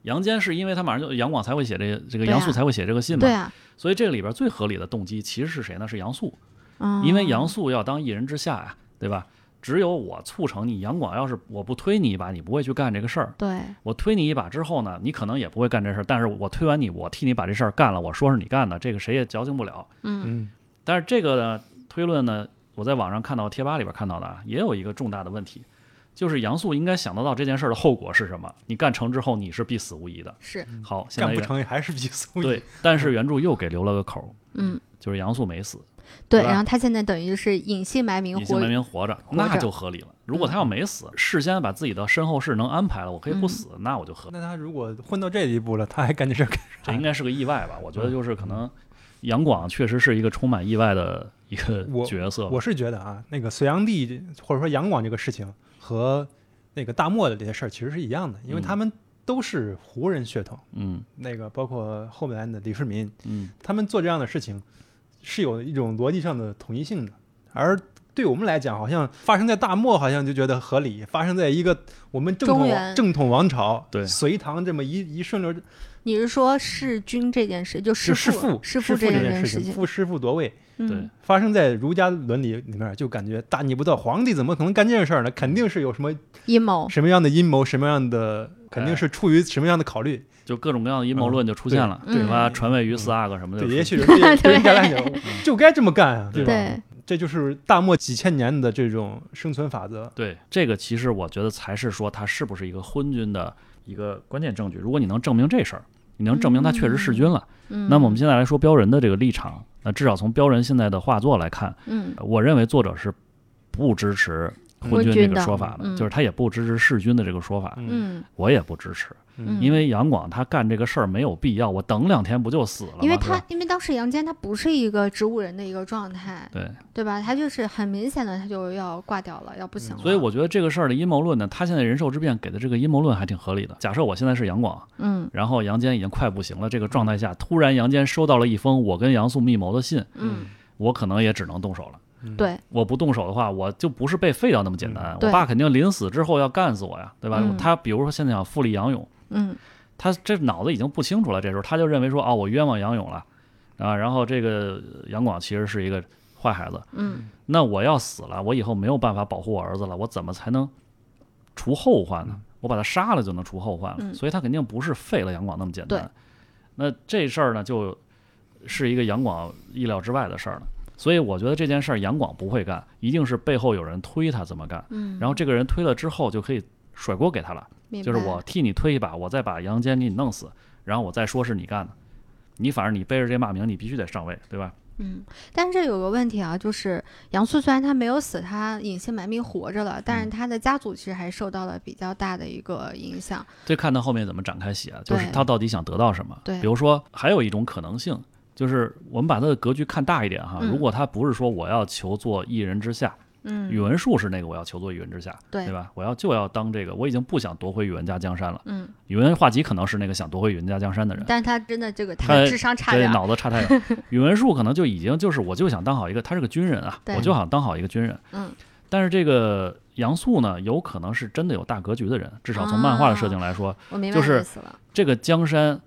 [SPEAKER 3] 杨坚是因为他马上就杨广才会写这个这个
[SPEAKER 1] 对啊
[SPEAKER 3] 杨素才会写这个信嘛
[SPEAKER 1] 对，啊，
[SPEAKER 3] 所以这个里边最合理的动机其实是谁呢？是杨素，
[SPEAKER 1] 嗯，
[SPEAKER 3] 因为杨素要当一人之下呀，对吧？只有我促成你，杨广要是我不推你一把，你不会去干这个事儿。
[SPEAKER 1] 对，嗯
[SPEAKER 3] 我推你一把之后呢，你可能也不会干这事儿，但是我推完你，我替你把这事儿干了，我说是你干的，这个谁也矫情不了。
[SPEAKER 1] 嗯
[SPEAKER 2] 嗯
[SPEAKER 3] 但是这个呢推论呢，我在网上看到贴吧里边看到的啊，也有一个重大的问题，就是杨素应该想得到这件事儿的后果是什么。你干成之后，你是必死无疑的。
[SPEAKER 1] 是，
[SPEAKER 3] 好，现
[SPEAKER 2] 嗯
[SPEAKER 3] 在
[SPEAKER 2] 干不
[SPEAKER 3] 原
[SPEAKER 2] 成也嗯还是比苏
[SPEAKER 3] 对，但是原著又给留了个口儿，
[SPEAKER 1] 嗯，
[SPEAKER 3] 就是杨素没死，
[SPEAKER 1] 对。
[SPEAKER 3] 吧
[SPEAKER 1] 然后他现在等于是隐姓埋名
[SPEAKER 3] 隐
[SPEAKER 1] 活
[SPEAKER 3] 姓埋名活着，
[SPEAKER 1] 活着嗯
[SPEAKER 3] 那就合理了。如果他要没死，事先把自己的身后事能安排了，我可以不死，那我就合。
[SPEAKER 2] 那他如果混到这一步了，他还干这事 儿干
[SPEAKER 3] 这应该是个意外吧？我
[SPEAKER 2] 嗯
[SPEAKER 3] 觉得就是可能杨广确实是一个充满意外的一个
[SPEAKER 2] 我
[SPEAKER 3] 角色吧。
[SPEAKER 2] 我是觉得啊，那个隋炀帝或者说杨广这个事情和那个大漠的这些事儿其实是一样的，因为
[SPEAKER 3] 嗯
[SPEAKER 2] 他们都是胡人血统。
[SPEAKER 3] 嗯
[SPEAKER 2] 那个包括后面的李世民，
[SPEAKER 3] 嗯，
[SPEAKER 2] 他们做这样的事情是有一种逻辑上的统一性的，而。对我们来讲，好像发生在大漠，好像就觉得合理；发生在一个我们正
[SPEAKER 1] 中
[SPEAKER 2] 统
[SPEAKER 1] 原
[SPEAKER 2] 正统王朝，
[SPEAKER 3] 对
[SPEAKER 2] 隋唐这么一一顺流，
[SPEAKER 1] 你是说弑君这件事，就弑
[SPEAKER 2] 呃就弑
[SPEAKER 1] 父
[SPEAKER 2] 父
[SPEAKER 1] 弑
[SPEAKER 2] 父
[SPEAKER 1] 这
[SPEAKER 2] 这
[SPEAKER 1] 件
[SPEAKER 2] 件
[SPEAKER 1] 事
[SPEAKER 2] 情，，父弑父夺位，
[SPEAKER 1] 嗯，
[SPEAKER 2] 发生在儒家伦理里面，就感觉大逆不道，皇帝怎么可能干这种事儿呢？肯定是有什么
[SPEAKER 1] 阴谋，
[SPEAKER 2] 什么样的阴谋，什么样的，肯定是出于什么样的考虑。
[SPEAKER 3] 就各种各样的阴谋论就出现了，
[SPEAKER 1] 嗯对
[SPEAKER 3] 什么
[SPEAKER 2] 嗯
[SPEAKER 3] 传位于四阿哥什么的就
[SPEAKER 2] 对，
[SPEAKER 3] 出现了，
[SPEAKER 2] 也许人家
[SPEAKER 1] 对
[SPEAKER 2] 人家来讲就该这么干啊，吧？
[SPEAKER 1] 对，
[SPEAKER 2] 这就是大漠几千年的这种生存法则。
[SPEAKER 3] 对，这个其实我觉得才是说他是不是一个昏君的一个关键证据。如果你能证明这事儿，你能证明他确实弑君了，
[SPEAKER 1] 嗯。
[SPEAKER 3] 那么我们现在来说标人的这个立场，那至少从标人现在的画作来看，
[SPEAKER 1] 嗯，
[SPEAKER 3] 我认为作者是不支持昏
[SPEAKER 1] 昏
[SPEAKER 3] 君
[SPEAKER 1] 君
[SPEAKER 3] 这个
[SPEAKER 1] 的
[SPEAKER 3] 说法的，
[SPEAKER 1] 嗯
[SPEAKER 3] 就是他也不支持弑君的这个说法，
[SPEAKER 1] 嗯
[SPEAKER 3] 我也不支持，
[SPEAKER 1] 嗯，
[SPEAKER 3] 因为杨广他干这个事儿没有必要，我等两天不就死了吗？
[SPEAKER 1] 因为
[SPEAKER 3] 是吧
[SPEAKER 1] 他因为当时杨坚他不是一个植物人的一个状态，
[SPEAKER 3] 对。
[SPEAKER 1] 对吧？他就是很明显的他就要挂掉了，要不行了。
[SPEAKER 3] 嗯所以我觉得这个事儿的阴谋论呢，他现在人兽之变给的这个阴谋论还挺合理的。假设我现在是杨广，
[SPEAKER 1] 嗯
[SPEAKER 3] 然后杨坚已经快不行了这个状态下，突然杨坚收到了一封我跟杨素密谋的信，
[SPEAKER 1] 嗯，
[SPEAKER 3] 我可能也只能动手了。
[SPEAKER 2] 嗯，
[SPEAKER 1] 对，
[SPEAKER 3] 我不动手的话，我就不是被废掉那么简单。
[SPEAKER 1] 嗯对
[SPEAKER 3] 我爸肯定临死之后要干死我呀，对吧？
[SPEAKER 1] 嗯
[SPEAKER 3] 他比如说现在想复立杨勇，
[SPEAKER 1] 嗯
[SPEAKER 3] 他这脑子已经不清楚了，这时候他就认为说，哦，我冤枉杨勇了啊。然后这个杨广其实是一个坏孩子，
[SPEAKER 1] 嗯
[SPEAKER 3] 那我要死了，我以后没有办法保护我儿子了，我怎么才能除后患呢？我把他杀了就能除后患了，
[SPEAKER 1] 嗯
[SPEAKER 3] 所以他肯定不是废了杨广那么简
[SPEAKER 1] 对
[SPEAKER 3] 单。那这事儿呢，就是一个杨广意料之外的事儿了。所以我觉得这件事儿杨广不会干，一定是背后有人推他这么干，
[SPEAKER 1] 嗯，
[SPEAKER 3] 然后这个人推了之后就可以甩锅给他了，
[SPEAKER 1] 明
[SPEAKER 3] 就是
[SPEAKER 1] 白
[SPEAKER 3] 我替你推一把，我再把杨坚给你弄死，然后我再说是你干的，你反正你背着这骂名，你必须得上位，对吧？
[SPEAKER 1] 嗯，但是有个问题啊，就是杨素虽然他没有死，他隐姓埋名活着了，但是他的家族其实还受到了比较大的一个影响。
[SPEAKER 3] 这看他后面怎么展开写，啊就是
[SPEAKER 1] 对
[SPEAKER 3] 他到底想得到什么。
[SPEAKER 1] 对
[SPEAKER 3] 比如说还有一种可能性，就是我们把他的格局看大一点哈。
[SPEAKER 1] 嗯
[SPEAKER 3] 如果他不是说我要求做一人之下，宇
[SPEAKER 1] 嗯
[SPEAKER 3] 文述是那个我要求做宇文之下，
[SPEAKER 1] 对
[SPEAKER 3] 吧？我要就要当这个，我已经不想夺回宇文家江山了。
[SPEAKER 1] 嗯，
[SPEAKER 3] 宇文化及可能是那个想夺回宇文家江山的人，
[SPEAKER 1] 但是他真的这个
[SPEAKER 3] 他
[SPEAKER 1] 他智商差
[SPEAKER 3] 对
[SPEAKER 1] 点儿，
[SPEAKER 3] 脑子差 太远。宇文述可能就已经就是我就想当好一个，他是个军人啊，
[SPEAKER 1] 对
[SPEAKER 3] 我就想当好一个军人。
[SPEAKER 1] 嗯，
[SPEAKER 3] 但是这个杨素呢，有可能是真的有大格局的人，至
[SPEAKER 1] 啊
[SPEAKER 3] 少从漫画的设定来说，
[SPEAKER 1] 我明白
[SPEAKER 3] 就
[SPEAKER 1] 你的
[SPEAKER 3] 是
[SPEAKER 1] 意思了。
[SPEAKER 3] 这个江山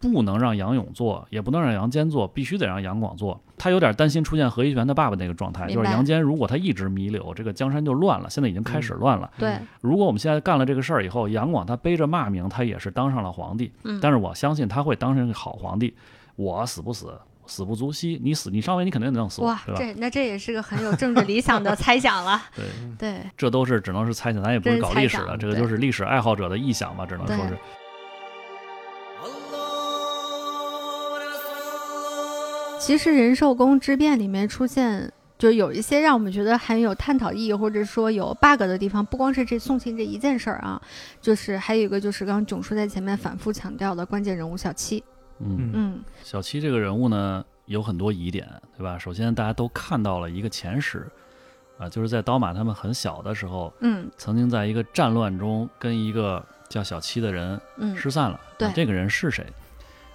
[SPEAKER 3] 不能让杨勇做，也不能让杨坚做，必须得让杨广做。他有点担心出现何一玄他爸爸那个状态，
[SPEAKER 1] 明
[SPEAKER 3] 就
[SPEAKER 1] 白
[SPEAKER 3] 是杨坚如果他一直弥留，这个江山就乱了。现在已经开始乱了。
[SPEAKER 1] 对，
[SPEAKER 3] 如果我们现在干了这个事儿以后，杨广他背着骂名，他也是当上了皇帝，
[SPEAKER 1] 嗯
[SPEAKER 3] 但是我相信他会当上一个好皇帝。我死不死，死不足惜。你死，你上位，你肯定能死我
[SPEAKER 1] 哇，，
[SPEAKER 3] 对吧？
[SPEAKER 1] 这那这也是个很有政治理想的猜想了。
[SPEAKER 3] 对，
[SPEAKER 1] 对，
[SPEAKER 3] 这都是只能是猜想，咱也不是
[SPEAKER 1] 这是
[SPEAKER 3] 搞
[SPEAKER 1] 猜
[SPEAKER 3] 历史
[SPEAKER 1] 想
[SPEAKER 3] 的，这个
[SPEAKER 1] 对
[SPEAKER 3] 就是历史爱好者的臆想吧，只能说
[SPEAKER 1] 对
[SPEAKER 3] 是。
[SPEAKER 1] 其实仁寿宫之变里面出现。就是有一些让我们觉得很有探讨意义，或者说有 bug 的地方，不光是这宋庆这一件事儿啊，就是还有一个就是刚刚囧叔在前面反复强调的关键人物小七，
[SPEAKER 3] 嗯，
[SPEAKER 2] 嗯
[SPEAKER 1] 嗯
[SPEAKER 3] 小七这个人物呢，有很多疑点，对吧？首先，大家都看到了一个前史，啊，就是在刀马他们很小的时候，
[SPEAKER 1] 嗯
[SPEAKER 3] 曾经在一个战乱中跟一个叫小七的人
[SPEAKER 1] 嗯
[SPEAKER 3] 失散了。
[SPEAKER 1] 对
[SPEAKER 3] 那这个人是谁？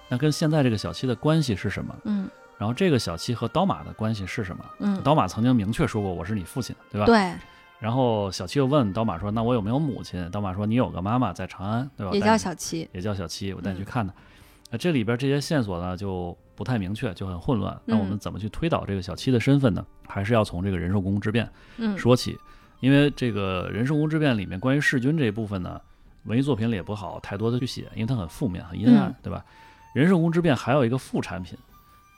[SPEAKER 3] 那跟现在这个小七的关系是什么？
[SPEAKER 1] 嗯
[SPEAKER 3] 然后这个小七和刀马的关系是什么？
[SPEAKER 1] 嗯，
[SPEAKER 3] 刀马曾经明确说过我是你父亲，对吧？
[SPEAKER 1] 对，
[SPEAKER 3] 然后小七又问刀马说：“那我有没有母亲？”刀马说：“你有个妈妈在长安，对吧？”
[SPEAKER 1] 也
[SPEAKER 3] 但
[SPEAKER 1] 叫
[SPEAKER 3] 是
[SPEAKER 1] 小七，
[SPEAKER 3] 也叫小七，我带你
[SPEAKER 1] 嗯
[SPEAKER 3] 去看的。那、这里边这些线索呢就不太明确，就很混乱。那我们
[SPEAKER 1] 嗯
[SPEAKER 3] 怎么去推导这个小七的身份呢？还是要从这个仁寿宫之变
[SPEAKER 1] 嗯，
[SPEAKER 3] 说起，因为这个仁寿宫之变里面关于弑君这一部分呢，文艺作品里也不好太多的去写，因为它很负面、很阴暗，
[SPEAKER 1] 嗯
[SPEAKER 3] 对吧？仁寿宫之变还有一个副产品，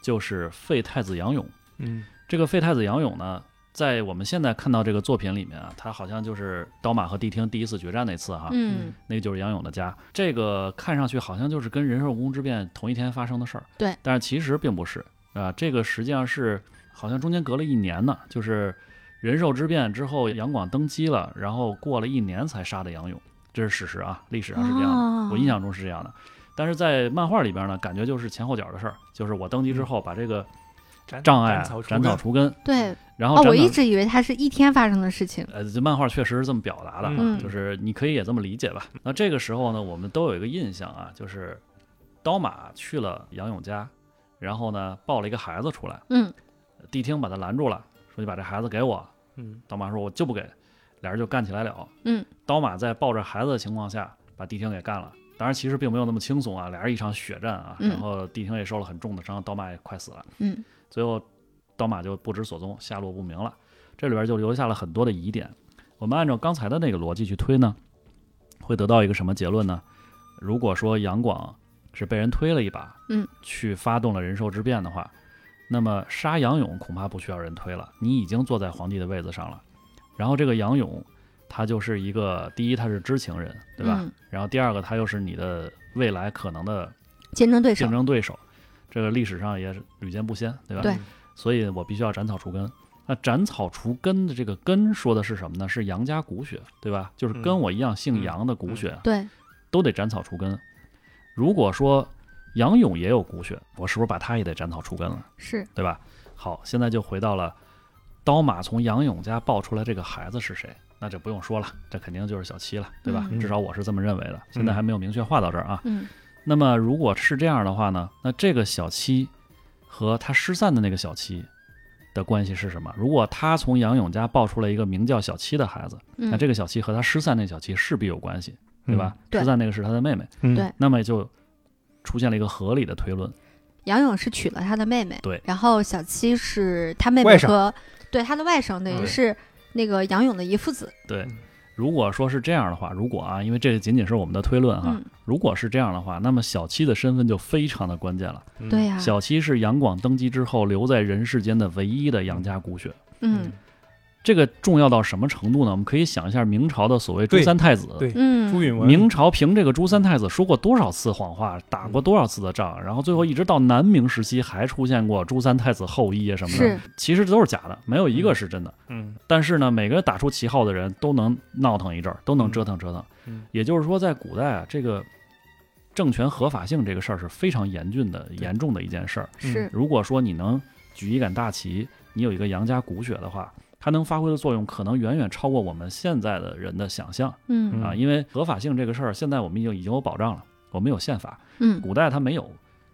[SPEAKER 3] 就是废太子杨勇。
[SPEAKER 2] 嗯
[SPEAKER 3] 这个废太子杨勇呢，在我们现在看到这个作品里面啊，他好像就是刀马和谛听第一次决战那次哈、
[SPEAKER 1] 嗯
[SPEAKER 3] 那就是杨勇的家。这个看上去好像就是跟仁寿宫之变同一天发生的事儿，
[SPEAKER 1] 对，
[SPEAKER 3] 但是其实并不是啊、这个实际上是好像中间隔了一年呢，就是仁寿之变之后，杨广登基了，然后过了一年才杀的杨勇，这是事实啊，历史上是这样的，
[SPEAKER 1] 哦
[SPEAKER 3] 我印象中是这样的。但是在漫画里边呢，感觉就是前后脚的事儿，就是我登基之后把这个
[SPEAKER 2] 斩
[SPEAKER 3] 障碍啊
[SPEAKER 2] 草除
[SPEAKER 3] 斩草
[SPEAKER 2] 根
[SPEAKER 3] 除根，
[SPEAKER 1] 对，
[SPEAKER 3] 然后
[SPEAKER 1] 哦，我
[SPEAKER 3] 斩草
[SPEAKER 1] 一直以为它是一天发生的事情，
[SPEAKER 3] 呃，这漫画确实是这么表达的，啊
[SPEAKER 2] 嗯
[SPEAKER 3] 就是你可以也这么理解吧。那这个时候呢，我们都有一个印象啊，就是刀马去了杨勇家，然后呢抱了一个孩子出来，
[SPEAKER 1] 嗯
[SPEAKER 3] 谛听把他拦住了，说你把这孩子给我。
[SPEAKER 2] 嗯
[SPEAKER 3] 刀马说我就不给，俩人就干起来了。
[SPEAKER 1] 嗯，
[SPEAKER 3] 刀马在抱着孩子的情况下把谛听给干了。当然，其实并没有那么轻松啊，俩人一场血战啊，
[SPEAKER 1] 嗯
[SPEAKER 3] 然后谛听也受了很重的伤，刀马也快死了。
[SPEAKER 1] 嗯
[SPEAKER 3] 最后刀马就不知所踪，下落不明了。这里边就留下了很多的疑点。我们按照刚才的那个逻辑去推呢，会得到一个什么结论呢？如果说杨广是被人推了一把，
[SPEAKER 1] 嗯，
[SPEAKER 3] 去发动了仁寿之变的话，那么杀杨勇恐怕不需要人推了，你已经坐在皇帝的位子上了。然后这个杨勇，他就是一个第一他是知情人，对吧？
[SPEAKER 1] 嗯
[SPEAKER 3] 然后第二个他又是你的未来可能的
[SPEAKER 1] 竞争对手
[SPEAKER 3] 竞，争对手，这个历史上也是屡见不鲜，对吧？
[SPEAKER 1] 对
[SPEAKER 3] 所以我必须要斩草除根。那斩草除根的这个根说的是什么呢？是杨家骨血，对吧？就是跟我一样姓杨的骨血、啊
[SPEAKER 1] 对，
[SPEAKER 3] 都得斩草除根。如果说杨勇也有骨血，我是不是把他也得斩草除根了，
[SPEAKER 1] 是，
[SPEAKER 3] 对吧？好，现在就回到了刀马从杨勇家抱出来这个孩子是谁？那这不用说了，这肯定就是小七了，对吧？
[SPEAKER 1] 嗯
[SPEAKER 3] 至少我是这么认为的。现在还没有明确画到这儿啊。
[SPEAKER 1] 嗯
[SPEAKER 3] 那么如果是这样的话呢，那这个小七和他失散的那个小七的关系是什么？如果他从杨勇家抱出来一个名叫小七的孩子，
[SPEAKER 1] 嗯，
[SPEAKER 3] 那这个小七和他失散那小七势必有关系，对吧？？
[SPEAKER 1] 对
[SPEAKER 3] 失散那个是他的妹妹，
[SPEAKER 2] 嗯
[SPEAKER 1] 对
[SPEAKER 3] 那么也就出现了一个合理的推论，
[SPEAKER 1] 杨勇是娶了他的妹妹，
[SPEAKER 3] 对
[SPEAKER 1] 然后小七是他妹妹
[SPEAKER 2] 外甥
[SPEAKER 1] 和对他的外甥，等于
[SPEAKER 3] 对
[SPEAKER 1] 是那个杨勇的一父子，
[SPEAKER 3] 对
[SPEAKER 2] 嗯。
[SPEAKER 3] 如果说是这样的话，如果啊，因为这仅仅是我们的推啊论哈、
[SPEAKER 1] 嗯，
[SPEAKER 3] 如果是这样的话，那么小七的身份就非常的关键了。
[SPEAKER 2] 嗯
[SPEAKER 1] 对呀，
[SPEAKER 3] 小七是杨广登基之后留在人世间的唯一的杨家骨血，
[SPEAKER 1] 嗯
[SPEAKER 3] 这个重要到什么程度呢？我们可以想一下明朝的所谓朱
[SPEAKER 2] 对
[SPEAKER 3] 三太子，
[SPEAKER 2] 对
[SPEAKER 1] 嗯，
[SPEAKER 2] 朱允文
[SPEAKER 3] 明朝凭这个朱三太子说过多少次谎话，打过多少次的仗，然后最后一直到南明时期还出现过朱三太子后裔啊什么的，
[SPEAKER 1] 是
[SPEAKER 3] 其实都是假的，没有一个是真的。
[SPEAKER 2] 嗯
[SPEAKER 3] 但是呢，每个打出旗号的人都能闹腾一阵儿，都能折腾折腾。
[SPEAKER 2] 嗯
[SPEAKER 3] 也就是说，在古代啊，这个政权合法性这个事儿是非常严峻的、严重的一件事儿。
[SPEAKER 1] 是，
[SPEAKER 3] 如果说你能举一杆大旗，你有一个杨家骨血的话，它能发挥的作用可能远远超过我们现在的人的想象。
[SPEAKER 1] 嗯
[SPEAKER 3] 啊，
[SPEAKER 2] 嗯
[SPEAKER 3] 因为合法性这个事儿，现在我们已经已经有保障了，我们有宪法，
[SPEAKER 1] 嗯，
[SPEAKER 3] 古代它没有，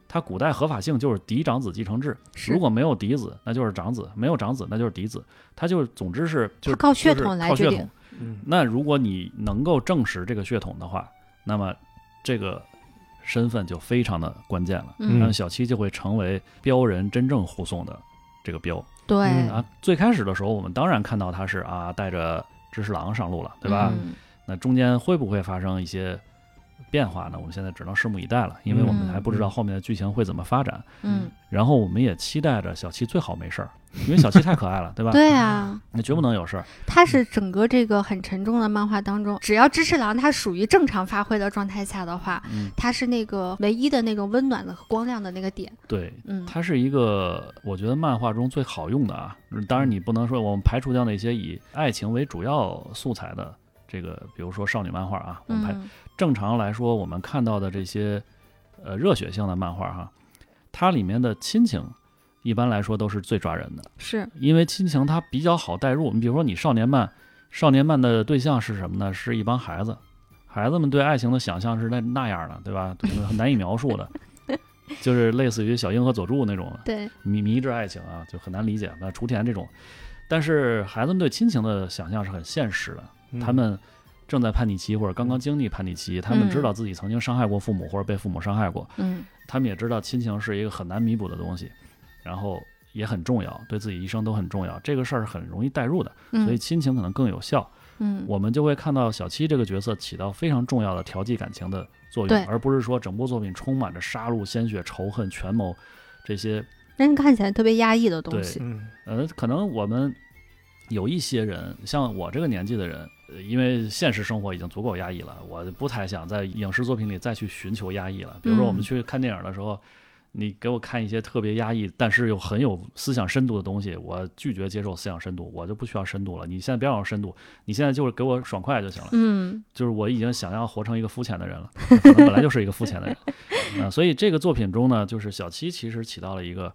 [SPEAKER 3] 它古代合法性就是嫡长子继承制，
[SPEAKER 1] 是
[SPEAKER 3] 如果没有嫡子，那就是长子，没有长子那就是嫡子，它就是总之是
[SPEAKER 1] 它
[SPEAKER 3] 就是
[SPEAKER 1] 靠血
[SPEAKER 3] 就是
[SPEAKER 1] 统来
[SPEAKER 3] 靠
[SPEAKER 1] 决
[SPEAKER 3] 血
[SPEAKER 1] 定
[SPEAKER 3] 统。
[SPEAKER 2] 嗯
[SPEAKER 3] 那如果你能够证实这个血统的话，那么这个身份就非常的关键了，
[SPEAKER 1] 嗯
[SPEAKER 3] 那么小七就会成为标人真正护送的这个标
[SPEAKER 1] 对
[SPEAKER 2] 嗯，
[SPEAKER 3] 啊。最开始的时候，我们当然看到他是啊带着知识郎上路了，对吧？
[SPEAKER 1] 嗯
[SPEAKER 3] 那中间会不会发生一些变化呢？我们现在只能拭目以待了，因为我们
[SPEAKER 1] 嗯
[SPEAKER 3] 还不知道后面的剧情会怎么发展。
[SPEAKER 1] 嗯，
[SPEAKER 3] 然后我们也期待着小七最好没事儿，因为小七太可爱了，对吧？
[SPEAKER 1] 对啊，
[SPEAKER 3] 那绝不能有事儿。
[SPEAKER 1] 它是整个这个很沉重的漫画当中，只要知次郎他属于正常发挥的状态下的话，
[SPEAKER 3] 嗯，
[SPEAKER 1] 他是那个唯一的那种温暖的和光亮的那个点。
[SPEAKER 3] 对，
[SPEAKER 1] 嗯，
[SPEAKER 3] 它是一个我觉得漫画中最好用的啊。当然，你不能说我们排除掉那些以爱情为主要素材的这个，比如说少女漫画啊，我们排
[SPEAKER 1] 嗯
[SPEAKER 3] 正常来说，我们看到的这些呃热血性的漫画哈，它里面的亲情一般来说都是最抓人的，
[SPEAKER 1] 是
[SPEAKER 3] 因为亲情它比较好带入。你比如说，你少年漫，少年漫的对象是什么呢？是一帮孩子，孩子们对爱情的想象是那那样的，对吧？很难以描述的，就是类似于小樱和佐助那种
[SPEAKER 1] 对，
[SPEAKER 3] 迷迷之爱情啊，就很难理解。那雏田这种，但是孩子们对亲情的想象是很现实的，
[SPEAKER 1] 嗯
[SPEAKER 2] 嗯
[SPEAKER 3] 他们正在叛逆期或者刚刚经历叛逆期，他们知道自己曾经伤害过父母或者被父母伤害过，
[SPEAKER 1] 嗯
[SPEAKER 3] 他们也知道亲情是一个很难弥补的东西，然后也很重要，对自己一生都很重要。这个事儿是很容易代入的，
[SPEAKER 1] 嗯，
[SPEAKER 3] 所以亲情可能更有效。
[SPEAKER 1] 嗯
[SPEAKER 3] 我们就会看到小七这个角色起到非常重要的调剂感情的作
[SPEAKER 1] 对
[SPEAKER 3] 用，而不是说整部作品充满着杀戮、鲜血、仇恨、权谋这些。
[SPEAKER 1] 让人看起来特别压抑的东
[SPEAKER 3] 对
[SPEAKER 1] 西。
[SPEAKER 2] 嗯
[SPEAKER 3] 呃，可能我们有一些人，像我这个年纪的人，呃因为现实生活已经足够压抑了，我不太想在影视作品里再去寻求压抑了。比如说，我们
[SPEAKER 1] 嗯
[SPEAKER 3] 去看电影的时候，你给我看一些特别压抑，但是又很有思想深度的东西，我拒绝接受思想深度，我就不需要深度了。你现在别让我深度，你现在就是给我爽快就行了。
[SPEAKER 1] 嗯
[SPEAKER 3] 就是我已经想要活成一个肤浅的人了，可能本来就是一个肤浅的人，啊、所以这个作品中呢，就是小七其实起到了一个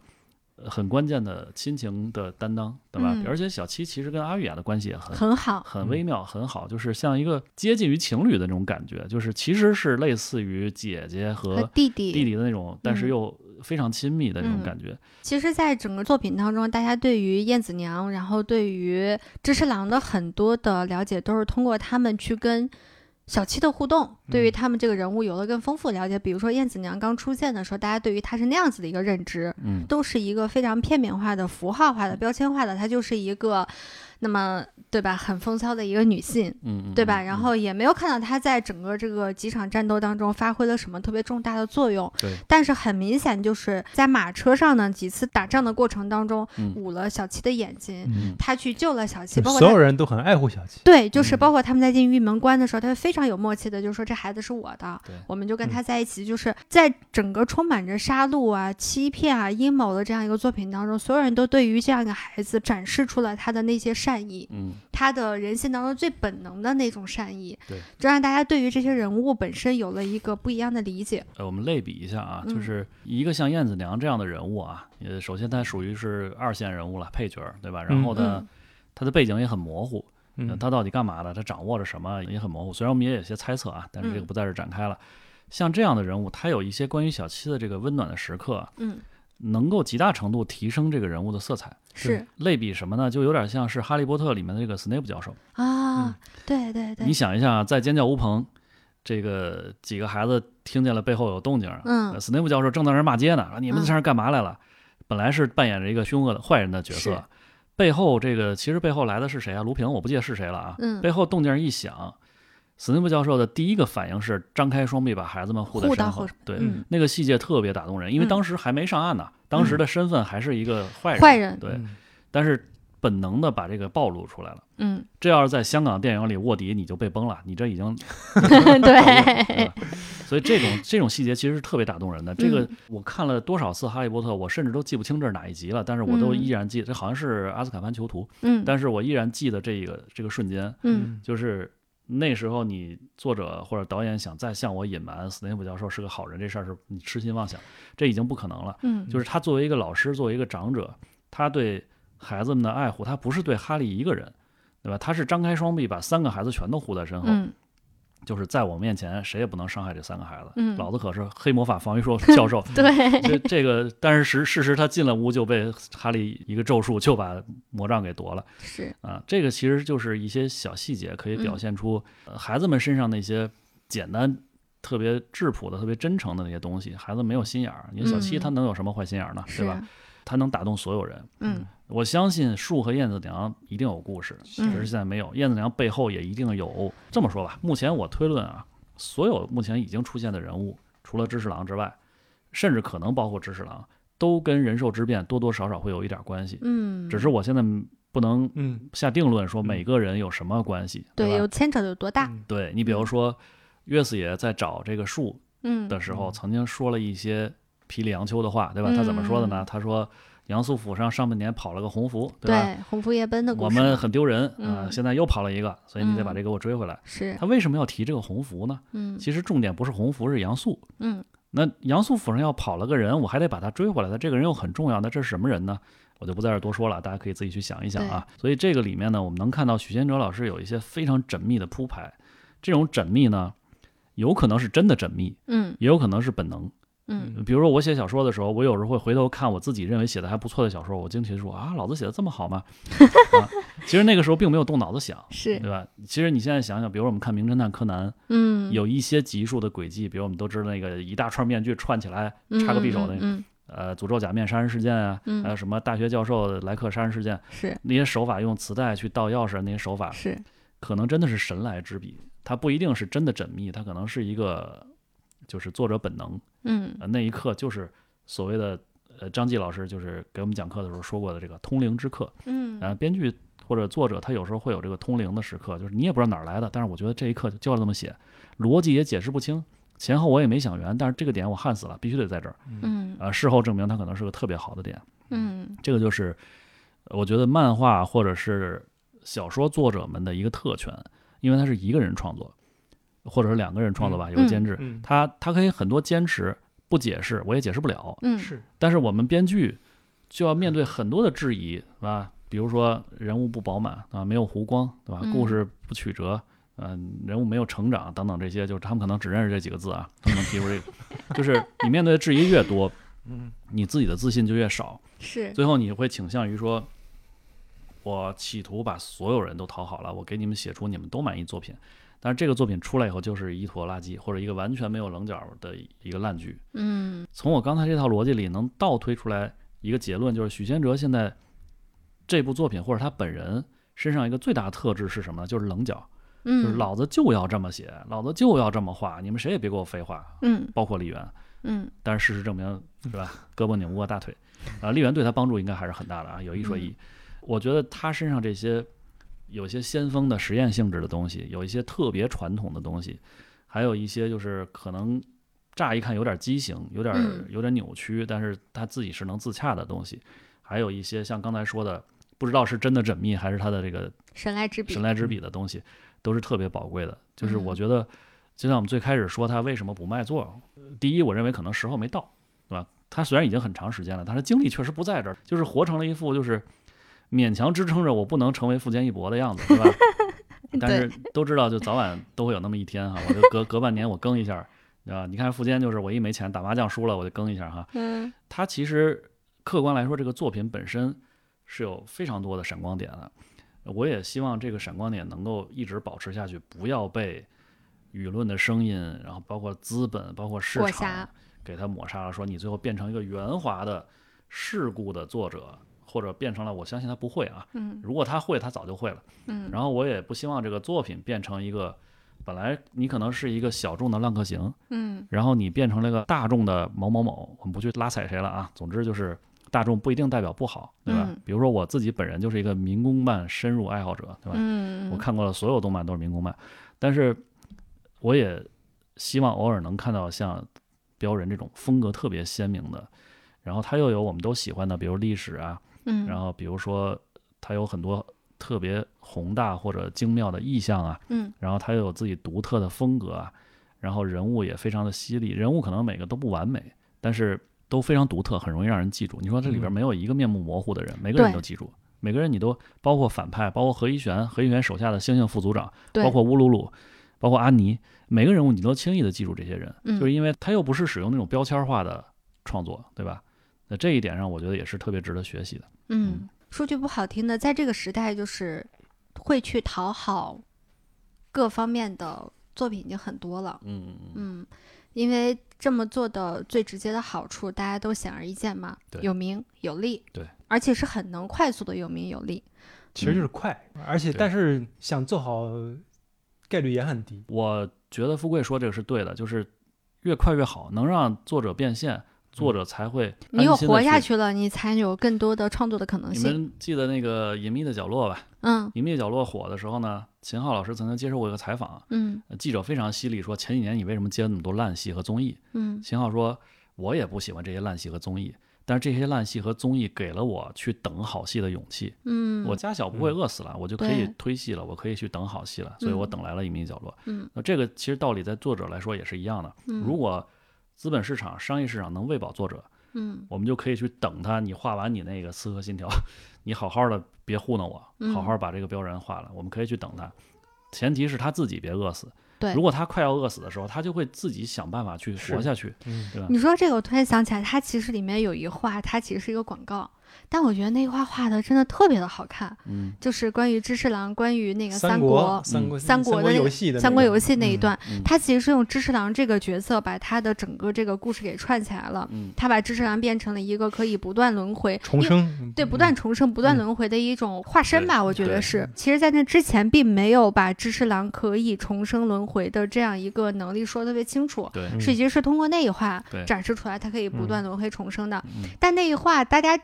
[SPEAKER 3] 呃很关键的亲情的担当，对吧？
[SPEAKER 1] 嗯
[SPEAKER 3] 而且小七其实跟阿玉雅的关系也很
[SPEAKER 1] 很好，
[SPEAKER 3] 很微妙，很好，就是像一个接近于情侣的那种感觉，就是其实是类似于姐姐
[SPEAKER 1] 和
[SPEAKER 3] 和
[SPEAKER 1] 弟弟
[SPEAKER 3] 弟弟的那种，但是
[SPEAKER 1] 嗯
[SPEAKER 3] 又非常亲密的那种
[SPEAKER 1] 嗯
[SPEAKER 3] 感觉。
[SPEAKER 1] 其实，在整个作品当中，大家对于燕子娘，然后对于知世郎的很多的了解，都是通过他们去跟小七的互动，对于他们这个人物有了更丰富的了解。比如说燕子娘刚出现的时候，大家对于她是那样子的一个认知，
[SPEAKER 3] 嗯
[SPEAKER 1] 都是一个非常片面化的、符号化的、标签化的，她就是一个，那么对吧，很风骚的一个女性。
[SPEAKER 3] 嗯，嗯
[SPEAKER 1] 对吧？
[SPEAKER 3] 嗯
[SPEAKER 1] 然
[SPEAKER 3] 嗯
[SPEAKER 1] 后也没有看到她在整个这个几场战斗当中发挥了什么特别重大的作用。
[SPEAKER 3] 对，
[SPEAKER 1] 但是很明显就是在马车上呢几次打仗的过程当中，
[SPEAKER 3] 嗯
[SPEAKER 1] 捂了小七的眼睛，
[SPEAKER 3] 嗯
[SPEAKER 1] 他去救了小七，
[SPEAKER 2] 就
[SPEAKER 1] 包括
[SPEAKER 2] 所有
[SPEAKER 1] 他。
[SPEAKER 2] 人都很爱护小七，
[SPEAKER 1] 对，就是
[SPEAKER 3] 嗯
[SPEAKER 1] 包括他们在进玉门关的时候，他非常有默契的就说这孩子是我的
[SPEAKER 3] 对，嗯
[SPEAKER 1] 我们就跟他在一起。就是在整个充满着杀戮啊、欺骗啊、阴谋的这样一个作品当中，所有人都对于这样一个孩子展示出了他的那些善意。
[SPEAKER 3] 嗯
[SPEAKER 1] 他的人性当中最本能的那种善意，
[SPEAKER 3] 对，
[SPEAKER 1] 就让大家对于这些人物本身有了一个不一样的理解。
[SPEAKER 3] 呃，我们类比一下啊，
[SPEAKER 1] 嗯
[SPEAKER 3] 就是一个像燕子娘这样的人物啊，呃，首先她属于是二线人物了，配角儿，对吧？然后呢，
[SPEAKER 1] 嗯
[SPEAKER 3] 她的背景也很模糊，呃
[SPEAKER 2] 嗯
[SPEAKER 3] 她到底干嘛的？她掌握着什么也很模糊。虽然我们也有些猜测啊，但是这
[SPEAKER 1] 嗯
[SPEAKER 3] 个不在这儿展开了。像这样的人物，他有一些关于小七的这个温暖的时刻啊，
[SPEAKER 1] 嗯，
[SPEAKER 3] 能够极大程度提升这个人物的色彩。
[SPEAKER 1] 是
[SPEAKER 3] 类比什么呢？就有点像是《哈利波特》里面的这个斯内普教授。
[SPEAKER 1] 啊，对对对
[SPEAKER 3] 嗯你，想一下啊，在尖叫屋棚，这个几个孩子听见了背后有动静啊，
[SPEAKER 1] 嗯
[SPEAKER 3] 呃斯内普教授正在那儿骂街呢，啊你
[SPEAKER 1] 嗯
[SPEAKER 3] 们在这儿干嘛来了？本来是扮演着一个凶恶的坏人的角
[SPEAKER 1] 是
[SPEAKER 3] 色，背后这个其实背后来的是谁啊？卢平，我不记得是谁了啊。
[SPEAKER 1] 嗯
[SPEAKER 3] 背后动静一响，斯内普教授的第一个反应是张开双臂把孩子们护在
[SPEAKER 1] 护到
[SPEAKER 3] 身
[SPEAKER 1] 后
[SPEAKER 3] 后
[SPEAKER 1] 头。
[SPEAKER 3] 对，
[SPEAKER 1] 嗯
[SPEAKER 3] 那个细节特别打动人，因为
[SPEAKER 1] 嗯
[SPEAKER 3] 当时还没上岸呢，当时的身份还是一个坏人。
[SPEAKER 1] 坏人
[SPEAKER 3] 对，但是本能的把这个暴露出来了。
[SPEAKER 1] 嗯，
[SPEAKER 3] 这要是在香港电影里卧底，你就被崩了，你这已经对
[SPEAKER 1] 嗯 对，
[SPEAKER 3] 吧啊所以这种这种细节其实是特别打动人的。这个
[SPEAKER 1] 嗯
[SPEAKER 3] 我看了多少次《哈利波特》，我甚至都记不清这是哪一集了，但是我都
[SPEAKER 1] 嗯
[SPEAKER 3] 依然记。这好像是阿斯卡班囚徒，
[SPEAKER 1] 嗯
[SPEAKER 3] 但是我依然记得这个这个瞬间，
[SPEAKER 1] 嗯
[SPEAKER 3] 就是那时候你作者或者导演想再向我隐瞒斯内普教授是个好人这事儿，是你痴心妄想，这已经不可能了。
[SPEAKER 1] 嗯，
[SPEAKER 3] 就是他作为一个老师，作为一个长者，他对孩子们的爱护，他不是对哈利一个人，对吧？他是张开双臂，把三个孩子全都护在身后，
[SPEAKER 1] 嗯
[SPEAKER 3] 就是在我面前谁也不能伤害这三个孩子。
[SPEAKER 1] 嗯
[SPEAKER 3] 老子可是黑魔法防御术教授。
[SPEAKER 1] 对，
[SPEAKER 3] 这这个，但是实事实他进了屋就被哈利一个咒术就把魔杖给夺了
[SPEAKER 1] 是
[SPEAKER 3] 啊！这个其实就是一些小细节，可以
[SPEAKER 1] 嗯
[SPEAKER 3] 表现出、呃孩子们身上那些简单、特别质朴的、特别真诚的那些东西。孩子没有心眼儿，你说小七
[SPEAKER 1] 嗯
[SPEAKER 3] 他能有什么坏心眼儿呢？
[SPEAKER 1] 是
[SPEAKER 3] 对吧？？他能打动所有人。
[SPEAKER 1] 嗯
[SPEAKER 3] 我相信树和燕子娘一定有故事，只
[SPEAKER 1] 嗯
[SPEAKER 3] 是现在没有。燕子娘背后也一定有。这么说吧，目前我推论啊，所有目前已经出现的人物，除了知识郎之外，甚至可能包括知识郎，都跟人兽之变多多少少会有一点关系。
[SPEAKER 1] 嗯，
[SPEAKER 3] 只是我现在不能
[SPEAKER 2] 嗯
[SPEAKER 3] 下定论说每个人有什么关系，
[SPEAKER 1] 对有
[SPEAKER 3] 吧？
[SPEAKER 1] 牵扯有多大？
[SPEAKER 2] 嗯
[SPEAKER 3] 对你比如说，约四爷在找这个树
[SPEAKER 1] 嗯
[SPEAKER 3] 的时候，
[SPEAKER 2] 嗯
[SPEAKER 3] 曾经说了一些霹雳杨秋的话，对吧？他怎么说的呢
[SPEAKER 1] 嗯？
[SPEAKER 3] 他说杨素府上上半年跑了个红福，吧？
[SPEAKER 1] 对，红拂夜奔的故
[SPEAKER 3] 我
[SPEAKER 1] 事
[SPEAKER 3] 们很丢人啊、
[SPEAKER 1] 嗯
[SPEAKER 3] 现在又跑了一个，所以你得把
[SPEAKER 1] 嗯
[SPEAKER 3] 这给我追回来。
[SPEAKER 1] 是
[SPEAKER 3] 他为什么要提这个红福呢？
[SPEAKER 1] 嗯
[SPEAKER 3] 其实重点不是红福，是杨素。
[SPEAKER 1] 嗯
[SPEAKER 3] 那杨素府上要跑了个人，我还得把他追回来。他这个人又很重要，那这是什么人呢？我就不在这儿多说了，大家可以自己去想一想啊。所以这个里面呢，我们能看到许仙哲老师有一些非常缜密的铺排，这种缜密呢，有可能是真的缜密，
[SPEAKER 1] 嗯
[SPEAKER 3] 也有可能是本能。
[SPEAKER 1] 嗯
[SPEAKER 3] 比如说我写小说的时候，我有时候会回头看我自己认为写的还不错的小说，我惊奇地说啊，老子写的这么好吗？啊，其实那个时候并没有动脑子想，
[SPEAKER 1] 是
[SPEAKER 3] 对吧？其实你现在想想，比如我们看《名侦探柯南》，
[SPEAKER 1] 嗯
[SPEAKER 3] 有一些集数的轨迹，比如我们都知道那个一大串面具串起来，插个匕首那个，
[SPEAKER 1] 嗯
[SPEAKER 3] 呃，诅咒假面杀人事件啊，
[SPEAKER 1] 嗯
[SPEAKER 3] 还有什么大学教授莱克杀人事件，
[SPEAKER 1] 是
[SPEAKER 3] 那些手法用磁带去盗钥匙啊那些手法，
[SPEAKER 1] 是
[SPEAKER 3] 可能真的是神来之笔，它不一定是真的缜密，它可能是一个就是作者本能。
[SPEAKER 1] 嗯
[SPEAKER 3] 呃，那一刻就是所谓的呃，张继老师就是给我们讲课的时候说过的这个通灵之课。
[SPEAKER 1] 嗯
[SPEAKER 3] 呃，编剧或者作者他有时候会有这个通灵的时刻，就是你也不知道哪儿来的，但是我觉得这一刻就要这么写，逻辑也解释不清，前后我也没想圆，但是这个点我焊死了，必须得在这儿。
[SPEAKER 1] 嗯
[SPEAKER 3] 呃，事后证明它可能是个特别好的点，
[SPEAKER 1] 嗯
[SPEAKER 3] 这个就是呃我觉得漫画或者是小说作者们的一个特权，因为它是一个人创作，或者是两个人创作吧，有个监制，
[SPEAKER 2] 嗯，
[SPEAKER 3] 他他可以很多坚持不解释，我也解释不了，
[SPEAKER 1] 嗯
[SPEAKER 2] 是
[SPEAKER 3] 但是我们编剧就要面对很多的质疑，是吧？比如说人物不饱满啊，没有弧光，对吧？
[SPEAKER 1] 嗯
[SPEAKER 3] 故事不曲折，嗯、人物没有成长等等这些，就是他们可能只认识这几个字啊，他们能提出这个， 就是你面对的质疑越多，
[SPEAKER 2] 嗯
[SPEAKER 3] 你自己的自信就越少，
[SPEAKER 1] 是
[SPEAKER 3] 最后你会倾向于说，我企图把所有人都讨好了，我给你们写出你们都满意的作品，但是这个作品出来以后就是一坨垃圾，或者一个完全没有棱角的一个烂剧，
[SPEAKER 1] 嗯
[SPEAKER 3] 从我刚才这套逻辑里，能倒推出来一个结论，就是许仙哲现在这部作品或者他本人身上一个最大的特质是什么呢？就是棱角，就
[SPEAKER 1] 嗯
[SPEAKER 3] 是老子就要这么写，老子就要这么画，你们谁也别给我废话，
[SPEAKER 1] 嗯
[SPEAKER 3] 包括李元。
[SPEAKER 1] 嗯
[SPEAKER 3] 但是事实证明，是吧？胳膊拧不过大腿，啊，丽媛对他帮助应该还是很大的啊。有一说一，我觉得他身上这些有一些先锋的实验性质的东西，有一些特别传统的东西，还有一些就是可能乍一看有点畸形，有点
[SPEAKER 1] 嗯
[SPEAKER 3] 有点扭曲，但是他自己是能自洽的东西，还有一些像刚才说的，不知道是真的缜密还是他的这个
[SPEAKER 1] 神来之笔
[SPEAKER 3] 神来之笔的东西，都是特别宝贵的。就是
[SPEAKER 1] 嗯
[SPEAKER 3] 我觉得，就像我们最开始说他为什么不卖座，呃第一，我认为可能时候没到，对吧？他虽然已经很长时间了，但是精力确实不在这儿，就是活成了一副就是勉强支撑着我不能成为富坚义博的样子，对 吧？但是都知道，就早晚都会有那么一天哈，我就隔隔半年我更一下，对吧？你看富坚就是我一没钱打麻将输了我就更一下哈，
[SPEAKER 1] 嗯
[SPEAKER 3] 它其实客观来说，这个作品本身是有非常多的闪光点的。呃我也希望这个闪光点能够一直保持下去，不要被舆论的声音，然后包括资本、包括市
[SPEAKER 1] 抹
[SPEAKER 3] 场
[SPEAKER 1] 杀
[SPEAKER 3] 给它抹杀了，说你最后变成一个圆滑的世故的作者，或者变成了我相信他不会啊，
[SPEAKER 1] 嗯
[SPEAKER 3] 如果他会，他早就会了。
[SPEAKER 1] 嗯
[SPEAKER 3] 然后我也不希望这个作品变成一个本来你可能是一个小众的浪客行，
[SPEAKER 1] 嗯
[SPEAKER 3] 然后你变成了个大众的某某某，我们不去拉踩谁了啊。总之就是大众不一定代表不好，对吧？
[SPEAKER 1] 嗯
[SPEAKER 3] 比如说我自己本人就是一个民工漫深入爱好者，对吧？
[SPEAKER 1] 嗯，
[SPEAKER 3] 我看过的所有动漫都是民工漫，但是我也希望偶尔能看到像标人这种风格特别鲜明的，然后他又有我们都喜欢的，比如历史啊，
[SPEAKER 1] 嗯，
[SPEAKER 3] 然后比如说他有很多特别宏大或者精妙的意象啊，
[SPEAKER 1] 嗯
[SPEAKER 3] 然后他又有自己独特的风格啊，然后人物也非常的犀利，人物可能每个都不完美，但是都非常独特，很容易让人记住。你说这里
[SPEAKER 2] 嗯
[SPEAKER 3] 边没有一个面目模糊的人，每个人
[SPEAKER 1] 对
[SPEAKER 3] 都记住，每个人你都包括反派，包括何一璇，何一璇手下的猩猩副组长，
[SPEAKER 1] 对
[SPEAKER 3] 包括乌鲁鲁，包括阿尼，每个人物你都轻易的记住这些人，
[SPEAKER 1] 嗯
[SPEAKER 3] 就是因为他又不是使用那种标签化的创作，对吧？那这一点上，我觉得也是特别值得学习的。
[SPEAKER 1] 嗯，说句不好听的，在这个时代，就是会去讨好各方面的作品已经很多了。
[SPEAKER 3] 嗯
[SPEAKER 1] 嗯，因为这么做的最直接的好处，大家都显而易见嘛，
[SPEAKER 3] 对
[SPEAKER 1] 有名有利，
[SPEAKER 3] 对，
[SPEAKER 1] 而且是很能快速的有名有利。
[SPEAKER 2] 其实就是快，而且
[SPEAKER 3] 对
[SPEAKER 2] 但是想做好概率也很低。
[SPEAKER 3] 我觉得富贵说这个是对的，就是越快越好，能让作者变现，作者才会
[SPEAKER 1] 你有
[SPEAKER 3] 安心
[SPEAKER 1] 嗯
[SPEAKER 3] 地
[SPEAKER 1] 活下
[SPEAKER 3] 去。
[SPEAKER 1] 去了，你才有更多的创作的可能
[SPEAKER 3] 你
[SPEAKER 1] 性。
[SPEAKER 3] 们记得那个《隐秘的角落》吧？《
[SPEAKER 1] 嗯
[SPEAKER 3] 隐秘的角落》火的时候呢，秦昊老师曾经接受过一个采访，
[SPEAKER 1] 嗯
[SPEAKER 3] 呃记者非常犀利说，前几年你为什么接了那么多烂戏和综艺？
[SPEAKER 1] 嗯
[SPEAKER 3] 秦昊说，我也不喜欢这些烂戏和综艺，但是这些烂戏和综艺给了我去等好戏的勇气。
[SPEAKER 1] 嗯，
[SPEAKER 3] 我家小不会饿死了，我就可以
[SPEAKER 1] 对
[SPEAKER 3] 推戏了，我可以去等好戏了，所以我等来了《隐秘的角落》。
[SPEAKER 1] 嗯，
[SPEAKER 3] 那这个其实道理在作者来说也是一样的。
[SPEAKER 1] 嗯
[SPEAKER 3] 如果资本市场、商业市场能喂饱作者，
[SPEAKER 1] 嗯
[SPEAKER 3] 我们就可以去等他。你画完你那个《刺客信条》， 你好好的，别糊弄我，
[SPEAKER 1] 嗯
[SPEAKER 3] 好好把这个标人画了，我们可以去等他。前提是他自己别饿死。
[SPEAKER 1] 对
[SPEAKER 3] 如果他快要饿死的时候，他就会自己想办法去活
[SPEAKER 2] 是
[SPEAKER 3] 下去。
[SPEAKER 2] 嗯，
[SPEAKER 3] 对吧
[SPEAKER 1] 你说这个，我突然想起来，它其实里面有一画，它其实是一个广告，但我觉得那一画画的真的特别的好看，
[SPEAKER 3] 嗯，
[SPEAKER 1] 就是关于知侍郎，关于那个
[SPEAKER 2] 三
[SPEAKER 1] 国嗯
[SPEAKER 2] 三国、
[SPEAKER 1] 三国的那个
[SPEAKER 2] 游戏的
[SPEAKER 1] 三国游
[SPEAKER 2] 戏
[SPEAKER 1] 戏那一段，
[SPEAKER 3] 嗯
[SPEAKER 1] 它其实是用知侍郎这个角色把他的整个这个故事给串起来了，
[SPEAKER 3] 嗯
[SPEAKER 1] 他把知侍郎变成了一个可以不断轮回
[SPEAKER 2] 重。
[SPEAKER 1] 因为
[SPEAKER 2] 生，嗯
[SPEAKER 1] 对，不断重生、不断
[SPEAKER 2] 嗯
[SPEAKER 1] 轮回的一种化身吧，我觉得
[SPEAKER 3] 对
[SPEAKER 1] 是。其实，在那之前，并没有把知侍郎可以重生轮回的这样一个能力说得特别清楚。
[SPEAKER 3] 对，
[SPEAKER 2] 嗯
[SPEAKER 1] 是其实是通过那一话
[SPEAKER 3] 对
[SPEAKER 1] 展示出来，它可以不
[SPEAKER 2] 嗯
[SPEAKER 1] 断轮回重生的。
[SPEAKER 3] 嗯，
[SPEAKER 1] 但那一话大家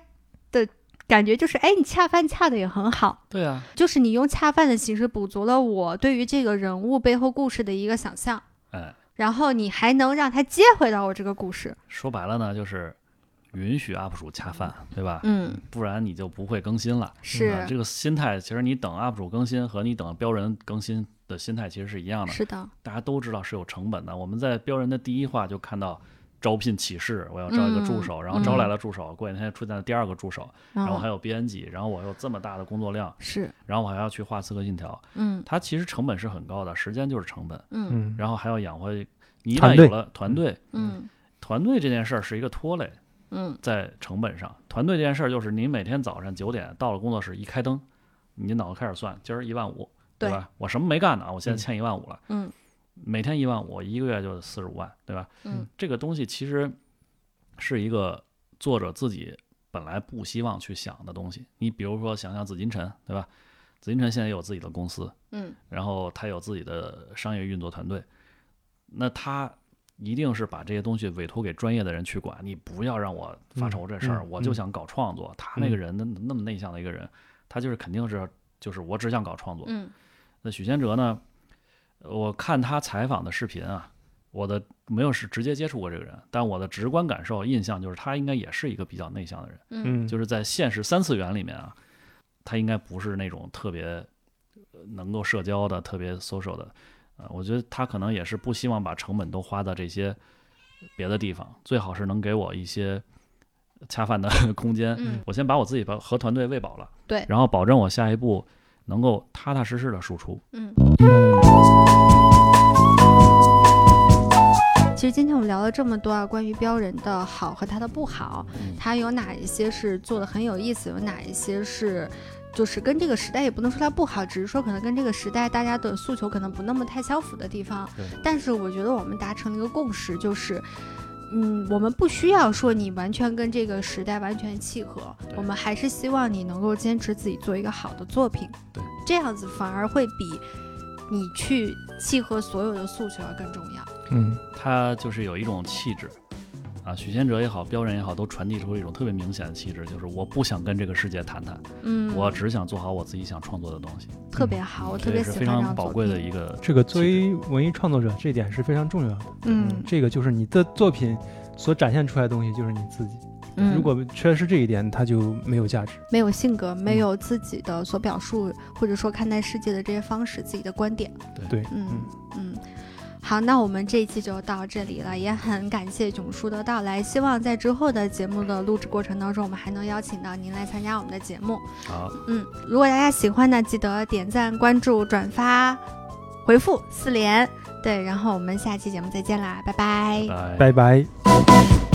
[SPEAKER 1] 的感觉就是，哎，你恰饭恰的也很好，
[SPEAKER 3] 对啊，
[SPEAKER 1] 就是你用恰饭的形式补足了我对于这个人物背后故事的一个想象，
[SPEAKER 3] 哎，
[SPEAKER 1] 然后你还能让他接回到我这个故事。
[SPEAKER 3] 说白了呢，就是允许 UP 主恰饭，对吧？
[SPEAKER 1] 嗯，
[SPEAKER 3] 不然你就不会更新了。啊
[SPEAKER 1] 是
[SPEAKER 3] 这个心态，其实你等 UP 主更新和你等标人更新的心态其实是一样的。
[SPEAKER 1] 是的，
[SPEAKER 3] 大家都知道是有成本的。我们在标人的第一话就看到招聘启事，我要招一个助手，
[SPEAKER 1] 嗯哦
[SPEAKER 3] 然后招来了助手，过两天出现了第二个助手，然后还
[SPEAKER 1] 有
[SPEAKER 3] 有编辑，然后我有这么大的工作量，
[SPEAKER 1] 嗯是，
[SPEAKER 3] 然后我还要去画《刺客信条》，
[SPEAKER 1] 嗯
[SPEAKER 3] 它其实成本是很高的，时间就是成本，
[SPEAKER 1] 嗯
[SPEAKER 2] 嗯，
[SPEAKER 3] 然后还要养活。你一旦
[SPEAKER 2] 团队
[SPEAKER 3] 有了团队，
[SPEAKER 1] 嗯
[SPEAKER 3] 团队这件事儿是一个拖累，
[SPEAKER 1] 嗯
[SPEAKER 3] 在成本上，团队这件事儿就是你每天早上九点到了工作室一开灯，你脑子开始算，今儿一万五，对
[SPEAKER 1] 对
[SPEAKER 3] 吧？我什么没干呢？我现在欠一万五了，
[SPEAKER 1] 嗯，
[SPEAKER 3] 每天一万五，一个月就四十五万，对吧？
[SPEAKER 1] 嗯，
[SPEAKER 3] 这个东西其实是一个作者自己本来不希望去想的东西。你比如说想想紫金陈，对吧？紫金陈现在有自己的公司，
[SPEAKER 1] 嗯
[SPEAKER 3] 然后他有自己的商业运作团队，那他一定是把这些东西委托给专业的人去管。你不要让我发愁这事儿，
[SPEAKER 2] 嗯嗯嗯
[SPEAKER 3] 我就想搞创作。他那个人那那么内向的一个人，他就是肯定是就是我只想搞创作。
[SPEAKER 1] 嗯
[SPEAKER 3] 那许仙哲呢，呃我看他采访的视频啊，我的没有是直接接触过这个人，但我的直观感受印象就是他应该也是一个比较内向的人。
[SPEAKER 1] 嗯
[SPEAKER 2] 嗯，
[SPEAKER 3] 就是在现实三次元里面啊，他应该不是那种特别呃能够社交的、特别 social 的。呃，我觉得他可能也是不希望把成本都花在这些别的地方，最好是能给我一些恰饭的 空间。
[SPEAKER 1] 嗯
[SPEAKER 3] 我先把我自己把和团队喂饱了，
[SPEAKER 1] 对
[SPEAKER 3] 然后保证我下一步能够踏踏实实的输出。
[SPEAKER 1] 嗯。其实今天我们聊了这么多啊，关于标人的好和他的不好，它有哪一些是做的很有意思，有哪一些是。就是跟这个时代也不能说它不好，只是说可能跟这个时代大家的诉求可能不那么太相符的地方
[SPEAKER 3] 对。
[SPEAKER 1] 但是我觉得我们达成了一个共识，就是，嗯，我们不需要说你完全跟这个时代完全契合，
[SPEAKER 3] 对
[SPEAKER 1] 我们还是希望你能够坚持自己做一个好的作品。
[SPEAKER 3] 对，
[SPEAKER 1] 这样子反而会比你去契合所有的诉求要更重要。
[SPEAKER 2] 嗯，
[SPEAKER 3] 他就是有一种气质，啊，许仙哲也好，标人也好，都传递出一种特别明显的气质，就是我不想跟这个世界谈谈，
[SPEAKER 1] 嗯，
[SPEAKER 3] 我只想做好我自己想创作的东西。
[SPEAKER 1] 特别好，我特
[SPEAKER 3] 这也
[SPEAKER 1] 别
[SPEAKER 3] 是
[SPEAKER 1] 喜
[SPEAKER 3] 非
[SPEAKER 1] 欢这样
[SPEAKER 3] 常宝贵的一个
[SPEAKER 2] 这个作为文艺创作者，这一点是非常重要的。
[SPEAKER 1] 嗯
[SPEAKER 2] 这个就是你的作品所展现出来的东西就是你自己。
[SPEAKER 1] 嗯，
[SPEAKER 2] 如果缺失这一点，它就没有价值。
[SPEAKER 1] 没有性格，没有自己的所表述或者说看待世界的这些方式，自己的观点。
[SPEAKER 2] 对，
[SPEAKER 1] 嗯嗯。好，那我们这一期就到这里了，也很感谢囧叔的到来。希望在之后的节目的录制过程当中，我们还能邀请到您来参加我们的节目。
[SPEAKER 3] 好，
[SPEAKER 1] 嗯，如果大家喜欢呢，记得点赞、关注、转发、回复四连。对，然后我们下期节目再见啦，拜拜
[SPEAKER 2] 拜
[SPEAKER 3] 拜拜
[SPEAKER 2] 拜。